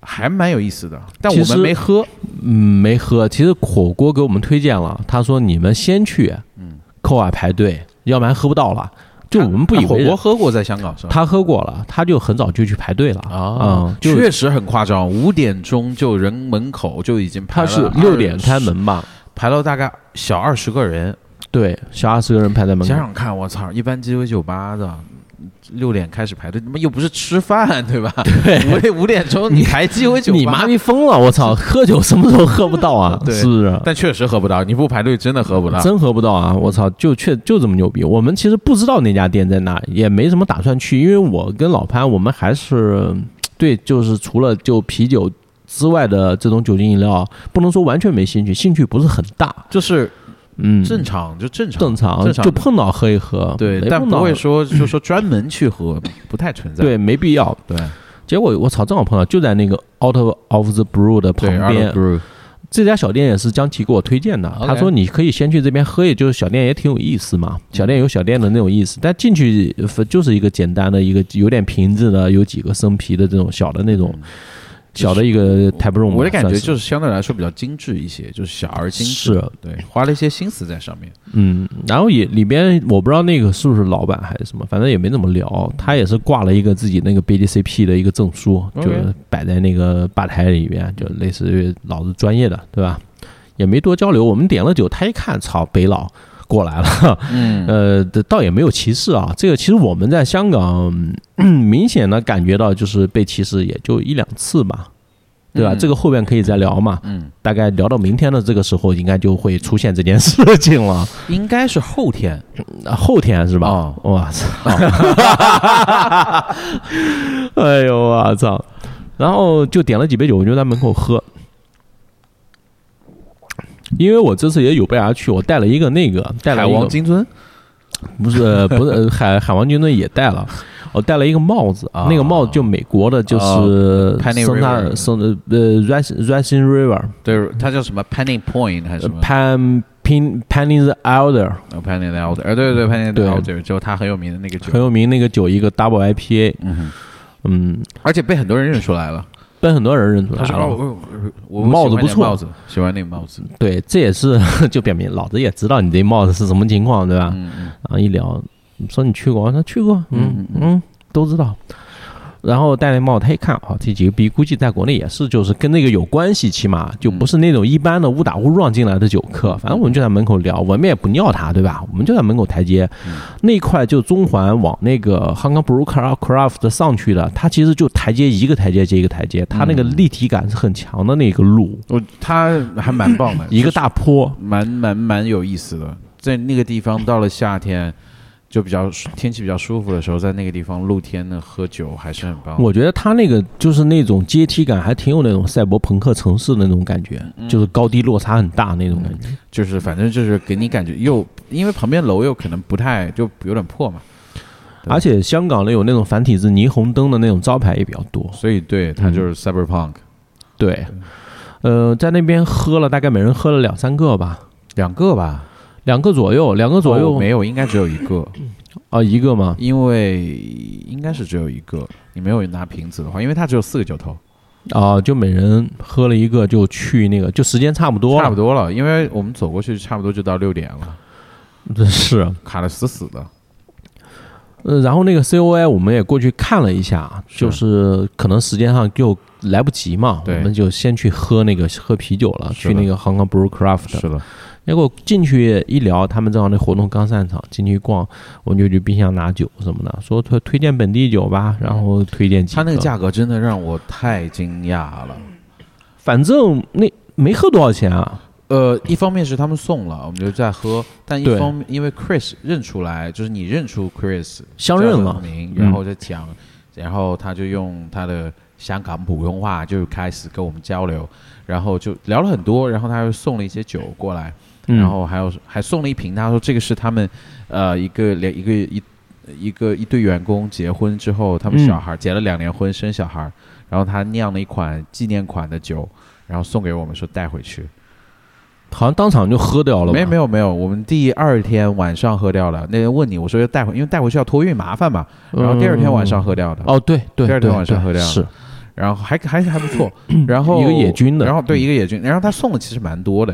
S1: 还蛮有意思的，但我
S2: 其实
S1: 们没喝，
S2: 嗯，没喝。其实火锅给我们推荐了，他说你们先去，
S1: 嗯，
S2: 扣啊排队，要不然喝不到了。就我们不以
S1: 火
S2: 为
S1: 锅
S2: 然，
S1: 喝过，在香港是吧？
S2: 他喝过了，他就很早就去排队了
S1: 啊
S2: 嗯，就
S1: 确实很夸张，五点钟就人门口就已经排
S2: 他
S1: 了
S2: 是
S1: 20，
S2: 六点开门吧？
S1: 排了大概小二十个人。
S2: 对，小二十个人排在门口
S1: 想。想看，我操，一般鸡尾酒吧的六点开始排队，他妈又不是吃饭对吧？对，五点五点钟你排鸡尾酒吧，？
S2: 你妈逼疯了！我操，喝酒什么时候喝不到啊
S1: 对
S2: 是不是？
S1: 但确实喝不到，你不排队真的喝不到。
S2: 真喝不到啊！我操，就确就这么牛逼。我们其实不知道那家店在哪，也没什么打算去，因为我跟老潘，我们还是对，就是除了就啤酒之外的这种酒精饮料，不能说完全没兴趣，兴趣不是很大。
S1: 就是
S2: 嗯，
S1: 正常，就正常，
S2: 正常
S1: 正常
S2: 就碰到喝一喝，
S1: 对，
S2: 没
S1: 但
S2: 碰到
S1: 不会说就说专门去喝，不太存在。
S2: 对，没必要。
S1: 对
S2: 结果我操，正好碰到就在那个 Out of the Brew 的旁
S1: 对，
S2: 边，
S1: Brew
S2: 这家小店也是江奇给我推荐的，
S1: OK
S2: 他说你可以先去这边喝，也就是小店也挺有意思嘛，小店有小店的那种意
S1: 嗯
S2: 思，但进去呃就是一个简单的一个有点瓶子的，有几个生啤的这种小的那种小的一个 type room，
S1: 嗯我的感
S2: 算
S1: 觉
S2: 是
S1: 就是相对来说比较精致一些，就是小而精致，
S2: 是
S1: 对，花了一些心思在上面。
S2: 嗯，然后也里边我不知道那个是不是老板还是什么，反正也没怎么聊。他也是挂了一个自己那个 BDCP 的一个证书，
S1: OK
S2: 就摆在那个吧台里边，就类似于老子专业的，对吧？也没多交流。我们点了酒，他一看，操，北老过来了。
S1: 嗯，
S2: 呃，倒也没有歧视啊。这个其实我们在香港、嗯明显的感觉到就是被歧视，也就一两次吧，对吧？
S1: 嗯
S2: 这个后边可以再聊嘛。
S1: 嗯，
S2: 大概聊到明天的这个时候，应该就会出现这件事情了。
S1: 应该是后天
S2: 啊后天是吧？
S1: 哦
S2: 我 操！哎呦我操！然后就点了几杯酒，我就在门口喝。因为我这次也有备而去，我带了一个那个，带了
S1: 海
S2: 一个
S1: 王金樽，
S2: 不是不是呃海海王军队也带了，我带了一个帽子
S1: 啊
S2: 那个帽子就美国的，就是
S1: 哦，Pine
S2: 生产
S1: River
S2: 生呃 Rush Rushing River
S1: 对，它叫什么 Penny Point 还是什么
S2: Pan Pin Panning the Elder
S1: Penny l e l d e r 呃，对对对，Penny
S2: 对啊
S1: l e l d e r 就它很有名的那个
S2: 很
S1: 酒，
S2: 有名那个酒，一个 Double IPA，
S1: 嗯哼，
S2: 嗯，
S1: 而且被很多人认出来了。
S2: 被很多人认出来
S1: 他说：“
S2: 了。
S1: 哦，我我
S2: 啊帽子
S1: 喜欢
S2: 不错
S1: 那帽子喜欢那个帽子。
S2: 对，这也是 就表明老子也知道你这帽子是什么情况，对吧？
S1: 嗯”嗯
S2: 然后一聊，说你去过，我说去过，嗯
S1: 嗯嗯
S2: 嗯，都知道。然后戴那帽，他一看，哦，这几个逼估计在国内也是，就是跟那个有关系，起码就不是那种一般的误打误撞进来的酒客。反正我们就在门口聊，我们也不尿他，对吧？我们就在门口台阶、那块，就中环往那个 Hong Kong Brew Craft 上去的，它其实就台阶一个台阶接一个台阶，它那个立体感是很强的那个路，
S1: 我他还蛮棒的，
S2: 一个大坡，
S1: 蛮蛮蛮有意思的。在那个地方，到了夏天就比较舒天气比较舒服的时候，在那个地方露天的喝酒还是很棒。
S2: 我觉得他那个就是那种阶梯感，还挺有那种赛博朋克城市的那种感觉，
S1: 嗯
S2: 就是高低落差很大那种感觉。
S1: 就是反正就是给你感觉又因为旁边楼又可能不太就有点破嘛，对
S2: 而且香港的有那种繁体字霓虹灯的那种招牌也比较多。
S1: 所以对它就是 cyberpunk
S2: 嗯对，呃，在那边喝了大概每人喝了两三个吧，
S1: 两个吧，
S2: 两个左右，两个左
S1: 哦
S2: 右
S1: 没有，应该只有一个，
S2: 啊一个吗？
S1: 因为应该是只有一个。你没有拿瓶子的话，因为它只有四个酒头。
S2: 啊，就每人喝了一个，就去那个，就时间差不多了，
S1: 差不多了，因为我们走过去差不多就到六点了，
S2: 多 是。啊
S1: 卡的死死的。
S2: 呃，然后那个 COI 我们也过去看了一下，就是可能时间上就来不及嘛，我
S1: 对
S2: 们就先去喝那个喝啤酒了，
S1: 是
S2: 去
S1: 的
S2: 那个 Hong Kong Brew Craft。
S1: 的，
S2: 结果进去一聊，他们正好那活动刚散场，进去一逛，我们就去冰箱拿酒什么的，说推推荐本地酒吧，然后推荐几
S1: 嗯他那个
S2: 个，
S1: 价格真的让我太惊讶了。
S2: 反正那没喝多少钱啊，
S1: 呃，一方面是他们送了，我们就在喝；但一
S2: 对
S1: 方面，因为 Chris 认出来，就是你认出 Chris
S2: 相认
S1: 叫他
S2: 了嗯
S1: 的，名，然后再讲，然后他就用他的香港普通话就开始跟我们交流，然后就聊了很多，然后他又送了一些酒过来，
S2: 嗯
S1: 然后还有还送了一瓶，他说这个是他们呃一个两一个一一个一对员工结婚之后，他们
S2: 嗯
S1: 小孩、结了两年婚生小孩，然后他酿了一款纪念款的酒，然后送给我们说带回去。
S2: 好像当场就喝掉了吧，
S1: 没没有没有，我们第二天晚上喝掉了。那天问你，我说要带回，因为带回去要托运麻烦嘛。
S2: 嗯，
S1: 然后第二天晚上喝掉的，
S2: 哦对对，
S1: 第二
S2: 对
S1: 天晚上
S2: 对
S1: 喝掉了
S2: 是
S1: 然后还还还不错。然后
S2: 嗯一个野菌的嗯
S1: 然后对一个野菌，然后他送的其实蛮多的。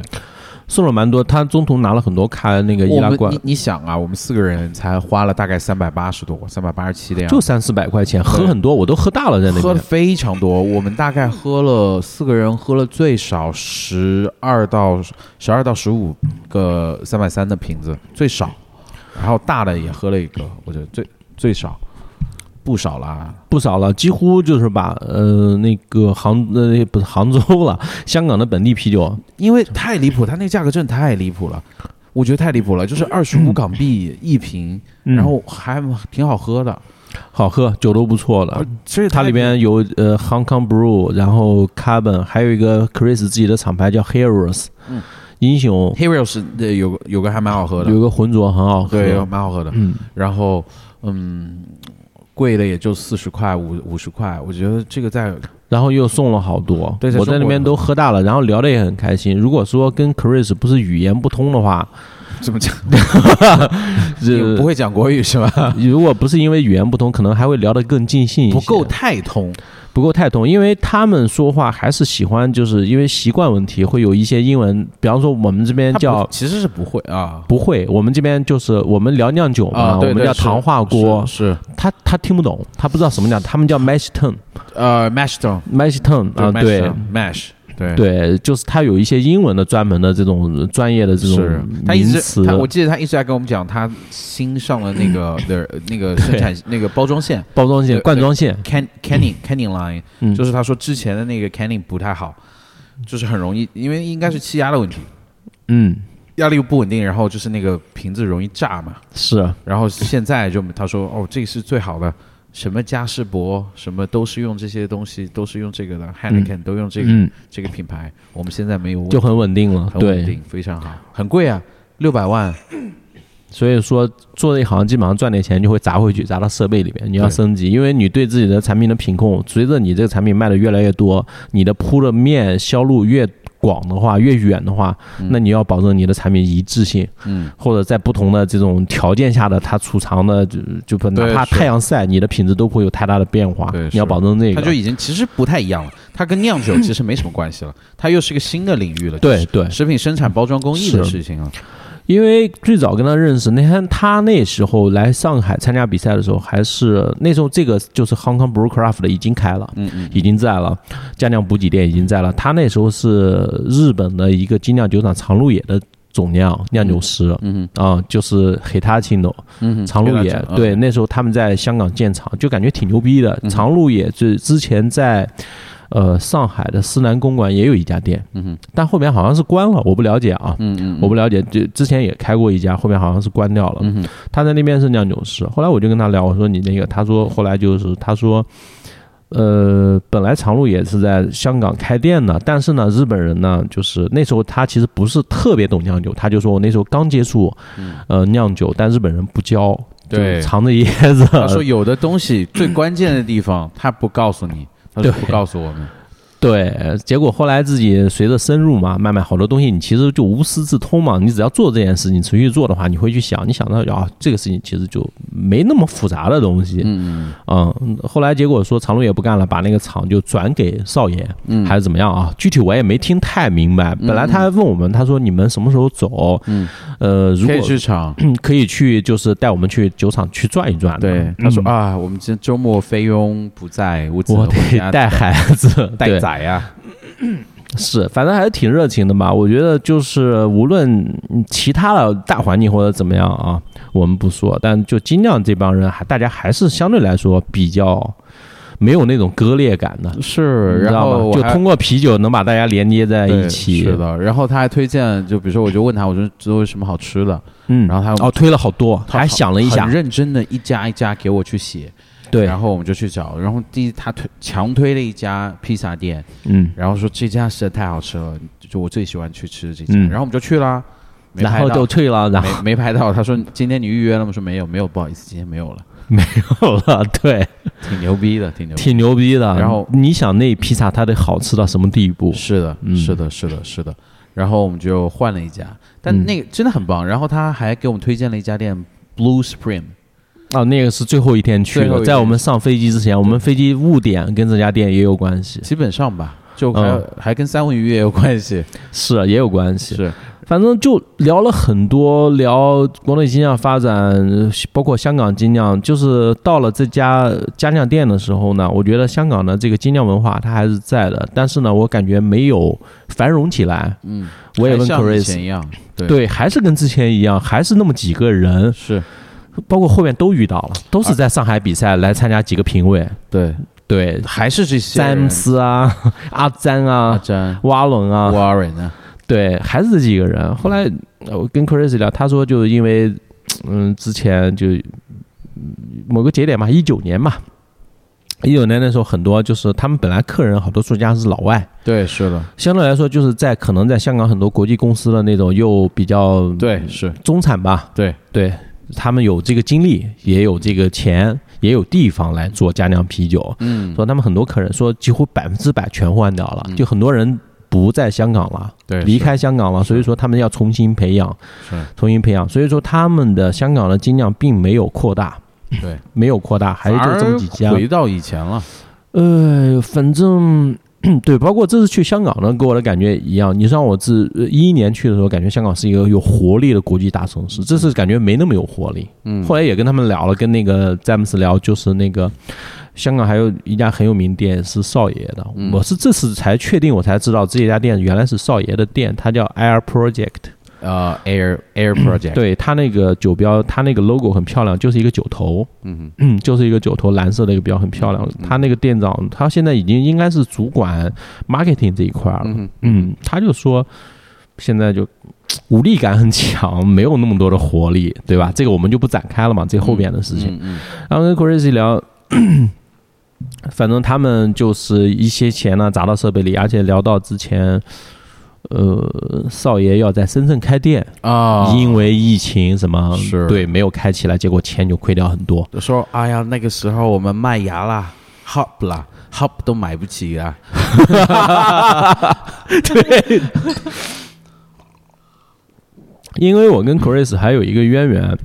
S2: 送了蛮多，他中途拿了很多开那个易
S1: 我
S2: 拉
S1: 们
S2: 罐
S1: 你，你想啊，我们四个人才花了大概三百八十多，三百八十七的样子
S2: 就。三四百块钱，喝很多，我都喝大了在那
S1: 喝的
S2: 边。
S1: 非常多，我们大概喝了四个人，喝了最少十二到十二到十五个三百三的瓶子，最少。然后大的也喝了一个，我觉得最最少不少啦。
S2: 不少了，几乎就是把呃那个杭呃不是杭州了， 香港的本地啤酒，
S1: 因为太离谱，它那个价格真的太离谱了，我觉得太离谱了，就是二十五港币一瓶，然后还挺好喝的，
S2: 好喝，酒都不错的
S1: 而。所以
S2: 它里边有呃 Hong Kong Brew，然后 Carbon，还有一个 Chris 自己的厂牌叫 Heroes，、
S1: 嗯
S2: 英雄
S1: Heroes 的有个有个还蛮好喝的，
S2: 有一个浑浊很好喝，
S1: 对，蛮好喝的。
S2: 嗯，
S1: 然后嗯，贵的也就四十块、五五十块，我觉得这个在
S2: 然后又送了好多，
S1: 对在
S2: 我在那
S1: 中国
S2: 边
S1: 有
S2: 都喝大了，然后聊的也很开心。如果说跟 Chris 不是语言不通的 话，
S1: 怎么讲？
S2: 这
S1: 你不会讲国语是吧？
S2: 如果不是因为语言不通，可能还会聊得更尽兴一些。
S1: 不够太通，
S2: 不够太通，因为他们说话还是喜欢，就是因为习惯问题会有一些英文，比方说我们这边
S1: 他不
S2: 叫
S1: 其实是不会啊
S2: 不会，我们这边就是我们聊酿酒嘛，
S1: 啊，对
S2: 我们
S1: 对
S2: 叫
S1: 是
S2: 糖化锅，
S1: 是是
S2: 他他听不懂，他不知道什么叫，他们叫 mash tun，mash
S1: 呃 mash down
S2: tun 啊，对
S1: mash 对。
S2: 对，就是他有一些英文的专门的这种专业的这种
S1: 是他一
S2: 名
S1: 直
S2: 词，
S1: 他，我记得他一直在跟我们讲，他新上了 那个的那个生产那个包装线
S2: 包装线、
S1: 对
S2: 灌装线，
S1: can canning canning line，、
S2: 嗯
S1: 就是他说之前的那个 canning 不太好，就是很容易，因为应该是气压的问题，
S2: 嗯，
S1: 压力又不稳定，然后就是那个瓶子容易炸嘛。
S2: 是
S1: 然后现在就他说哦，这个是最好的，什么嘉士伯什么都是用这些东西，都是用这个的 h e n n e k e n 都用这个、
S2: 嗯
S1: 这个品牌，我们现在没有问
S2: 就很稳定了，
S1: 很稳
S2: 对，
S1: 定，非常好，很贵啊，六百万。
S2: 所以说做这一行基本上赚点钱就会砸回去，砸到设备里面，你要
S1: 对
S2: 升级，因为你对自己的产品的品控，随着你这个产品卖的越来越多，你的铺的面销路越广的话，越远的话，那你要保证你的产品一致性，
S1: 嗯，
S2: 或者在不同的这种条件下的它储藏的就就不哪
S1: 对
S2: 怕
S1: 是
S2: 太阳晒，你的品质都不会有太大的变化
S1: 对，
S2: 你要
S1: 是
S2: 保证这
S1: 它就
S2: 个，
S1: 已经其实不太一样了，它跟酿 酒其实没什么关系了，它又是个新的领域了，
S2: 对对
S1: 就是，食品生产包装工艺的
S2: 是
S1: 事情了，啊
S2: 因为最早跟他认识，那天他那时候来上海参加比赛的时候，还是那时候这个就是 Hong Kong Brew Craft 已经开了，
S1: 嗯嗯，
S2: 已经在了，佳酿补给店已经在了。他那时候是日本的一个精酿酒厂长鹿野的总酿酿酒师，
S1: 嗯
S2: 啊、就是 Hitachino
S1: 嗯哼，
S2: 长鹿野，对，那时候他们在香港建厂，就感觉挺牛逼的。
S1: 嗯
S2: 长鹿野就之前在。呃，上海的思南公馆也有一家店，
S1: 嗯哼，
S2: 但后面好像是关了，我不了解啊。
S1: 嗯嗯，
S2: 我不了解，就之前也开过一家，后面好像是关掉了。
S1: 嗯哼，
S2: 他在那边是酿酒师，后来我就跟他聊，我说你那个，他说后来就是他说，呃，本来长鹿也是在香港开店的，但是呢，日本人呢，就是那时候他其实不是特别懂酿酒，他就说我那时候刚接触，呃，酿酒，但日本人不教，就
S1: 嗯对
S2: 藏着掖着。
S1: 他说有的东西最关键的地方他不告 诉你，他
S2: 对
S1: 说不告诉我们，
S2: 对，结果后来自己随着深入嘛，慢慢好多东西你其实就无师自通嘛，你只要做这件事情，持续做的话，你会去想，你想到啊，这个事情其实就没那么复杂的东西，
S1: 嗯
S2: 嗯，后来结果说长鹿也不干了，把那个厂就转给少爷，
S1: 嗯
S2: 还是怎么样啊？具体我也没听太明白。本来他还问我们，他说你们什么时候走？
S1: 嗯，
S2: 呃，如
S1: 可
S2: 果
S1: 以去厂，
S2: 嗯可以去，就是带我们去酒厂去转一转。
S1: 对
S2: 嗯，
S1: 他说啊，我们今周末菲佣不在，我只
S2: 我
S1: 能回
S2: 得
S1: 家
S2: 带孩子，
S1: 带
S2: 对
S1: 崽啊呀，
S2: 是，反正还是挺热情的吧。我觉得就是无论其他的大环境或者怎么样啊，我们不说，但就精酿这帮人还大家还是相对来说比较没有那种割裂感的。
S1: 是，
S2: 你知
S1: 然
S2: 道
S1: 后
S2: 吗？
S1: 我
S2: 就
S1: 还
S2: 通过啤酒能把大家连接在一
S1: 对
S2: 起。
S1: 是的，然后他还推荐，就比如说，我就问他，我说都有什么好吃的，
S2: 嗯，
S1: 然后他
S2: 哦推了好多，
S1: 他
S2: 还想了一下
S1: 很，认真的一家一家给我去写，
S2: 对，
S1: 然后我们就去找，然后第一他推强推了一家披萨店，
S2: 嗯，
S1: 然后说这家实在太好吃了，就我最喜欢去吃的这家，
S2: 嗯
S1: 然后我们就去啦，没
S2: 然
S1: 排
S2: 后
S1: 到
S2: 就。退了，然后
S1: 没没排到，他说今天你预约了吗？说没有，没有，不好意思，今天没有了。
S2: 没有了，对，
S1: 挺牛逼的，挺牛逼
S2: 挺牛逼的。
S1: 然后
S2: 你想那披萨它得好吃到什么地步
S1: 的。？是的，
S2: 嗯
S1: 是的，是的，是的。然后我们就换了一家，但
S2: 嗯
S1: 那个真的很棒。然后他还给我们推荐了一家店，Blue Spring。
S2: 啊，那个是最后一天去
S1: 最后一
S2: 的，
S1: 天
S2: 在我们上飞机之前，我们飞机误点跟这家店也有关系，
S1: 基本上吧，就还、
S2: 嗯
S1: 还跟三文鱼也有关系，啊
S2: 是也有关系。
S1: 是
S2: 反正就聊了很多，聊国内精酿发展，包括香港精酿。就是到了这家家酿店的时候呢，我觉得香港的这个精酿文化它还是在的，但是呢，我感觉没有繁荣起来。
S1: 嗯，
S2: 我也问
S1: 还像以
S2: Chris，
S1: 前一样，对
S2: 对，还是跟之前一样，还是那么几个人，
S1: 是，
S2: 包括后面都遇到了，都是在上海比赛来参加几个评委，
S1: 对，
S2: 对，
S1: 还是这些
S2: 詹
S1: 人
S2: 姆斯啊，阿詹
S1: 阿
S2: 啊，
S1: 詹、
S2: 瓦伦啊，
S1: 沃尔呢，
S2: 对，还是这几个人。后来呃我跟 Chris 聊，他说就是因为，嗯，之前就嗯某个节点嘛，一九年嘛，一九年的时候，很多就是他们本来客人好多作家是老外，
S1: 对，是的，
S2: 相对来说就是在可能在香港很多国际公司的那种又比较
S1: 对，是，
S2: 中产吧，
S1: 对，
S2: 对他们有这个精力，也有这个钱，也有地方来做佳酿啤酒。
S1: 嗯，
S2: 说他们很多客人说几乎百分之百全换掉了，就很多人不在香港了。
S1: 对，
S2: 离开香港了，所以说他们要重新培养，
S1: 是
S2: 重新培养。所以说他们的香港的精酿并没有扩大，
S1: 是，对，
S2: 没有扩大，还是就这么几家
S1: 反而。回到以前了，
S2: 呃，反正 对，包括这次去香港呢，给我的感觉一样。你让我自呃一一年去的时候，感觉香港是一个有活力的国际大城市，这次感觉没那么有活力。
S1: 嗯，
S2: 后来也跟他们聊了，跟那个詹姆斯聊，就是那个香港还有一家很有名店是少爷的，
S1: 嗯
S2: 我是这次才确定，我才知道这家店原来是少爷的店，它叫 Air Project。
S3: 呃，Air Air Project，
S2: 嗯对，它那个酒标，它那个 logo 很漂亮，就是一个酒头，
S1: 嗯
S2: 嗯，就是一个酒头，蓝色的一个标很漂亮。他那个店长，他现在已经应该是主管 marketing 这一块了，
S1: 嗯
S2: 嗯，他就说现在就无力感很强，没有那么多的活力，对吧？这个我们就不展开了嘛，这后边的事情。
S1: 嗯嗯
S2: 然后跟 Crazy 聊， 反正他们就是一些钱呢、砸到设备里，而且聊到之前，呃，少爷要在深圳开店，
S1: 啊，
S2: 因为疫情什么，
S1: 是
S2: 对没有开起来，结果钱就亏掉很多。
S1: 就说哎呀，那个时候我们卖牙啦，hub 啦，hub 都买不起啊，
S2: 因为我跟 Chris 还有一个渊源，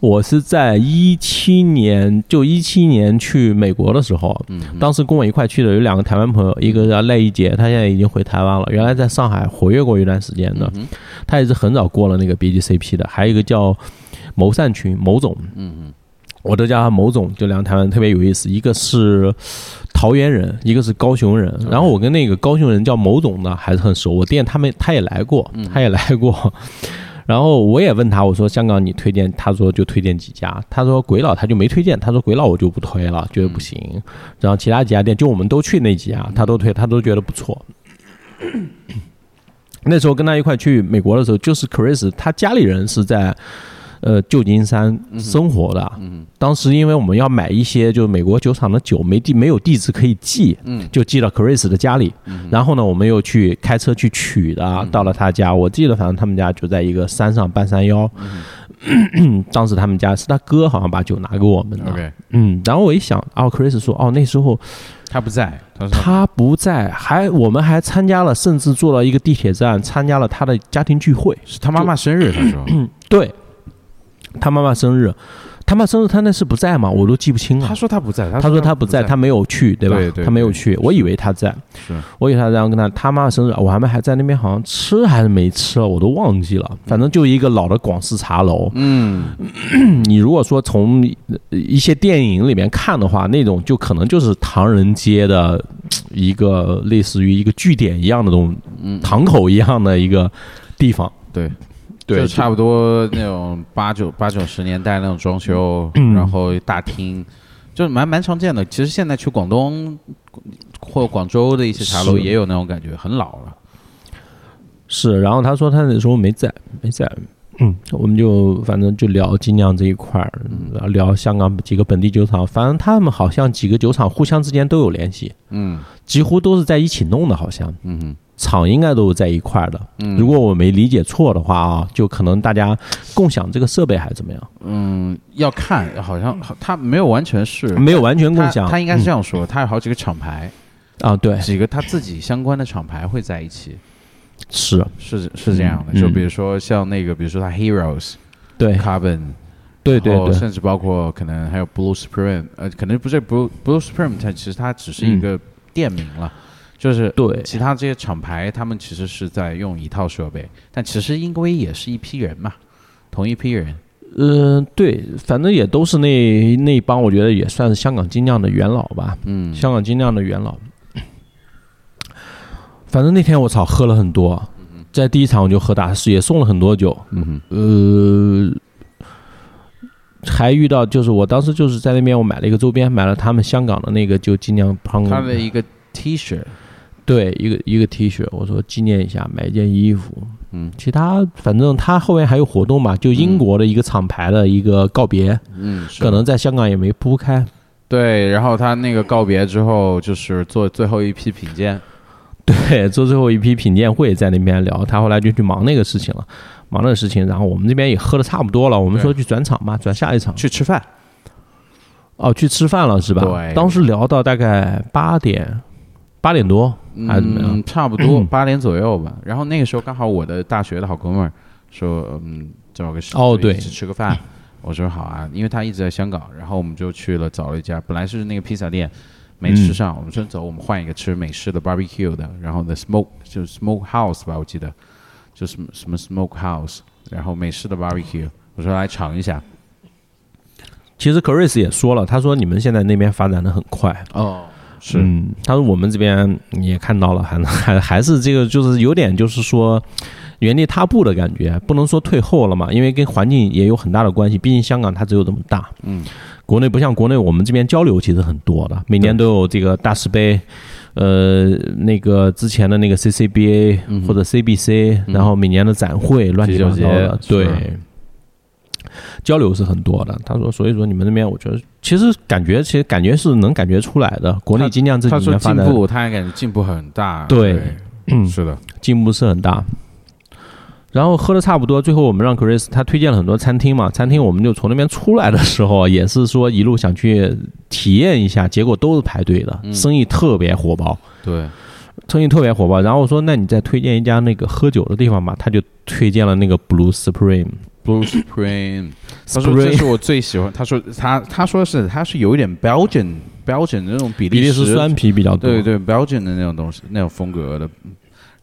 S2: 我是在一七年，就一七年去美国的时候，
S1: 嗯嗯
S2: 当时跟我一块去的有两个台湾朋友，一个叫赖一杰，他现在已经回台湾了，原来在上海活跃过一段时间的，
S1: 嗯
S2: 他也是很早过了那个 BGCP 的，还有一个叫牟善群牟总，
S1: 嗯
S2: 我都叫他某总，就两个台湾人特别有意思，一个是桃园人，一个是高雄人。然后我跟那个高雄人叫某总呢，还是很熟。我店他们他也来过，他也来过。 然后我也问他，我说香港你推荐，他说就推荐几家，他说鬼佬他就没推荐，他说鬼佬我就不推了，觉得不行。然后其他几家店，就我们都去那几家，他都推，他都觉得不错。那时候跟他一块去美国的时候，就是 Chris 他家里人是在呃旧金山生活的，啊
S1: 嗯
S2: 当时因为我们要买一些就是美国酒厂的酒，没地没有地址可以寄，
S1: 嗯
S2: 就寄到 Chris 的家里。
S1: 嗯，
S2: 然后呢，我们又去开车去取的，到了他家。
S1: 嗯
S2: 我记得反正他们家就在一个山上半山腰。
S1: 嗯
S2: 当时他们家是他哥好像把酒拿给我们的。
S3: OK，
S2: 嗯，然后我一想，哦，Chris 说，哦，那时候
S3: 他不在，他说
S2: 他不在，还我们还参加了，甚至坐到一个地铁站参加了他的家庭聚会。
S3: 是他妈妈生日，他说
S2: 对，他妈妈生日，他妈生日他那是不在吗？我都记不清了
S3: 他。说他不在，
S2: 他说
S3: 说
S2: 他
S3: 不
S2: 不在，他没有去，对吧？
S3: 对对
S2: 他没有去，我以为他在，
S3: 是
S2: 我以为他在，然后跟他他妈生日，我还没还在那边，好像吃还是没吃了，我都忘记了。反正就一个老的广式茶楼。
S1: 嗯
S2: 你如果说从呃一些电影里面看的话，那种就可能就是唐人街的嘖一个类似于一个据点一样的东，
S1: 嗯
S2: 堂口一样的一个地方。
S1: 对。
S2: 对
S1: 就差不多那种 八九八九十年代那种装修，
S2: 嗯
S1: 然后大厅，就是蛮蛮常见的。其实现在去广东或广州的一些茶楼
S2: 是
S1: 也有那种感觉，很老了。
S2: 是，然后他说他那时候没在，没在。嗯，我们就反正就聊精酿这一块儿，嗯聊香港几个本地酒厂，反正他们好像几个酒厂互相之间都有联系，
S1: 嗯
S2: 几乎都是在一起弄的，好像
S1: 嗯哼
S2: 厂应该都是在一块儿的。
S1: 嗯，
S2: 如果我没理解错的话啊，就可能大家共享这个设备还是怎么样，
S1: 嗯要看，好像他没有完全是
S2: 没有完全共
S1: 他
S2: 享。
S1: 他应该是这样说，他有好几个厂牌，
S2: 嗯啊，对，
S1: 几个他自己相关的厂牌会在一起，
S2: 是
S1: 是是这样的。
S2: 嗯哎
S1: 就比如说像那个，比如说他 Heroes、
S2: 对，
S1: Carbon，
S2: 对对
S1: 然后
S2: 对，
S1: 甚至包括可能还有 Blue Supreme，呃，可能不是 Blue Blue Supreme，它其实它只
S2: 嗯
S1: 是一个店名了，就是
S2: 对
S1: 其他这些厂牌，他们其实是在用一套设备，但其实因为也是一批人嘛，同一批人，
S2: 嗯、对，反正也都是那那一帮，我觉得也算是香港精酿的元老吧。
S1: 嗯，
S2: 香港精酿的元老。反正那天我操喝了很多，在第一场我就喝大师，也送了很多酒，
S1: 嗯哼
S2: 呃，还遇到就是我当时就是在那边我买了一个周边，买了他们香港的那个就精酿胖
S1: 他的一个 T 恤，
S2: 对一个一个 T 恤，我说纪念一下，买一件衣服。
S1: 嗯
S2: 其他反正他后面还有活动嘛，就英国的一个厂牌的一个告别，
S1: 嗯，是
S2: 可能在香港也没铺开。
S1: 对，然后他那个告别之后，就是做最后一批品鉴，
S2: 对， 做最后一批品鉴会在那边聊，他后来就去忙那个事情了，忙那个事情，然后我们这边也喝的差不多了，我们
S1: 对
S2: 说去转场吧，转下一场，
S1: 去吃饭，
S2: 哦，去吃饭了是吧？
S1: 对
S2: 当时聊到大概八点，八点多还是怎么样？
S1: 嗯，差不多八点左右吧。然后那个时候刚好我的大学的好哥们儿说，嗯，找个时间
S2: 哦对
S1: 一起吃 个饭。我说好啊，因为他一直在香港，然后我们就去了找了一家，本来是那个披萨店，没
S2: 嗯
S1: 吃上，我们说走，我们换一个吃美式的 barbecue 的，然后呢 smoke 就是 smoke house 吧，我记得就什么什么 smoke house，然后美式的 barbecue，我说来尝一下，
S2: 其实 Chris 也说了，他说你们现在那边发展的很快，
S1: 哦，是，
S2: 嗯，他说我们这边也看到了，还还还是这个就是有点就是说原地踏步的感觉，不能说退后了嘛，因为跟环境也有很大的关系，毕竟香港它只有这么大，
S1: 嗯，
S2: 国内不像国内我们这边交流其实很多的，每年都有这个大师杯。呃，那个之前的那个 CCBA
S1: 嗯哼
S2: 或者 CBC，、
S1: 嗯
S2: 然后每年的展会乱七八糟的，
S1: 啤酒节
S2: 对
S1: 是吧，
S2: 交流是很多的。他说，所以说你们那边，我觉得其实感觉，其实感觉是能感觉出来的。国内精酿这
S1: 他
S2: 几
S1: 说
S2: 年发
S1: 进
S2: 展
S1: 步，他还感觉进步很大，
S2: 对嗯
S1: 对，是的，
S2: 进步是很大。然后喝的差不多，最后我们让 Chris 他推荐了很多餐厅嘛，餐厅我们就从那边出来的时候，啊也是说一路想去体验一下，结果都是排队的，
S1: 嗯
S2: 生意特别火爆，
S1: 对，
S2: 生意特别火爆。然后我说，那你再推荐一家那个喝酒的地方吧，他就推荐了那个 Blue Spring。
S1: Blue Spring，他说这
S2: Spring
S1: 是我最喜欢。他说他他说是他是有一点 Belgian Belgian 那种比
S2: 比利
S1: 利时
S2: 时酸啤比较多，
S1: 对对 Belgian 的那种东西那种风格的，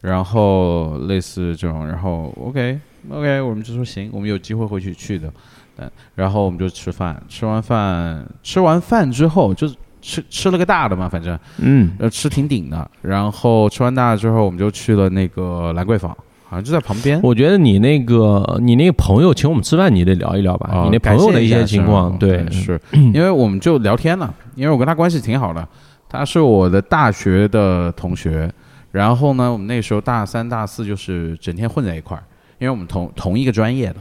S1: 然后类似这种，然后 OK OK，我们就说行，我们有机会回去去的，但然后我们就吃饭，吃完饭吃完饭之后就是吃吃了个大的嘛，反正
S2: 嗯，
S1: 呃吃挺顶的，然后吃完大的之后我们就去了那个兰桂坊，好像就在旁边。
S2: 我觉得你那个你那个朋友请我们吃饭，你得聊一聊吧，
S1: 啊
S2: 你那朋友的一些情况，
S1: 感谢一
S2: 对
S1: 下，是吧嗯是因为我们就聊天了，因为我跟他关系挺好的，他是我的大学的同学，然后呢，我们那时候大三大四就是整天混在一块儿，因为我们同同一个专业的，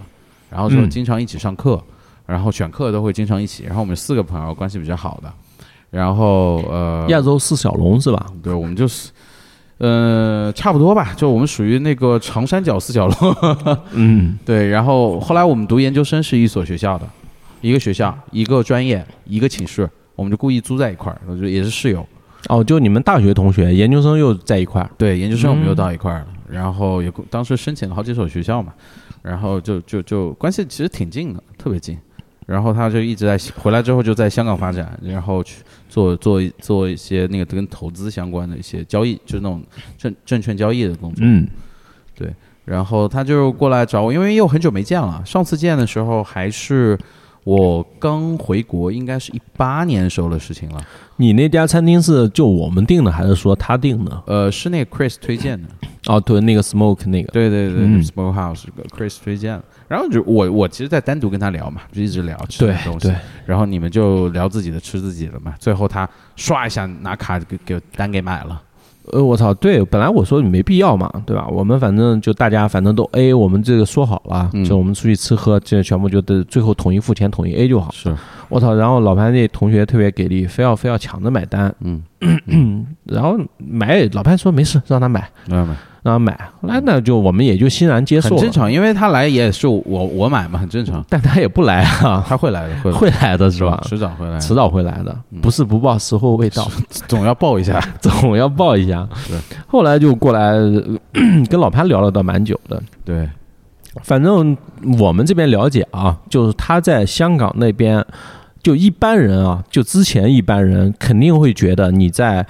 S1: 然后就
S2: 嗯
S1: 经常一起上课，然后选课都会经常一起，然后我们四个朋友关系比较好的，然后呃，
S2: 亚洲四小龙是吧？
S1: 对，我们就是。呃，差不多吧，就我们属于那个长三角四角龙，
S2: 嗯，
S1: 对，然后后来我们读研究生是一所学校的，一个学校，一个专业，一个寝室，我们就故意租在一块儿，我就也是室友。
S2: 哦，就你们大学同学，研究生又在一块儿，
S1: 对，研究生我们又到一块儿了，然后也故当时申请了好几所学校嘛，然后就就就关系其实挺近的，特别近。然后他就一直在回来之后就在香港发展，然后去做做做一些那个跟投资相关的一些交易，就是那种证证券交易的工作。
S2: 嗯，
S1: 然后他就过来找我，因为又很久没见了。上次见的时候还是我刚回国，应该是一八年时候的事情了。
S2: 你那家餐厅是就我们定的，还是说他定的？
S1: 呃，是那个 Chris 推荐的，
S2: 哦，对，那个 Smoke 那个，
S1: 对对对、
S2: 嗯
S1: s m o k e House Chris 推荐的。然后就我我其实在单独跟他聊嘛，就一直聊吃的
S2: 对
S1: 东西。
S2: 对，
S1: 然后你们就聊自己的，吃自己的嘛。最后他刷一下拿卡给给单给买了。
S2: 呃，我操，对，本来我说没必要嘛，对吧？我们反正就大家反正都 A，我们这个说好了，
S1: 嗯
S2: 就我们出去吃喝，这全部就得最后统一付钱，统一 A 就好。
S1: 是，
S2: 我操，然后老潘那同学特别给力，非要非要抢着买单，
S1: 嗯，
S2: 然后买老潘说没事，让他买，
S1: 明白吗？
S2: 让他买，后来那就我们也就欣然接受
S1: 很
S2: 了
S1: 正，常，因为他来也是我我买嘛，很正常。
S2: 但他也不来啊，
S1: 他会来的，会来的
S2: 会来的是吧？哎嗯
S1: 迟早会来的，
S2: 迟早会来的，不是不报，时候未到，
S1: 总要报一下。
S2: 总要报一下
S1: 对。
S2: 后来就过来呃跟老潘聊了倒蛮久的，
S1: 对，
S2: 反正我们这边了解啊，就是他在香港那边，就一般人啊，就之前一般人肯定会觉得你在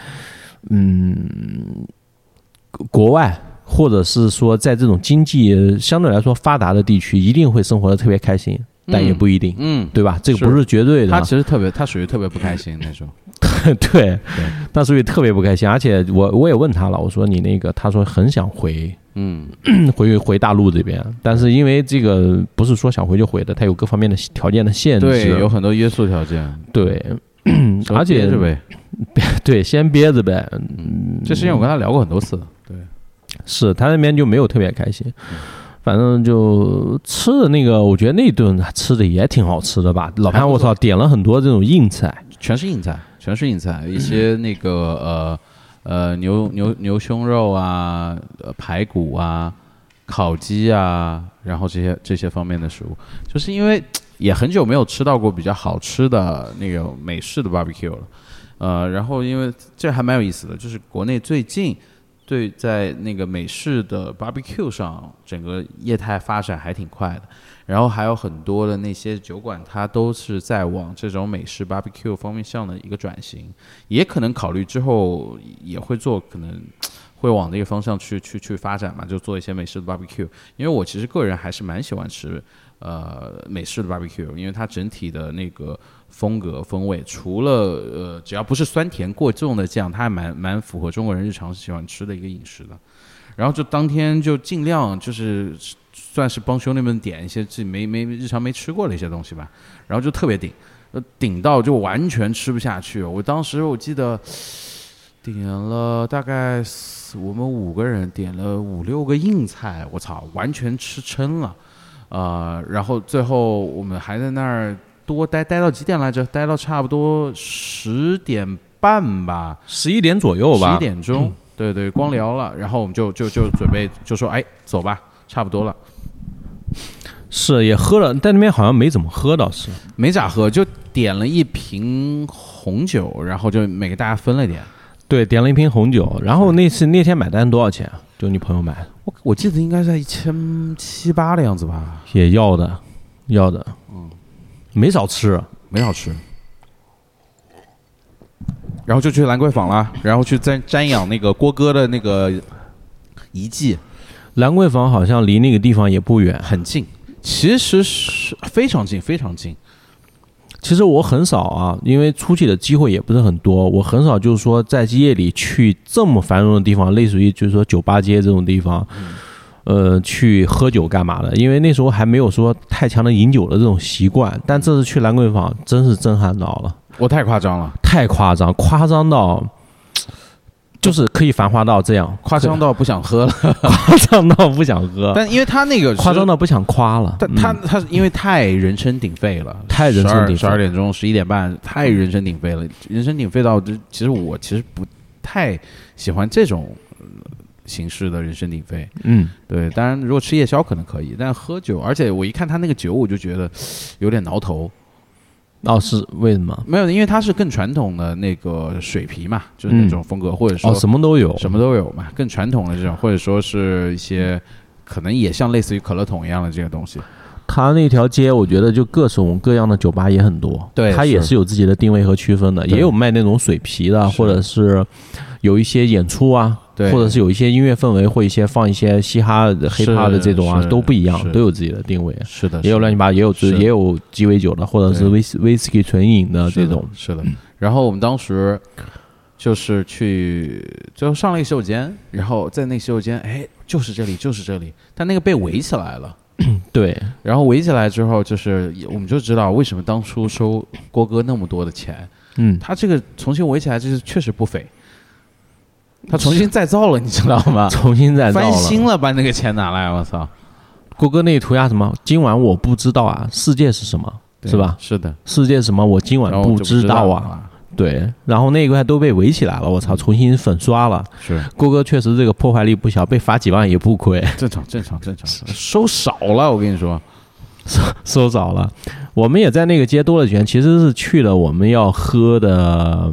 S2: 嗯国外。或者是说，在这种经济相对来说发达的地区，一定会生活的特别开心，但也不一定，
S1: 嗯，
S2: 对吧？这个不是绝对的。啊
S1: 他其实特别，他属于特别不开心那种。
S2: 对，那所以特别不开心。而且我我也问他了，我说你那个，他说很想回，
S1: 嗯，
S2: 回回大陆这边，但是因为这个不是说想回就回的，他有各方面的条件的限制。
S1: 对，有很多约束条件，
S2: 对
S1: 稍微
S2: 嗯而且嗯
S1: 憋着呗。
S2: 对，先憋着呗。
S1: 这事情我跟他聊过很多次，
S2: 是他那边就没有特别开心，反正就吃的那个，我觉得那顿吃的也挺好吃的吧。老
S1: 还
S2: 潘，
S1: 不
S2: 我
S1: 错
S2: 操，点了很多这种硬菜，
S1: 全是硬菜，全是硬菜，一些那个呃呃牛牛牛胸肉啊、呃排骨啊、烤鸡啊，然后这些这些方面的食物，就是因为也很久没有吃到过比较好吃的那个美式的 barbecue 了。呃，然后因为这还蛮有意思的，就是国内最近对在那个美式的 barbecue 上，整个业态发展还挺快的。然后还有很多的那些酒馆，它都是在往这种美式 barbecue 方面向的一个转型，也可能考虑之后也会做，可能会往这个方向去去去发展嘛，就做一些美式的 barbecue。因为我其实个人还是蛮喜欢吃呃美式的 barbecue，因为它整体的那个风格风味，除了呃只要不是酸甜过重的酱，它还蛮蛮符合中国人日常喜欢吃的一个饮食的。然后就当天就尽量就是算是帮兄弟们点一些自己没没日常没吃过的一些东西吧，然后就特别顶，呃顶到就完全吃不下去。我当时我记得点了大概四我们五个人点了五六个硬菜，我操，完全吃撑了。呃，然后最后我们还在那儿多待待到几点来着？待到差不多十点半吧。
S2: 十一点左右
S1: 十
S2: 吧
S1: 一，点钟，对对，光聊了，然后我们就就就准备就说，哎，走吧，差不多了，
S2: 是也喝了，但那边好像没怎么喝，倒是
S1: 没咋喝，就点了一瓶红酒，然后就每个大家分了一点。
S2: 对，点了一瓶红酒。然后那次那天买单多少钱啊？就你朋友买的
S1: 我我记得应该在一千七八的样子吧，
S2: 也要的，要的，嗯，没少吃。
S1: 没少吃。然后就去兰桂坊了，然后去瞻瞻仰那个郭哥的那个遗迹，
S2: 兰桂坊好像离那个地方也不远。
S1: 很近，其实是非常近，非常近。
S2: 其实我很少啊，因为出去的机会也不是很多，我很少就是说在夜里去这么繁荣的地方，类似于就是说酒吧街这种地方，呃，去喝酒干嘛的？因为那时候还没有说太强的饮酒的这种习惯。但这次去兰桂坊真是震撼到了，
S1: 我太夸张了，
S2: 太夸张，夸张到。就是可以繁华到这样，
S1: 夸张到不想喝 了。
S2: 夸张到不想喝，
S1: 但因为他那个
S2: 夸
S1: 是
S2: 张到不想夸了。嗯
S1: 但他他是因为太人声鼎沸了，
S2: 太人声鼎沸
S1: 十二点钟十一点半太人声鼎沸了，人声鼎沸到这，其实我其实不太喜欢这种呃形式的人声鼎沸。
S2: 嗯，
S1: 对，当然如果吃夜宵可能可以，但喝酒，而且我一看他那个酒，我就觉得有点挠头。
S2: 哦，是为什么？
S1: 没有，因为它是更传统的那个水啤嘛，就是那种风格，或者说
S2: 哦，什么都有，
S1: 什么都有嘛，更传统的这种，或者说是一些可能也像类似于可乐桶一样的这个东西。
S2: 它那条街，我觉得就各种各样的酒吧也很多，
S1: 对
S2: 它
S1: 是
S2: 也是有自己的定位和区分的，
S1: 对
S2: 也有卖那种水皮的，
S1: 是
S2: 或者是有一些演出啊，
S1: 对
S2: 或者是有一些音乐氛围，或一些放一些嘻哈、黑怕的这种啊
S1: 是，
S2: 都不一样
S1: 是，
S2: 都有自己的定位，
S1: 是的，
S2: 也有乱七八，也有自
S1: 是
S2: 也有鸡尾酒的，或者是
S1: 对
S2: 威士威士忌纯饮的
S1: 是
S2: 这
S1: 的
S2: 种，
S1: 是的。啊然后我们当时就是去，最后上了一个洗手间，然后在那个洗手间，哎，就是这里，就是这里，但那个被围起来了。
S2: 对，
S1: 然后围起来之后，就是我们就知道为什么当初收郭哥那么多的钱，
S2: 嗯，
S1: 他这个重新围起来，这是确实不菲。他重新再造了，你知道吗？
S2: 啊重新 再造
S1: 翻新
S2: 了。
S1: 了，把那个钱拿来，我操，
S2: 郭哥那涂鸦什么？今晚我不知道啊，世界是什么？
S1: 对
S2: 是吧？
S1: 是的，
S2: 世界什么？我今晚
S1: 然后我就不
S2: 知道啊。
S1: 了，嗯
S2: 对，然后那一块都被围起来了，我操，重新粉刷了。
S1: 是
S2: 郭哥确实这个破坏力不小，被罚几万也不亏，
S1: 正常，正常，正常，收少了，我跟你说，
S2: 收着了。我们也在那个街兜了圈，其实是去了我们要喝的，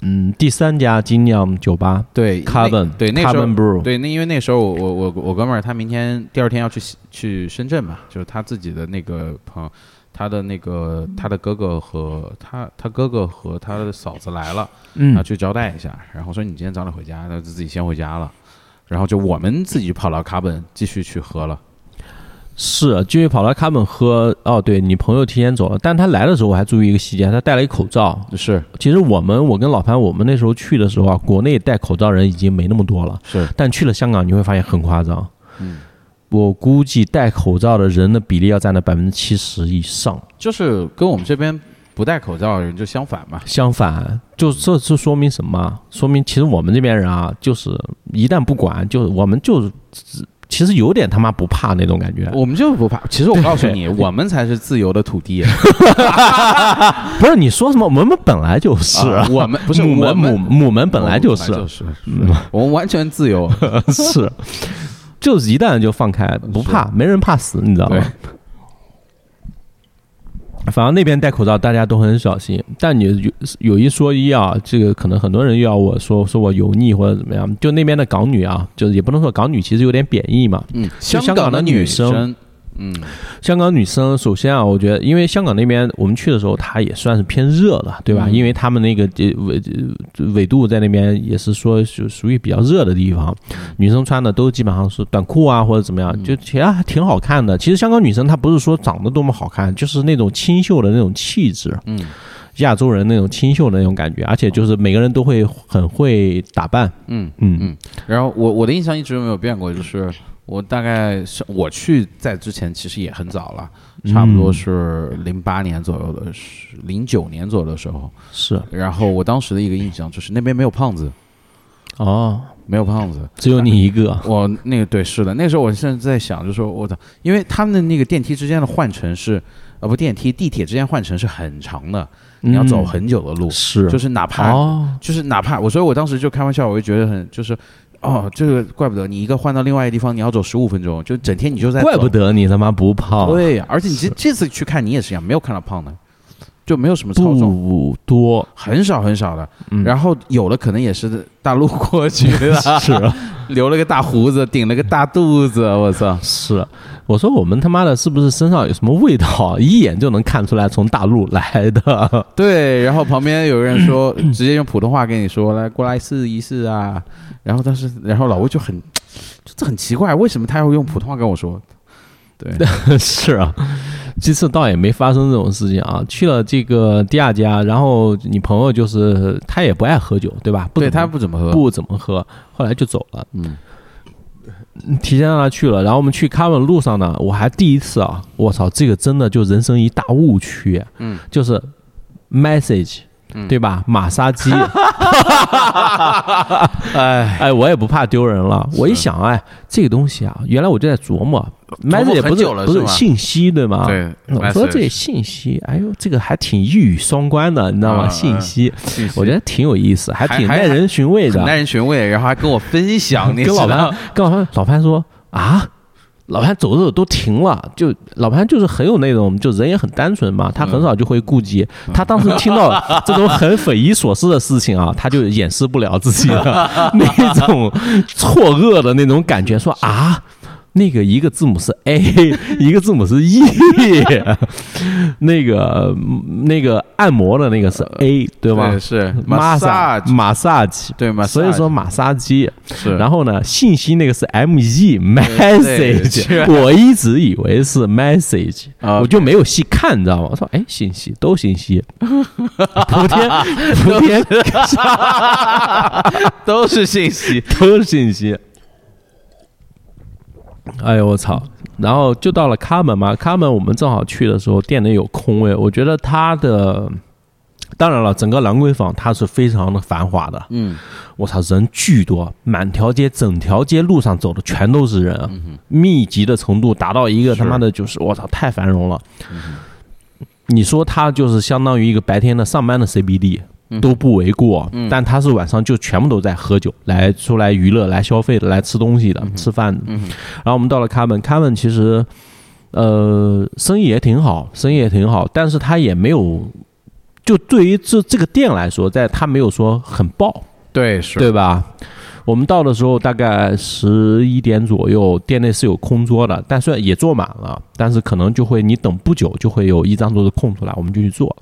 S2: 嗯，第三家精酿酒吧
S1: 对那
S2: Carbon，
S1: 对那时候
S2: Carbon Brew，
S1: 对，那因为那时候我我我我哥们儿他明天第二天要去西去深圳嘛，就是他自己的那个朋友，他的那个他的哥哥和他他哥哥和他的嫂子来了，他
S2: 嗯，
S1: 去招待一下，然后说你今天早点回家，他就自己先回家了，然后就我们自己跑到卡本继续去喝了，
S2: 是继续跑到卡本喝。哦，对你朋友提前走了，但他来的时候我还注意一个细节，他戴了一口罩。
S1: 是
S2: 其实我们，我跟老潘，我们那时候去的时候啊，国内戴口罩人已经没那么多了。
S1: 是，
S2: 但去了香港，你会发现很夸张。
S1: 嗯，
S2: 我估计戴口罩的人的比例要占到百分之七十以上。
S1: 就是跟我们这边不戴口罩的人就相反嘛，
S2: 相反，就这是说明什么？说明其实我们这边人啊，就是一旦不管，就是我们就是其实有点他妈不怕那种感觉。
S1: 我们就不怕。其实我告诉你，我们才是自由的土地。
S2: 不是你说什么？我们本来 就是，
S1: 啊我们不是
S2: 母
S1: 我
S2: 门
S1: 们
S2: 母母门本来就
S1: 我
S2: 是嗯
S1: 们本来就是我们完全自由。
S2: 是，啊就是一旦就放开，不怕，没人怕死，你知道吗
S1: 对？
S2: 反正那边戴口罩大家都很小心。但你有有一说一啊，这个可能很多人又要我说说我油腻或者怎么样，就那边的港女啊，就是也不能说港女，其实有点贬义嘛。
S1: 嗯，
S2: 就香
S1: 港
S2: 港的
S1: 女
S2: 女生，
S1: 嗯，
S2: 香港女生，首先啊，我觉得，因为香港那边我们去的时候，它也算是偏热了，对吧？
S1: 嗯
S2: 因为他们那个呃纬呃纬度在那边也是说就属于比较热的地方，女生穿的都基本上是短裤啊或者怎么
S1: 嗯
S2: 样，就其实还挺好看的。其实香港女生她不是说长得多么好看，就是那种清秀的那种气质，
S1: 嗯，
S2: 亚洲人那种清秀的那种感觉，而且就是每个人都会很会打扮，
S1: 嗯
S2: 嗯
S1: 嗯然后我我的印象一直没有变过，就是我大概是我去在之前其实也很早了，差不
S2: 嗯
S1: 多是零八年左右的时，零九年左右的时候。
S2: 是
S1: 然后我当时的一个印象就是那边没有胖子，
S2: 哦，
S1: 没有胖子。
S2: 只有你一个，
S1: 我那个对是的，那时候我甚至在想，就说我操，因为他们的那个电梯之间的换乘是，呃不电梯地铁之间换乘是很长的，你要走很久的路
S2: 嗯，是，
S1: 就是哪怕
S2: 哦，
S1: 就是哪怕我，所以我当时就开玩笑，我就觉得很就是，哦，这个怪不得你一个换到另外一个地方，你要走十五分钟，就整天你就在走
S2: 怪不得啊你他妈不胖。
S1: 对呀、而且你这这次去看你也是一样，没有看到胖的，就没有什么超重，
S2: 不多，
S1: 很少很少的。
S2: 嗯
S1: 然后有的可能也是大陆过去 的，
S2: 是
S1: 留了个大胡子，顶了个大肚子，我操！
S2: 是，我说我们他妈的是不是身上有什么味道， 一眼就能看出来从大陆来的？
S1: 对，然后旁边有个人 说，直接用普通话跟你说，来过来试一试啊。然后当时，然后老魏就很，就这很奇怪，为什么他要用普通话跟我说？对，
S2: 是啊，这次倒也没发生这种事情啊。去了这个第二家，然后你朋友就是他也不爱喝酒，对吧？不
S1: 对
S2: 怎
S1: 他
S2: 么
S1: 不怎么喝，
S2: 不怎么喝，后来就走了。嗯
S1: 嗯，
S2: 提前让他去了，然后我们去卡文路上呢，我还第一次啊，我操，这个真的就人生一大误区，
S1: 嗯，
S2: 就是 message，、对吧？马杀 鸡，哎哎，我也不怕丢人了。我一想，哎，这个东西啊，原来我就在琢磨
S1: 磨
S2: ，message 也不
S1: 很
S2: 是
S1: 久了
S2: 不
S1: 是
S2: 是
S1: 吗
S2: 信息对
S1: 啊
S2: 吗？。
S4: 对，
S2: 啊我说这信息，哎呦，这个还挺一语双关的，你知道吗？
S4: 嗯嗯
S2: 信息，
S4: 信息
S2: 我觉得挺有意思，还
S1: 还
S2: 挺
S1: 还
S2: 耐
S1: 还
S2: 人寻味的
S1: 很。耐人寻味，然后还跟我分享，你
S2: 跟老
S1: 知道
S2: 潘跟老潘老潘说啊，老潘走着走都停了，就老潘就是很有那种，就人也很单纯嘛，他很少就会顾及。他当时听到这种很匪夷所思的事情啊，他就掩饰不了自己的那种错愕的那种感觉，说啊。那个一个字母是 A，一 个字母是 E，那个那个按摩的那个是 A，对吧？
S1: 是
S2: 马萨
S1: massage，
S2: 马萨鸡，
S1: 对马
S2: 所以说马杀鸡，
S1: 是，
S2: 然后呢，信息那个是 M E
S1: 对
S2: message，
S1: 是
S2: 我一直以为是 message，
S1: 啊
S2: 我就没有细看，你知道吗？我说，哎，信息都信 息，昨天昨天
S1: 都是 信息，
S2: 都是信息。哎呦我操！然后就到了卡门嘛，卡门我们正好去的时候店里有空位，我觉得它的，当然了，整个兰桂坊它是非常的繁华的，
S1: 嗯，
S2: 我操，人巨多，满条街、整条街路上走的全都是人啊，密集的程度达到一个他妈的，就是我操，太繁荣了。你说它就是相当于一个白天的上班的 CBD 都不为过，但它是晚上就全部都在喝酒，来出来娱乐、来消费的、来吃东西的、吃饭的。然后我们到了卡门，卡门其实呃生意也挺好，生意也挺好，但是它也没有。就对于这这个店来说，在它没有说很爆，
S1: 对是，
S2: 对吧？我们到的时候大概十一点左右，店内是有空桌的，但是也坐满了，但是可能就会你等不久就会有一张桌子空出来，我们就去坐，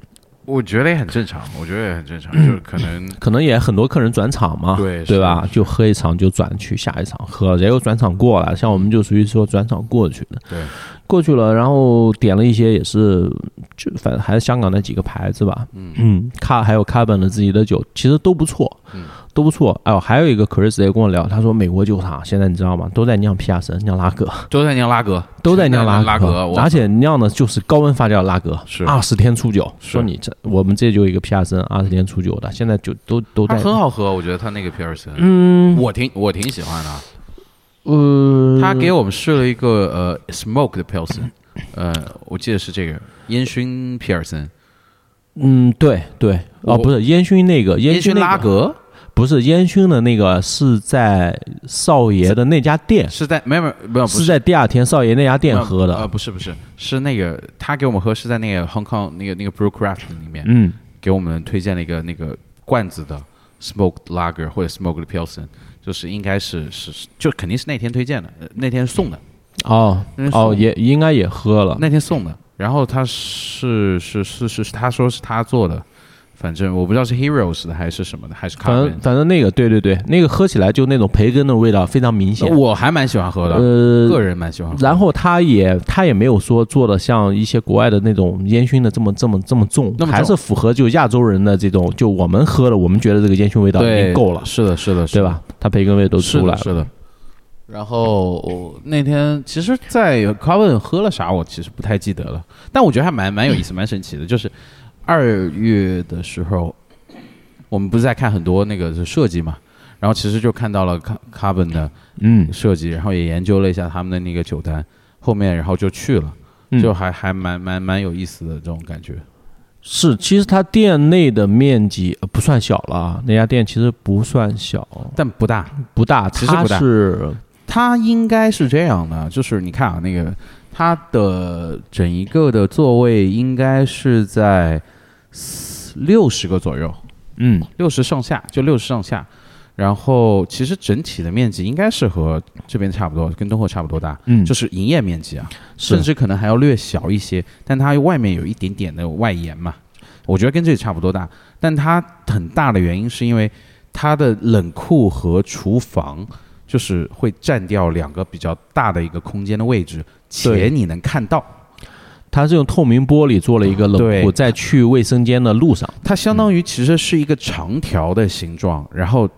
S4: 我觉得也很正常，我觉得也很正常，
S2: 嗯
S4: 就是可能
S2: 可能也很多客人转场嘛，
S4: 对
S2: 对吧
S4: 是？
S2: 就喝一场就转去下一场喝，也有转场过来，像我们就属于说转场过去的，
S4: 对，
S2: 过去了，然后点了一些也是就反正还是香港那几个牌子吧，嗯卡还有卡本的自己的酒，其实都不错，
S1: 嗯
S2: 都不错。哎呦，还有一个 Chris 也跟我聊，他说美国酒厂现在你知道吗，都在酿皮亚森、酿拉 格，
S1: 都在酿拉格，
S2: 都在酿
S1: 拉
S2: 拉
S1: 格，我
S2: 而且酿的就是高温发酵的拉格，
S4: 是
S2: 二十天出酒。
S4: 是
S2: 说你这我们这就有一个皮亚森二十天出酒的，现在就都都
S1: 它
S2: 在。
S1: 啊很好喝，我觉得它那个皮尔森，
S2: 嗯，
S1: 我挺我挺喜欢的。
S2: 呃，
S1: 他给我们试了一个呃 smoke 的 p i l s o n 呃，我记得是这个烟熏皮尔森，
S2: 嗯，对对，哦，
S1: 我
S2: 不是烟熏那个，烟
S1: 熏
S2: 那个
S1: 拉格，
S2: 不是烟熏的那个，是在少爷的那家店，
S1: 是在没有没有没啊有不
S2: 是在第二天少爷那家店喝
S1: 啊、呃
S2: 的。
S1: 不是不是，是那个他给我们喝是在那个 Hong Kong 那个那个 Brew Craft 里面、
S2: 嗯，
S1: 给我们推荐了一个那个罐子的 Smoked Lager 或者 Smoked Pilsen，就是应该是是是就肯定是那天推荐的，呃那天送的，
S2: 哦
S1: 那是
S2: 哦，也应该也喝了。
S1: 那天送的。然后他是是是是是他说是他做的，反正我不知道是 Heroes 的还是什么的，还是 c
S2: 反
S1: a
S2: 正反正那个，对对对，那个喝起来就那种培根的味道非常明显。
S1: 哦我还蛮喜欢喝的，
S2: 呃，
S1: 个人蛮啊喜欢喝的。
S2: 然后他也他也没有说做的像一些国外的那种烟熏的这么这么这么重，
S1: 那么重
S2: 还是符合就亚洲人的这种，就我们喝了，我们觉得这个烟熏味道已
S1: 对
S2: 经够了，
S1: 是的，是的，是
S2: 对
S1: 的？
S2: 吧？它培根味都出来了，
S1: 是的。是的然后我那天其实，在 Coven 喝了啥，我其实不太记得了，但我觉得还蛮蛮有意 思、蛮神奇的。就是二月的时候，我们不是在看很多那个设计嘛，然后其实就看到了 Co- Coven 的
S2: 嗯，
S1: 设计，然后也研究了一下他们的那个酒单，后面然后就去了，
S2: 嗯
S1: 就还还蛮蛮蛮有意思的这种感觉。
S2: 是。其实它店内的面积呃不算小了啊，那家店其实不算小，
S1: 但不大，
S2: 不大，
S1: 其实
S2: 它
S1: 不大
S2: 是
S1: 它应该是这样的，就是你看啊，那个它的整一个的座位应该是在六十个左右，
S2: 嗯
S1: 六十上下，就六十上下。然后其实整体的面积应该是和这边差不多，跟东后差不多大，
S2: 嗯，
S1: 就是营业面积啊，
S2: 是
S1: 甚至可能还要略小一些，但它外面有一点点的外延嘛，我觉得跟这里差不多大。但它很大的原因是因为它的冷库和厨房就是会占掉两个比较大的一个空间的位置，且
S2: 对
S1: 你能看到，
S2: 它是用透明玻璃做了一个冷库，
S1: 对
S2: 在去卫生间的路上，
S1: 它相当于其实是一个长条的形状，然后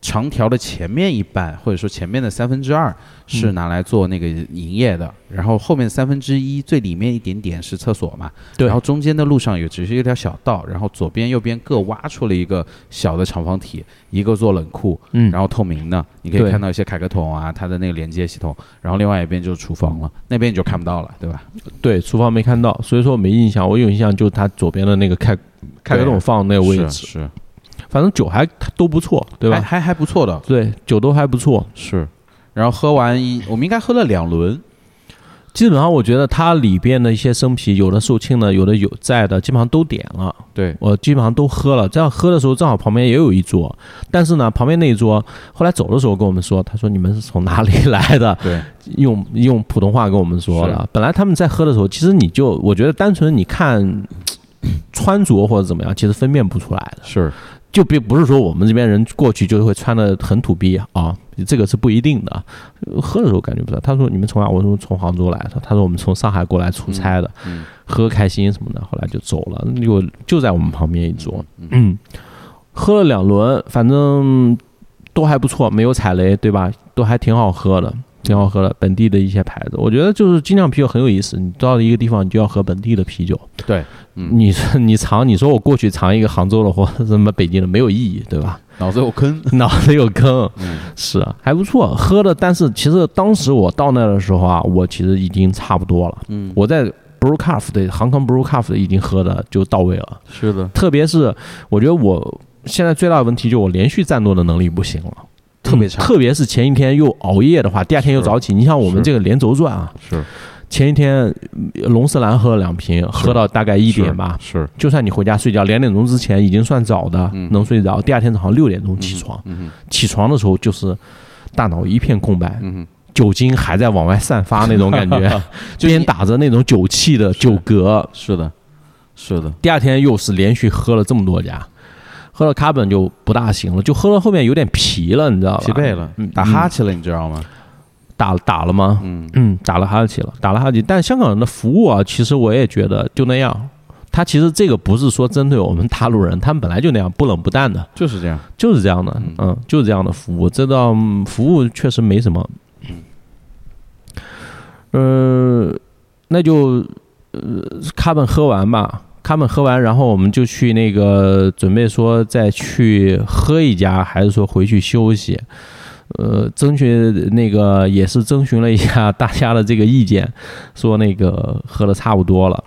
S1: 长条的前面一半或者说前面的三分之
S2: 嗯
S1: 二是拿来做那个营业的，然后后面三分之一最里面一点点是厕所嘛，
S2: 对
S1: 然后中间的路上有只是一条小道，然后左边右边各挖出了一个小的长方体，一个做冷库，
S2: 嗯，
S1: 然后透明的，你可以
S2: 对
S1: 看到一些凯格桶啊，它的那个连接系统，然后另外一边就是厨房了，那边你就看不到了，对吧？
S2: 对，厨房没看到，所以说我没印象。我有印象就是它左边的那个开开个洞放那个位置，
S1: 是是，哎
S2: 反正酒还都不错，对
S1: 还
S2: 吧？
S1: 还还不错的，
S2: 对，酒都还不错。
S1: 是。然后喝完一，我们应该喝了两轮，
S2: 基本上我觉得它里边的一些生啤，有的售罄的，有的有在的，基本上都点了，
S1: 对，
S2: 我基本上都喝了。这样喝的时候，正好旁边也有一桌，但是呢，旁边那一桌后来走的时候跟我们说，他说你们是从哪里来的？
S1: 对，
S2: 用用普通话跟我们说了。本来他们在喝的时候，其实你就我觉得单纯你看嘖穿着或者怎么样，其实分辨不出来的。
S1: 是
S2: 就并不是说我们这边人过去就会穿的很土逼啊，这个是不一定的。呃喝的时候感觉不到。他说你们从哪？我说从杭州来的。他说我们从上海过来出差的，
S1: 嗯嗯
S2: 喝开心什么的。后来就走了，就就在我们旁边一桌，嗯，喝了两轮，反正都还不错，没有踩雷，对吧？都还挺好喝的。挺好喝的，本地的一些牌子，我觉得就是精酿啤酒很有意思。你到了一个地方，你就要喝本地的啤酒，
S1: 对，嗯，
S2: 你说你尝，你说我过去尝一个杭州的或者什么北京的没有意义，对吧？
S1: 脑子有坑，
S2: 脑子有坑，
S1: 嗯，
S2: 是啊还不错喝的。但是其实当时我到那的时候啊，我其实已经差不多了。
S1: 嗯，
S2: 我在 Brew c a f 的航空 Brew c a f 已经喝的就到位了。
S1: 是的，
S2: 特别是我觉得我现在最大的问题就是我连续战斗的能力不行了，
S1: 嗯
S2: 嗯
S1: 特别差
S2: 特别是前一天又熬夜的话，第二天又
S1: 是
S2: 早起。你像我们
S1: 是
S2: 这个连轴转啊，
S1: 是
S2: 前一天呃龙舌兰喝了两瓶，喝到大概一点吧，
S1: 是，
S2: 就算你回家睡觉，两点钟之前已经算早的，
S1: 嗯
S2: 能睡着。第二天早上六点钟起床，
S1: 嗯哼
S2: 起床的时候就是大脑一片空白，
S1: 嗯哼，
S2: 酒精还在往外散发那种感 觉，边打着那种酒气的酒嗝。
S1: 是的，是的，
S2: 第二天又是连续喝了这么多家，喝了卡本就不大行了，就喝到后面有点疲了，你知道吧？
S1: 疲惫了
S2: 嗯，
S1: 打哈欠了，你知道吗？
S2: 打打了吗？
S1: 嗯，
S2: 嗯，打了哈欠了，打了哈欠。但香港人的服务啊，其实我也觉得就那样。他其实这个不是说针对我们大陆人，他们本来就那样不冷不淡的。
S1: 就是这样，
S2: 就是这样的，嗯，就是这样的服务，这道嗯服务确实没什么。呃，那就呃，卡本喝完吧，卡本喝完，然后我们就去那个准备说再去喝一家，还是说回去休息？呃，征询那个也是征询了一下大家的这个意见，说那个喝的差不多了，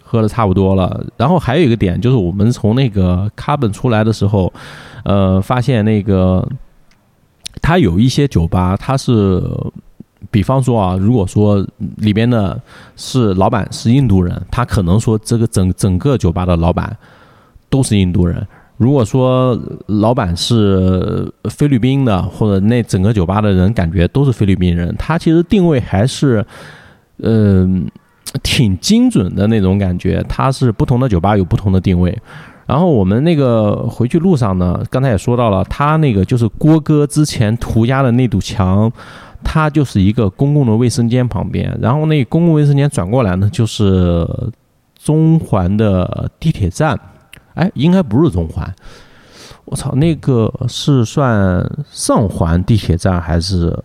S2: 喝的差不多了。然后还有一个点就是，我们从那个卡本出来的时候，呃，发现那个它有一些酒吧，它是比方说啊，如果说里边的是老板是印度人，他可能说这个整整个酒吧的老板都是印度人。如果说老板是菲律宾的，或者那整个酒吧的人感觉都是菲律宾人，他其实定位还是，嗯、挺精准的那种感觉。它是不同的酒吧有不同的定位。然后我们那个回去路上呢，刚才也说到了，他那个就是郭哥之前涂鸦的那堵墙，它就是一个公共的卫生间旁边。然后那公共卫生间转过来呢，就是中环的地铁站。哎，应该不是中环。我操，那个是算上环地铁站还是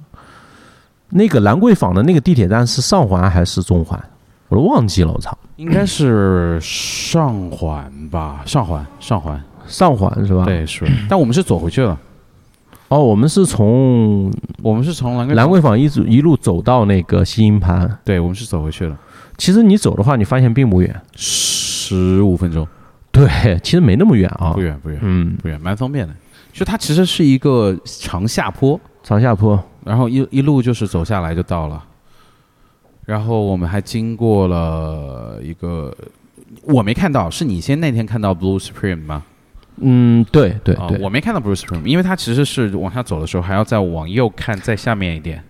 S2: 那个兰桂坊的那个地铁站是上环还是中环？我都忘记了，我操，
S1: 应该是上环吧，上环，上环，
S2: 上环是吧？。
S1: 对，是。但我们是走回去了，
S2: 哦，我们是从
S1: 我们是从兰桂，
S2: 兰桂坊一直一路走到那个西营盘。
S1: 对，我们是走回去了，
S2: 其实你走的话，你发现并不远。
S1: 十五分钟，
S2: 对，其实没那么远啊
S1: 不。远不远
S2: 嗯，
S1: 不远，蛮方便的。就它其实是一个长下坡，
S2: 长下坡。
S1: 然后一一路就是走下来就到了，然后我们还经过了一个，我没看到，是你先那天看到 Blue Supreme 吗？
S2: 嗯，对对
S1: 啊、
S2: 对，
S1: 我没看到 Blue Supreme，因为它其实是往下走的时候还要再往右看，再下面一点。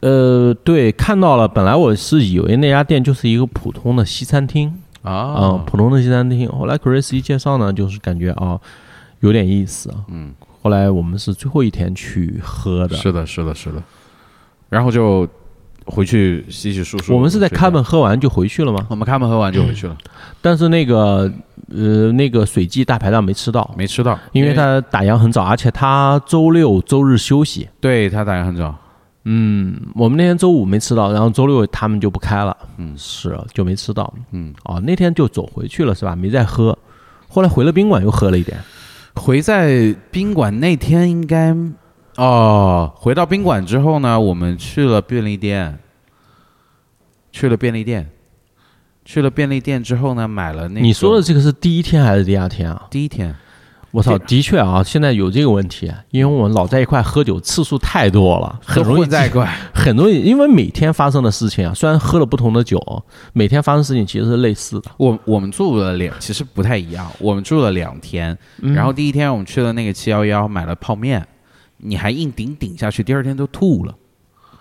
S2: 呃，对，看到了。本来我是以为那家店就是一个普通的西餐厅，啊、
S1: 啊
S2: 普通的西餐厅。后来 Chris 一介绍呢，就是感觉啊、有点意思啊。
S1: 嗯，
S2: 后来我们是最后一天去喝的，
S1: 是的，是的，是的。然后就回去洗洗漱漱。
S2: 我们是在
S1: 睡觉
S2: 开门嗯喝完就回去了吗？
S1: 我们开门喝完就回去了，
S2: 但是那个呃那个水记大排档没吃到，
S1: 没吃到，
S2: 因为他打烊很早，而且他周六周日休息。
S1: 对他打烊很早。
S2: 嗯，我们那天周五没吃到，然后周六他们就不开了。
S1: 嗯
S2: 是就没吃到。
S1: 嗯，
S2: 哦，那天就走回去了是吧？没再喝。后来回了宾馆又喝了一点。
S1: 回在宾馆那天应该哦，回到宾馆之后呢，我们去了便利店，去了便利店，去了便利店之后呢，买了那个
S2: 你说的这个是第一天还是第二天啊？
S1: 第一天，
S2: 我操，
S1: 对
S2: 的确啊，现在有这个问题，因为我们老在一块喝酒次数太多了，很
S1: 都
S2: 容易
S1: 混在一
S2: 记
S1: 块，
S2: 很容易，因为每天发生的事情啊，虽然喝了不同的酒，每天发生的事情其实是类似的。
S1: 我我们住了两，其实不太一样。我们住了两天，
S2: 嗯
S1: 然后第一天我们去了那个七幺幺，买了泡面，你还硬顶顶下去，第二天都吐了，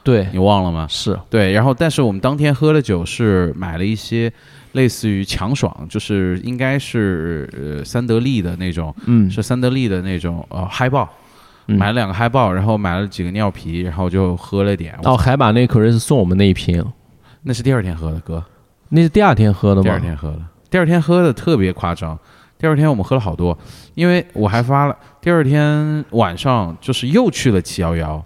S2: 对，
S1: 你忘了吗？
S2: 是
S1: 对，然后但是我们当天喝的酒是买了一些类似于强爽，就是应该是呃三得利的那种，
S2: 嗯
S1: 是三得利的那种呃嗨爆，
S2: 嗯
S1: 买了两个嗨爆，然后买了几个尿啤，然后就喝了点。
S2: 哦，还把那可瑞斯送我们那一瓶，
S1: 那是第二天喝的，哥，
S2: 那是第二天喝的
S1: 第二
S2: 吗？
S1: 天喝的，第二天喝的特别夸张。第二天我们喝了好多，因为我还发了。第二天晚上就是又去了七幺幺，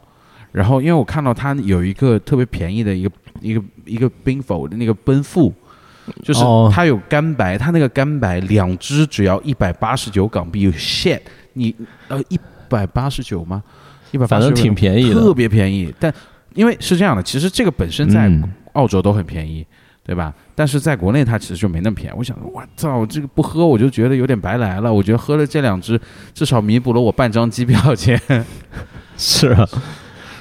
S1: 然后因为我看到它有一个特别便宜的一个一个一个冰否的那个奔富，就是
S2: 哦
S1: 它有干白，它那个干白两支只要一百八十九港币，shit，你呃一百八十九吗？一百
S2: 反正挺便宜的
S1: 特别便宜。但因为是这样的，其实这个本身在
S2: 嗯
S1: 澳洲都很便宜，对吧？但是在国内它其实就没那么便宜。我想，我操，这个不喝我就觉得有点白来了。我觉得喝了这两支，至少弥补了我半张机票 钱。
S2: 是啊，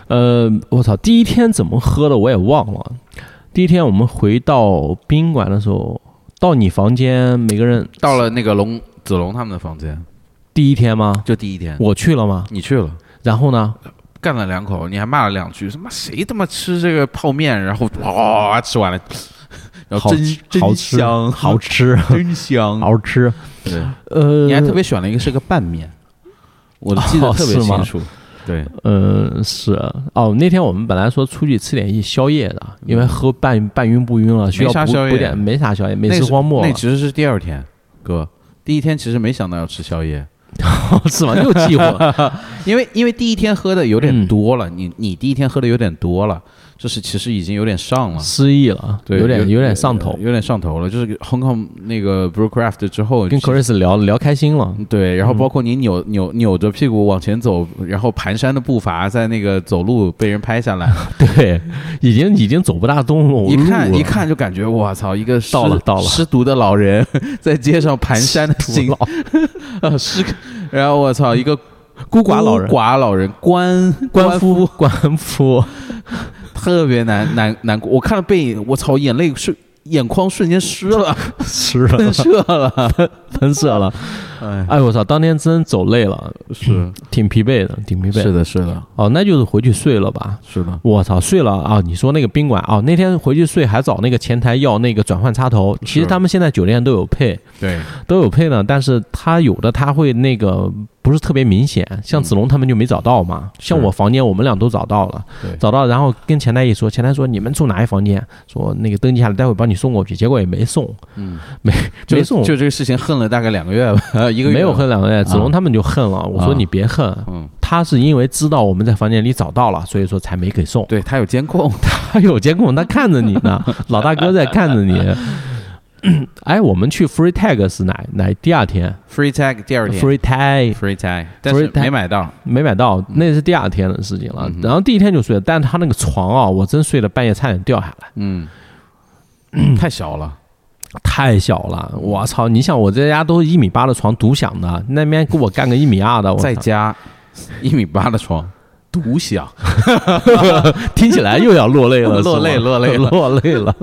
S2: 呃，我操，第一天怎么喝的我也忘了。第一天我们回到宾馆的时候，到你房间，每个人
S1: 到了那个龙子龙他们的房间，
S2: 第一天吗？
S1: 就第一天，
S2: 我去了吗？
S1: 你去了。
S2: 然后呢？
S1: 干了两口，你还骂了两句，他妈谁他妈吃这个泡面？然后哇、吃完了，然后
S2: 好
S1: 真哦真 香，
S2: 好吃，
S1: 真香。
S2: 好吃。
S1: 对，
S2: 呃，
S1: 你还特别选了一个是个拌面，我记 得
S2: 哦
S1: 特别
S2: 是吗
S1: 清楚。对，
S2: 呃是哦，那天我们本来说出去吃点宵夜的，因为喝半半晕不晕了，需要
S1: 啥
S2: 补
S1: 宵夜
S2: 补点没啥宵夜，美
S1: 那
S2: 食
S1: 是
S2: 荒漠
S1: 那其实是第二天，哥，第一天其实没想到要吃宵夜，
S2: 是吗？又记混 了。
S1: 因为因为第一天喝的有点
S2: 嗯
S1: 多了，你你第一天喝的有点多了，就是其实已经有点上了。
S2: 失忆了，啊
S1: 对，
S2: 有点有点上头。
S1: 有点上头了。就是 Hong Kong 那个 Brewcraft 之后，
S2: 跟嗯 Chris 聊聊开心了，
S1: 对，然后包括你扭扭扭着屁股往前走，然后蹒跚的步伐在那个走路被人拍下来，
S2: 对，已经已经走不大动路
S1: 一看
S2: 路了
S1: 一看就感觉我操，一个失
S2: 到了到了
S1: 失独的老人在街上蹒跚的行
S2: 徒劳
S1: 呃，失然后我操，一个
S2: 孤寡老人
S1: 孤寡老人， 官
S2: 官
S1: 夫，
S2: 夫官夫，
S1: 特别难难难过。我看了背影，我操，眼泪瞬眼眶瞬间 湿了，
S2: 吃
S1: 喷
S2: 了
S1: 射了。
S2: 喷射了，
S1: 哎，
S2: 哎我操，当天真走累了，
S1: 是
S2: 挺疲惫的，挺疲惫。
S1: 是的，是的，
S2: 哦，那就是回去睡了吧。
S1: 是的，
S2: 我操，睡了啊！你说那个宾馆啊，那天回去睡还找那个前台要那个转换插头。其实
S1: 是
S2: 他们现在酒店都有配，
S1: 对，
S2: 都有配呢，但是他有的他会那个不是特别明显，
S1: 嗯
S2: 像子龙他们就没找到嘛。像我房间，我们俩都找到了
S1: 对，
S2: 找到，然后跟前台一说，前台说你们住哪一房间？说那个登记下来，待会帮你送过去。结果也没送，
S1: 嗯，
S2: 没
S1: 就
S2: 没送，
S1: 就这个事情恨了大概两个月吧，一个月
S2: 没有恨两个月。
S1: 啊
S2: 子龙他们就恨了，我说
S1: 啊
S2: 你别恨，
S1: 嗯
S2: 他是因为知道我们在房间里找到了，所以说才没给送。
S1: 对他有监控，
S2: 他 有监控，他看着你 呢，老大哥在看着你。 哎，我们去 Free Tag 是哪哪第二天
S1: free tag 第二天
S2: ？Free Tag
S1: free tag，但是
S2: Free tag
S1: 没买到，
S2: 没买到，那是第二天的事情了
S1: 嗯。哼
S2: 然后第一天就睡了，但是他那个床啊，我真睡得半夜差点掉下来，
S1: 嗯，太小了，
S2: 太小了。我操！你想，我在家都是一米八的床独享的，那边给我干个一米二的，我操
S1: 在家一米八的床，独 享，
S2: 听起来又要落泪 了，
S1: 落泪
S2: 是吗
S1: 落泪了
S2: 落泪了。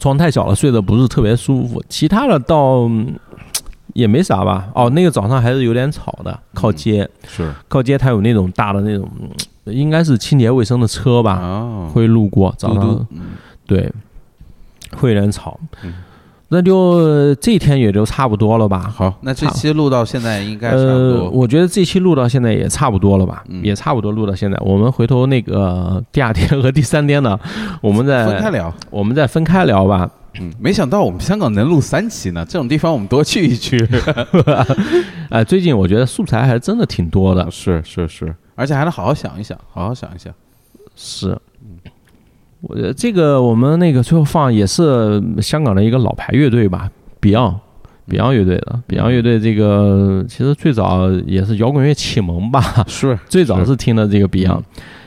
S2: 床太小了，睡得不是特别舒服。其他的倒嗯也没啥吧。哦，那个早上还是有点吵
S1: 嗯
S2: 的，靠街，
S1: 是
S2: 靠街它有那种大的那种，嗯应该是清洁卫生的车吧，
S1: 哦，
S2: 会路过早
S1: 嘟嗯嘟
S2: 上，，对，会有点吵
S1: 嗯。
S2: 那就这天也就差不多了吧。
S1: 好，那这期录到现在应该差不
S2: 呃，
S1: 多，
S2: 我觉得这期录到现在也差不多了吧，
S1: 嗯
S2: 也差不多录到现在。我们回头那个呃第二天和第三天呢， 我们再
S1: 分开聊。
S2: 我们再分开聊吧。
S1: 嗯，没想到我们香港能录三期呢，这种地方我们多去一去。
S2: 哎、最近我觉得素材还真的挺多的，
S1: 是是是，而且还能好好想一想，好好想一想。
S2: 是。我觉得这个我们那个最后放也是香港的一个老牌乐队吧，Beyond。Beyond
S1: 嗯
S2: 乐队的 Beyond 乐队，这个其实最早也是摇滚乐启蒙吧，
S1: 是
S2: 最早
S1: 是
S2: 是听的这个 Beyond。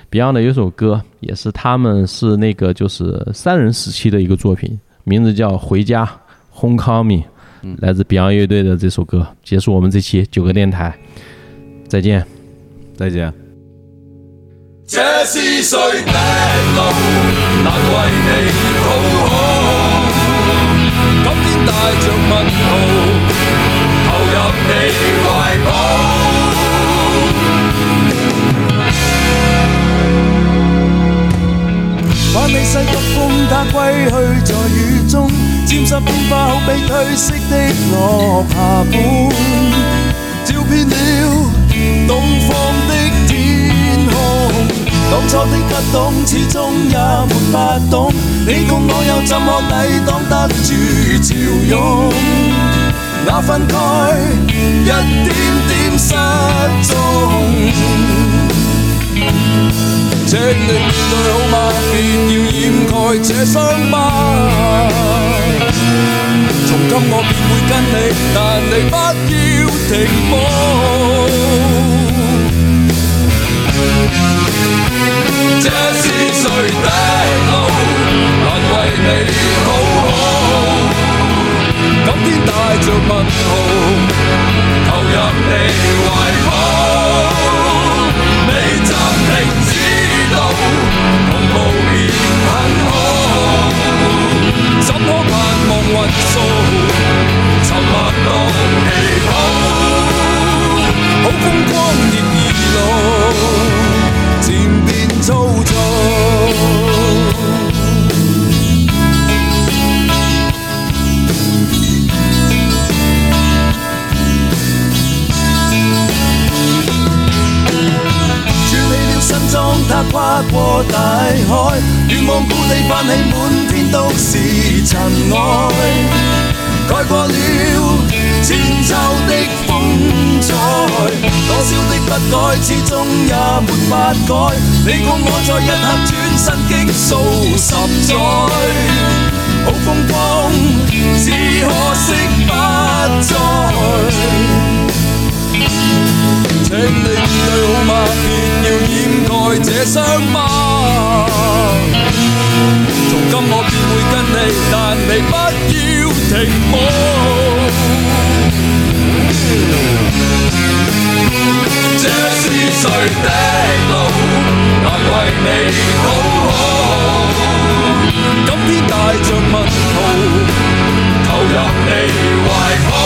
S2: Beyond 的有首歌也是他们是那个就是三人时期的一个作品，名字叫《回家》（Homecoming），、
S1: 嗯
S2: 来自 Beyond 乐队的这首歌。结束我们这期九个电台，再见。
S1: 再见。
S5: 这是谁的路？难为你好好。今天带着问号，投入你怀抱。
S6: 把你西北風它歸去在雨中，沾濕鮮花好比褪色的落霞般，照遍了東方的天空。當初的不懂，始終也沒法懂，你共我又怎可抵擋得住潮湧？那份愛一點點失蹤。請你面對好嗎？別要掩蓋這傷疤。從今我便會跟你，但你不要停步。
S5: 这是谁的路？难為你好好。今天帶着問號，投入你懷抱。你暫停之路，同步便很好。怎可盼望運數？沉默當氣泡，好風光亦易老。
S6: 漸變粗糙。穿起了新裝，他跨過大海，願望故地泛起滿天都是塵埃，蓋過了千秋的風采。多少的不改，始終也沒法改。你共我在一刻轉身經數十載，好風光，只可惜不再。請你面對好嗎？別要掩蓋這傷疤。從今我便會跟你，但你不要停舞。这是谁的路？难为你讨好。今天帶着問號，投入你懷抱。